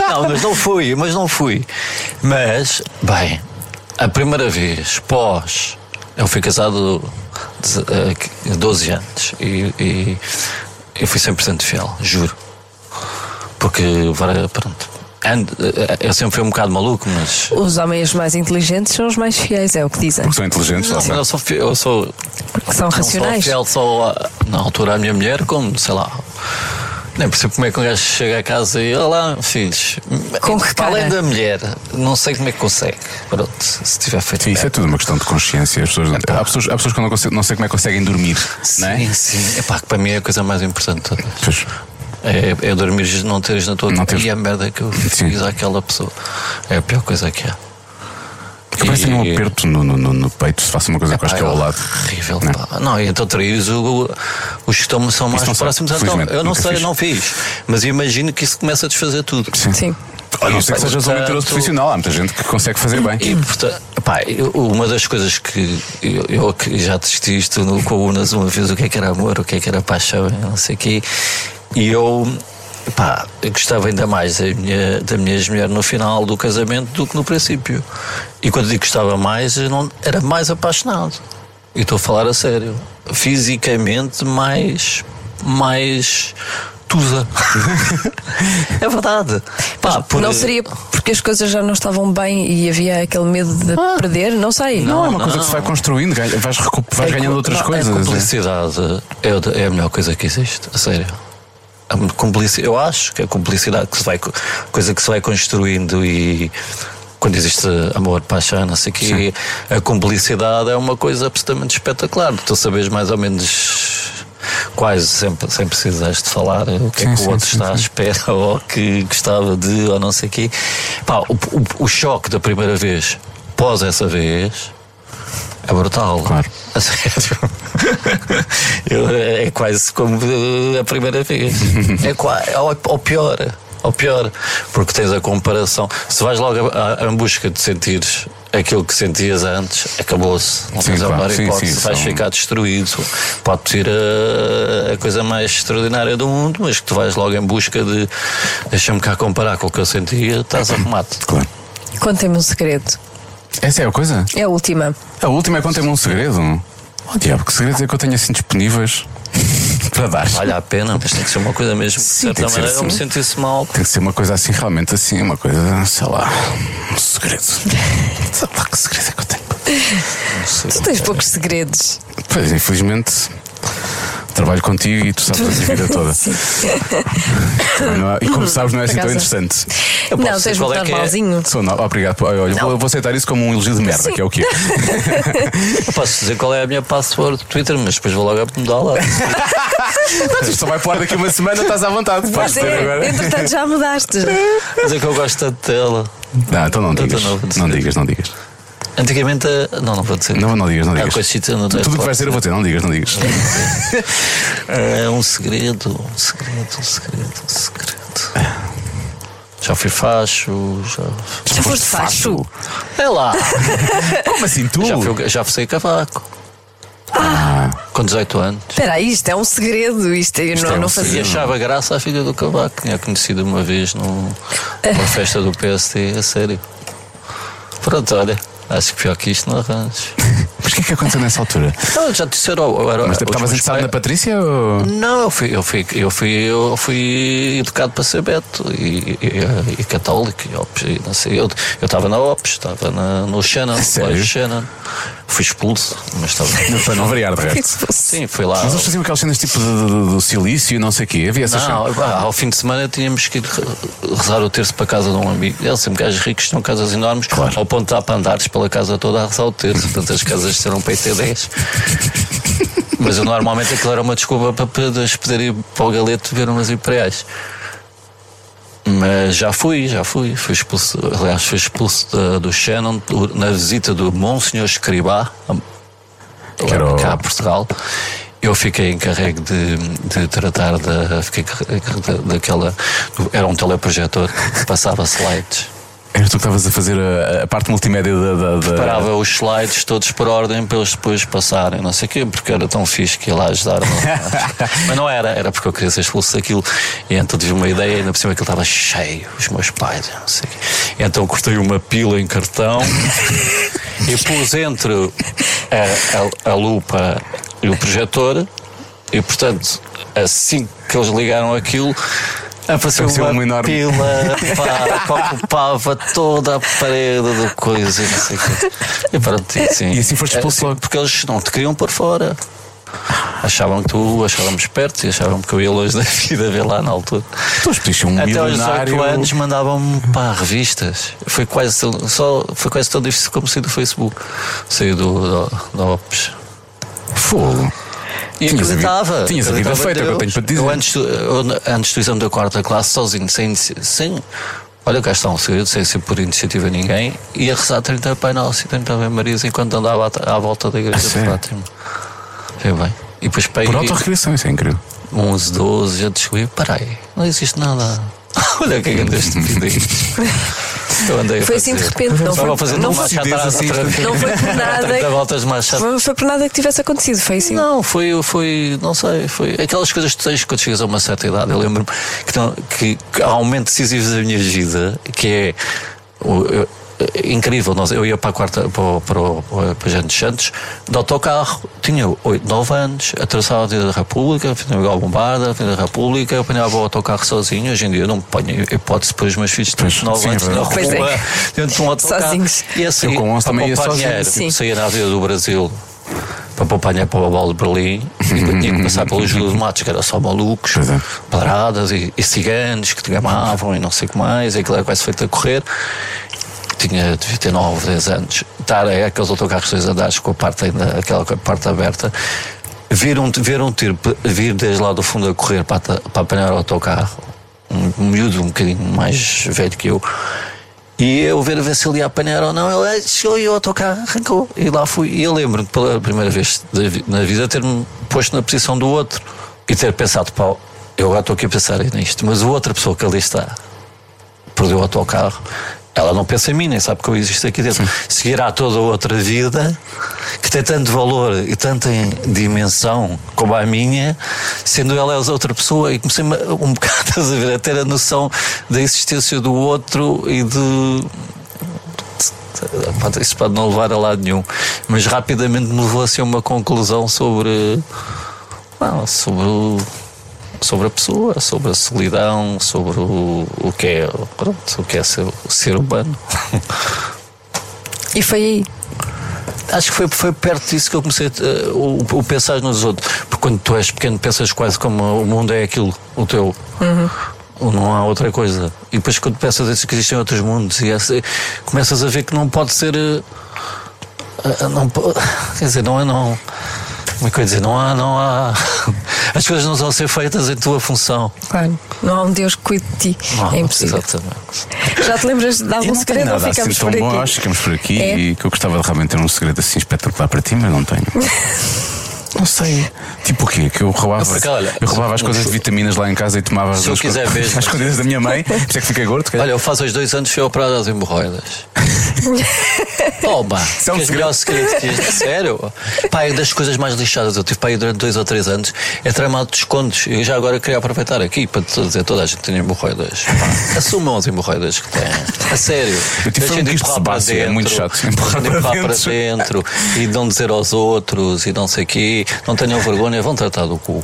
S1: não, mas não fui, mas não fui. Mas, bem, a primeira vez, pós. Eu fui casado de- eh, 12 anos e, e eu fui 100% fiel, juro. Porque, vara- pronto. And- eh, eu sempre fui um bocado maluco, mas.
S2: Os homens mais inteligentes são os mais fiéis, é o que dizem.
S3: Porque são inteligentes, lá
S1: Não,
S3: está.
S1: eu sou, fi- eu sou
S2: Porque são
S1: não sou
S2: racionais.
S1: fiel só ah, na altura à minha mulher, como, sei lá. Nem percebo como é que um gajo chega a casa e olá, filhos.
S2: Com que
S1: Para Além
S2: cara?
S1: da mulher, não sei como é que consegue. Pronto, se tiver feito.
S3: Sim, isso é
S1: merda.
S3: tudo uma questão de consciência. As pessoas, há, pessoas, há pessoas que eu não, consigo, não sei como é que conseguem dormir, não é?
S1: Então. Sim, sim. Epá, que para mim é a coisa mais importante. de todas.
S3: Pois.
S1: É, é dormir e não teres na tua
S3: Não teres-
S1: E a merda que eu
S3: Sim.
S1: fiz àquela pessoa. É a pior coisa que há.
S3: Porque parece um
S1: E-
S3: aperto no, no, no, no peito se faça uma coisa que eu acho que é ao lado.
S1: Horrível,
S3: Não.
S1: pá. Não, e então traíres o- os que estão, são mais
S3: não sei.
S1: próximos. Então,
S3: Felizmente,
S1: eu não
S3: nunca
S1: sei,
S3: fiz.
S1: não fiz. Mas imagino que isso começa a desfazer tudo.
S2: Sim.
S3: A não ser que
S1: Portanto,
S3: sejas um mentiroso profissional, há muita gente que consegue fazer bem.
S1: E portanto, pá, eu- uma das coisas que eu, eu que já testei isto no, com o Unas uma vez, o que é que era amor, o que é que era paixão, eu não sei o quê, e eu, pá, eu gostava ainda mais da minha, da minha ex-mulher no final do casamento do que no princípio. E quando digo gostava mais, eu não, era mais apaixonado. E estou a falar a sério. Fisicamente, mais. mais. tusa. é verdade. Pá, por-
S2: Não seria porque as coisas já não estavam bem e havia aquele medo de perder? Ah. Não sei.
S3: Não, é uma
S1: não,
S3: coisa que se vai construindo, ganha- vais, recu- vais
S1: É
S3: ganhando
S1: cu-
S3: outras
S1: não,
S3: coisas.
S1: A
S3: né?
S1: cumplicidade é, o de- é a melhor coisa que existe, a sério. A cumplici- eu acho que a cumplicidade que se vai, co- coisa que se vai construindo e quando existe amor, paixão, não sei o quê, a cumplicidade é uma coisa absolutamente espetacular. Tu sabes mais ou menos quase sempre, sem precisares de falar o que
S3: Sim,
S1: é que
S3: sim,
S1: o outro
S3: sim,
S1: está à
S3: sim.
S1: espera ou que gostava de ou não sei o quê. Pá, o, o- o choque da primeira vez, pós essa vez, é brutal.
S3: Claro.
S1: A sério. Eu, é quase como eh, a primeira vez. É quase, ao, ao pior. Ao pior. Porque tens a comparação. Se vais logo a- a- em busca de sentires aquilo que sentias antes, acabou-se. Não
S3: Sim,
S1: tens a
S3: claro.
S1: menor
S3: Sim,
S1: hipótese.
S3: sim,
S1: vais
S3: são-
S1: ficar destruído. Pode ser eh, a, a coisa mais extraordinária do mundo, mas que tu vais logo em busca de deixa-me cá comparar com o que eu sentia, estás arrumado.
S3: Claro.
S2: Contem-me um segredo.
S3: Essa é a coisa?
S2: É a última.
S3: A última é contem-me um segredo. Oh, diabo, que segredos é que eu tenho assim disponíveis para dar?
S1: Vale a pena, mas tem que ser uma coisa mesmo. De
S3: Sim, tem
S1: certa
S3: que ser
S1: maneira, eu me
S3: assim.
S1: senti-se mal.
S3: Tem que ser uma coisa assim, realmente assim, uma coisa, sei lá, um segredo. Sei lá que segredo é que eu tenho.
S2: Tu tens poucos segredos.
S3: Pois, infelizmente, trabalho contigo e tu sabes a minha vida toda. Também não é- e como sabes, não é assim tão
S2: acaso.
S3: interessante.
S1: Eu posso
S2: Não,
S1: dizer
S2: tens
S1: qual
S2: muito
S1: é que é.
S2: normalzinho.
S3: Sou não, obrigado. Olha, olha, vou, vou aceitar isso como um elogio de merda, que é o que é.
S1: Eu posso dizer qual é a minha password do Twitter, mas depois vou logo mudá-la.
S3: Mas isto só vai pôr daqui uma semana, estás à vontade. Podes
S2: Mas
S3: ter
S2: é,
S3: agora.
S2: entretanto já mudaste.
S1: Mas é que eu gosto tanto dela.
S3: Não, então não
S1: Então
S3: digas.
S1: não vou dizer.
S3: Não digas, não digas.
S1: Antigamente. a- Não, não vou dizer.
S3: Não, não digas, não
S1: Ah,
S3: digas.
S1: com esse título não
S3: Tu-
S1: dá
S3: Tudo o que
S1: hipótese.
S3: vais dizer eu vou dizer, não digas, não digas.
S1: É um segredo, um segredo, um segredo, um segredo. Já fui facho, já.
S2: Já foste facho?
S1: É lá!
S3: Como assim tu?
S1: já, fui, já fui cavaco.
S3: Ah.
S1: Com 18 anos.
S2: Espera aí, isto é um segredo. Isto, é um eu não,
S1: Então,
S2: não
S1: E
S2: fazia.
S1: achava graça à filha do Cavaco. Tinha conhecido uma vez num- numa festa do PST, a sério. Pronto, olha, acho que pior que isto não arranjo.
S3: Mas o que é que aconteceu nessa altura?
S1: Não, já disseram. Eu era,
S3: Mas tipo,
S1: os
S3: estavas
S1: meus
S3: interessado
S1: pais-
S3: na Patrícia ou.
S1: Não, eu fui, eu, fui, eu, fui, eu fui educado para ser beto e, e- e católico. E ops, e não sei. Eu eu estava na Ops, estava na- no Shannon,
S3: sério?
S1: no Shannon. Fui expulso, mas estava.
S3: Para não variar de resto.
S1: Sim, fui lá.
S3: Mas eles faziam aquelas cenas tipo do, do, do silício e não sei o quê. Havia essas
S1: Não, pá, ao fim de semana tínhamos que ir re- rezar o terço para a casa de um amigo. Eles sempre gajos ricos, tinham casas enormes, ao ponto de dar para andares pela casa toda a rezar o terço. Portanto, as casas serão para IT 10. Mas eu, normalmente aquilo era uma desculpa para, para depois poder ir para o galeto ver umas imperiais. Mas já fui, já fui. Fui expulso, aliás, fui expulso da- do Shannon por- na visita do Monsenhor Escribá,
S3: Que era o-
S1: cá a Portugal. Eu fiquei encarregue de, de tratar da. Fiquei encarregue da- daquela. do- Era um teleprojetor que passava slides.
S3: Era tu que estavas a fazer a, a parte multimédia da. da, da-
S1: Parava os slides todos por ordem para eles depois passarem, não sei o quê, porque era tão fixe que ia lá ajudar. é? Mas não era, era porque eu queria ser expulso daquilo. E então tive uma ideia, ainda por cima aquilo estava cheio, os meus pais, não sei o quê. Então cortei uma pila em cartão e pus entre a, a- a lupa e o projetor, e portanto, assim que eles ligaram aquilo. Apareceu
S3: Apareceu
S1: uma,
S3: uma enorme.
S1: pila pá, que ocupava toda a parede do coisa e não sei o quê. E pronto, e sim.
S3: E assim foste expulso
S1: É,
S3: logo.
S1: Porque eles não te queriam pôr fora. Achavam que tu, achavam-me esperto e achavam que eu ia longe da vida ver lá na altura.
S3: Tu és, pois, um
S1: Até aos 18
S3: milionário.
S1: anos mandavam-me para revistas. Foi quase, tão- só, foi quase tão difícil como sair do Facebook. Sair do, do, da Ops.
S3: Fogo.
S1: E
S3: Tinhas a vida-
S1: acreditava.
S3: tinhas a vida
S1: acreditava em
S3: feita, é o que eu
S1: Deus.
S3: tenho para te dizer.
S1: Eu antes, do, eu, antes do exame da quarta classe, sozinho, sem. sem olha, cá está um segredo, sem ser por iniciativa de ninguém, ia rezar 30 Pai Nosso e 30 Ave Marias enquanto andava à, à volta da igreja de
S3: Ah, sério?
S1: Fátima. Foi bem. E depois peguei
S3: Por autorrecriação, isso é incrível.
S1: 11, 12, já descobri, peraí, não existe nada. olha o que é que andaste Eu andei a
S2: Foi assim de
S1: fazer.
S2: repente, não
S1: Estava
S2: foi-
S1: fazendo
S2: não
S1: uma marcha
S3: foi-
S1: atrás, outra vez.
S2: Não foi por nada.
S1: 30 voltas de marcha
S2: Foi, foi por nada que tivesse acontecido, foi assim.
S1: não, foi, foi, não sei, foi aquelas coisas que tu tens quando chegas a uma certa idade. Eu lembro-me que, tão- que, que há um momento decisivo da minha vida que é. o- eu- é Incrível, nós, eu ia para a quarta para, o- para, o- para, a Gente dos Santos de autocarro, tinha 8, 9 anos, atravessava a Avenida da República, Avenida Miguel Bombarda, Avenida da República, apanhava o autocarro sozinho. Hoje em dia eu não ponho hipótese para os meus filhos de 9
S3: sim, é
S1: anos na
S3: verdade.
S1: rua,
S2: Pois é.
S1: dentro de um autocarro.
S2: Sozinhos.
S1: E assim,
S3: Eu com 11 também ia
S1: para poupar
S3: sozinho.
S1: dinheiro,
S2: Sim.
S1: saía na Avenida do Brasil para apanhar para o Babal de Berlim e tinha que passar pelos Júlio de Matos, que era só malucos,
S3: Pois é.
S1: paradas e, e ciganos que te gamavam e não sei o que mais, e aquilo era quase feito a correr. Tinha, devia ter 9, 10 anos. Estar a aqueles autocarros dois andares com a parte, ainda, aquela com a parte aberta. Ver um, ver um tiro pe- vir desde lá do fundo a correr para, ata- para apanhar o autocarro, um miúdo um bocadinho mais velho que eu, e eu ver a ver se ele ia apanhar ou não, ele "Ah, chegou e o autocarro arrancou. E lá fui. E eu lembro-me pela primeira vez da vi- na vida ter-me posto na posição do outro e ter pensado, pau, eu agora estou aqui a pensar nisto, mas a outra pessoa que ali está perdeu o autocarro. Ela não pensa em mim, nem sabe que eu existo aqui dentro. Seguirá toda outra vida que tem tanto valor e tanta em- dimensão como a minha, sendo ela a outra pessoa. E comecei um bocado estás a, ver, a ter a noção da existência do outro e de. Pode- Isso pode não levar a lado nenhum, mas rapidamente me levou assim a uma conclusão sobre. Não, sobre o- sobre a pessoa, sobre a solidão, sobre o, o que é, pronto, o que é ser, ser humano.
S2: E foi aí.
S1: Acho que foi, foi perto disso que eu comecei a- o, o pensar nos outros. Porque quando tu és pequeno pensas quase como o mundo é aquilo, o teu. Uhum. Ou não há outra coisa. E depois quando pensas isso que existem outros mundos e essa- começas a ver que não pode ser. eh, ah, não, po- quer dizer, não é não. Como é que eu ia dizer? Não há, não há. As coisas não vão ser feitas em tua função.
S2: Claro. Não há um Deus que cuide de ti.
S1: Não,
S3: um
S2: é impossível.
S1: Exatamente.
S2: Já te lembras de
S3: Eu
S2: algum
S3: não tenho
S2: um segredo ou
S3: nada assim
S2: ficamos
S3: tão
S2: por
S3: bom,
S2: aqui?
S3: acho que ficamos por aqui
S2: É.
S3: e que eu gostava de realmente ter um segredo assim espetacular para ti, mas não tenho. Não sei. Tipo o quê? Que eu roubava,
S1: Não, porque, olha,
S3: eu roubava as
S1: se-
S3: coisas de vitaminas lá em casa e tomava
S1: Se eu
S3: as,
S1: quiser
S3: coisas-
S1: ver-
S3: as coisas da minha mãe. Por isso é que fiquei gordo.
S1: Olha, eu faço aos dois anos fui operado às hemorroidas. Toma!
S3: é um
S1: que é o melhor segredo que este, sério? Pá, é das coisas mais lixadas. Eu tive pá, aí durante dois ou três anos é tramado descontos. Eu já agora queria aproveitar aqui para te dizer toda a gente tem hemorroidas. Pá, assumam as hemorroidas que têm. A sério.
S3: Eu tive
S1: Deixem
S3: um
S1: de
S3: quisto
S1: empurrar para
S3: sebáceo, é muito
S1: dentro,
S3: chato. Empurrar
S1: deixem de
S3: para
S1: empurrar para
S3: dentro.
S1: dentro e não dizer aos outros e não sei o quê. Não tenham vergonha, vão tratar do cu.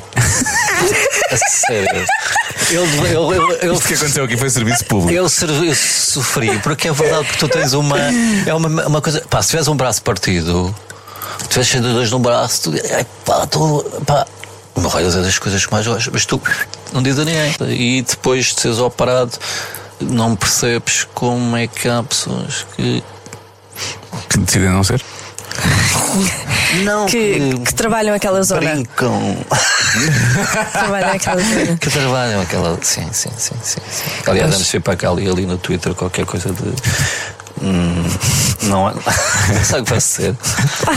S1: A sério. Eu, eu, eu, eu,
S3: Isto que aconteceu aqui foi serviço público.
S1: eu, servi- eu sofri, porque é verdade que tu tens uma. É uma, uma coisa. Pá, se tiveres um braço partido, se tiveres cheio de dois num braço, tu. Ai, pá, tu. Pá. Hemorroidas é das coisas que mais gosto, mas tu não dizes a ninguém. E depois de seres operado, não percebes como é que há pessoas que.
S3: Que decidem não ser.
S1: Não,
S2: Que,
S3: um
S2: que trabalham aquela zona.
S1: brincam.
S2: Trabalham aquela zona.
S1: Que trabalham aquela. Sim, sim, sim, sim. sim. Aliás, antes de ir para cá ali, ali no Twitter qualquer coisa de. Hum, não há. Não sei o que vai ser.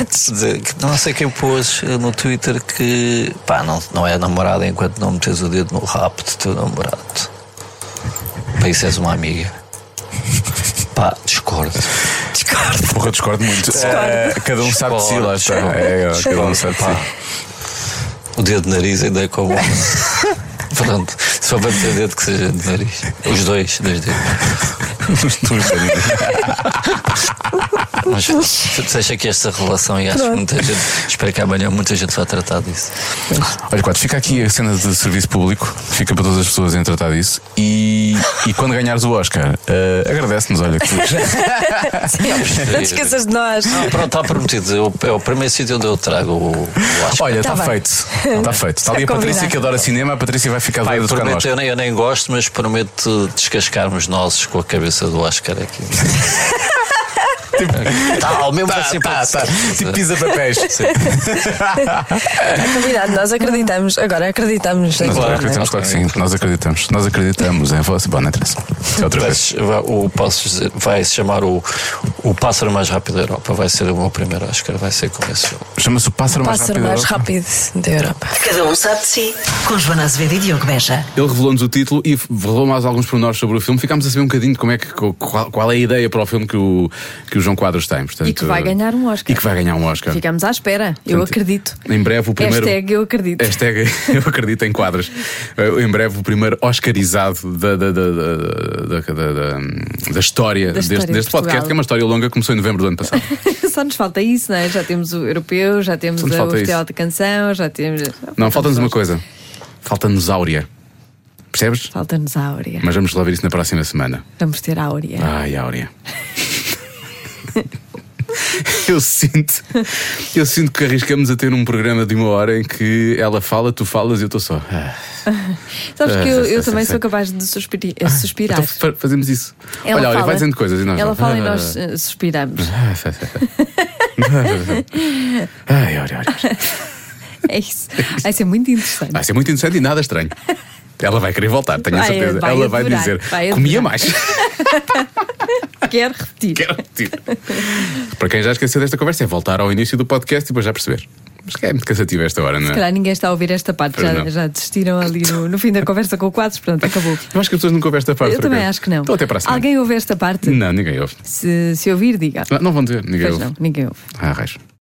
S1: Dizer que Não sei quem pôs eh, no Twitter que. Pá, não, não é namorada enquanto não metes o dedo no rabo do teu namorado. Para isso és uma amiga. Pá, discordo.
S3: Porra, eu discordo muito. Eh, cada um sabe de si, lá está.
S1: Discordo.
S3: É, é, cada um sabe de si.
S1: Pá. O dedo de nariz ainda é como. Pronto, só para meter dedo que seja de nariz. Os dois, dois dedos. Mas tu acha que esta relação e acho que muita gente. Espero que amanhã muita gente vá tratar disso.
S3: Olha, quatro, fica aqui a cena de serviço público, fica para todas as pessoas em tratar disso. E, e quando ganhares o Oscar, eh, agradece-nos, olha, que
S2: Não te esqueças de nós.
S1: Ah, pronto, está prometido. Eu- é o primeiro sítio onde eu trago o, o Oscar.
S3: Olha,
S2: Tá
S3: está
S2: bem.
S3: feito. Está feito. Está ali a Patrícia
S2: Está combinado.
S3: que adora cinema, a Patrícia vai ficar
S1: Pá, eu,
S3: doida de tocar no
S1: prometo,
S3: Oscar.
S1: eu, nem, eu nem gosto, mas prometo descascarmos nozes com a cabeça do Oscar aqui. tá, ao mesmo assim pode ser.
S3: Tipo pisa papéis.
S2: Está combinado, nós acreditamos. Agora acreditamos. né?
S3: Nós
S1: Claro,
S3: acreditamos, claro que sim. Nós acreditamos. Nós acreditamos em você. Bom, não interessa. Até outra vez.
S1: Mas vá, o, posso dizer, vai se chamar o, o pássaro mais rápido da Europa. Vai ser o meu primeiro Oscar, vai ser com esse jogo.
S3: Chama-se o pássaro mais
S2: Pássaro
S3: rápido.
S2: mais
S3: da Europa.
S2: rápido da Europa.
S6: Cada um sabe de si. Com Joana Azevedo e Diogo Beja.
S9: Ele revelou-nos o título e revelou mais alguns pormenores sobre o filme. Ficámos a saber um bocadinho de como é que, qual, qual é a ideia para o filme que o, que o João Quadros tem. Portanto,
S4: E que vai ganhar um Oscar.
S9: E que vai ganhar um Oscar.
S4: Ficamos à espera. Eu
S9: Portanto,
S4: acredito.
S9: Em breve o primeiro.
S4: Hashtag eu acredito.
S9: Hashtag eu acredito em quadros. Eh, Em breve o primeiro Oscarizado da, da, da, da, da, da- da- da história
S4: Da
S9: deste,
S4: história de
S9: deste podcast,
S4: Portugal.
S9: que é uma história longa, começou em novembro do ano passado.
S4: Só nos falta isso, não é? Já temos o europeu, já temos
S9: Só nos
S4: a- o
S9: falta isso.
S4: festival de canção, já temos.
S9: Não, falta-nos uma coisa. Falta-nos Áurea. Percebes?
S4: Falta-nos a Áurea.
S9: Mas Ah. vamos resolver isso na próxima semana.
S4: Vamos ter a Áurea.
S9: Ai, Áurea. Eu sinto, eu sinto que arriscamos a ter um programa de uma hora em que ela fala, tu falas e eu estou só. Ah,
S4: Sabes que
S9: Ah,
S4: eu,
S9: sei,
S4: eu
S9: sei,
S4: também
S9: sei.
S4: sou capaz de suspiri- eh, suspirar.
S9: então fa- fazemos isso.
S4: Ela
S9: Olha, Áurea,
S4: fala-
S9: vai dizendo coisas e nós
S4: Ela fala e
S9: Ah,
S4: nós eh, suspiramos.
S9: Ah, sei, sei, sei. Ai, olha, olha.
S4: É isso. Vai ser muito interessante.
S9: Vai ser muito interessante e nada estranho. Ela vai querer voltar, tenho a
S4: Vai,
S9: certeza.
S4: vai
S9: Ela vai
S4: adorar,
S9: dizer:
S4: vai adorar.
S9: comia mais.
S4: Quero repetir.
S9: Quero repetir. Para quem já esqueceu desta conversa, é voltar ao início do podcast e depois já perceber. Mas que é muito cansativo esta hora, não
S4: Se
S9: é?
S4: calhar ninguém está a ouvir esta parte.
S9: Pois
S4: Já,
S9: não.
S4: já desistiram ali no, no fim da conversa com o quadros, pronto, acabou.
S9: Eu acho que as pessoas nunca ouvem esta parte.
S4: Eu
S9: por
S4: também
S9: acaso.
S4: acho que não.
S9: Então até para a semana.
S4: Alguém ouve esta parte?
S9: Não, ninguém ouve.
S4: Se, se ouvir, diga.
S9: Não, não vão dizer, ninguém
S4: Pois
S9: ouve.
S4: não, ninguém ouve.
S9: Ah, raios.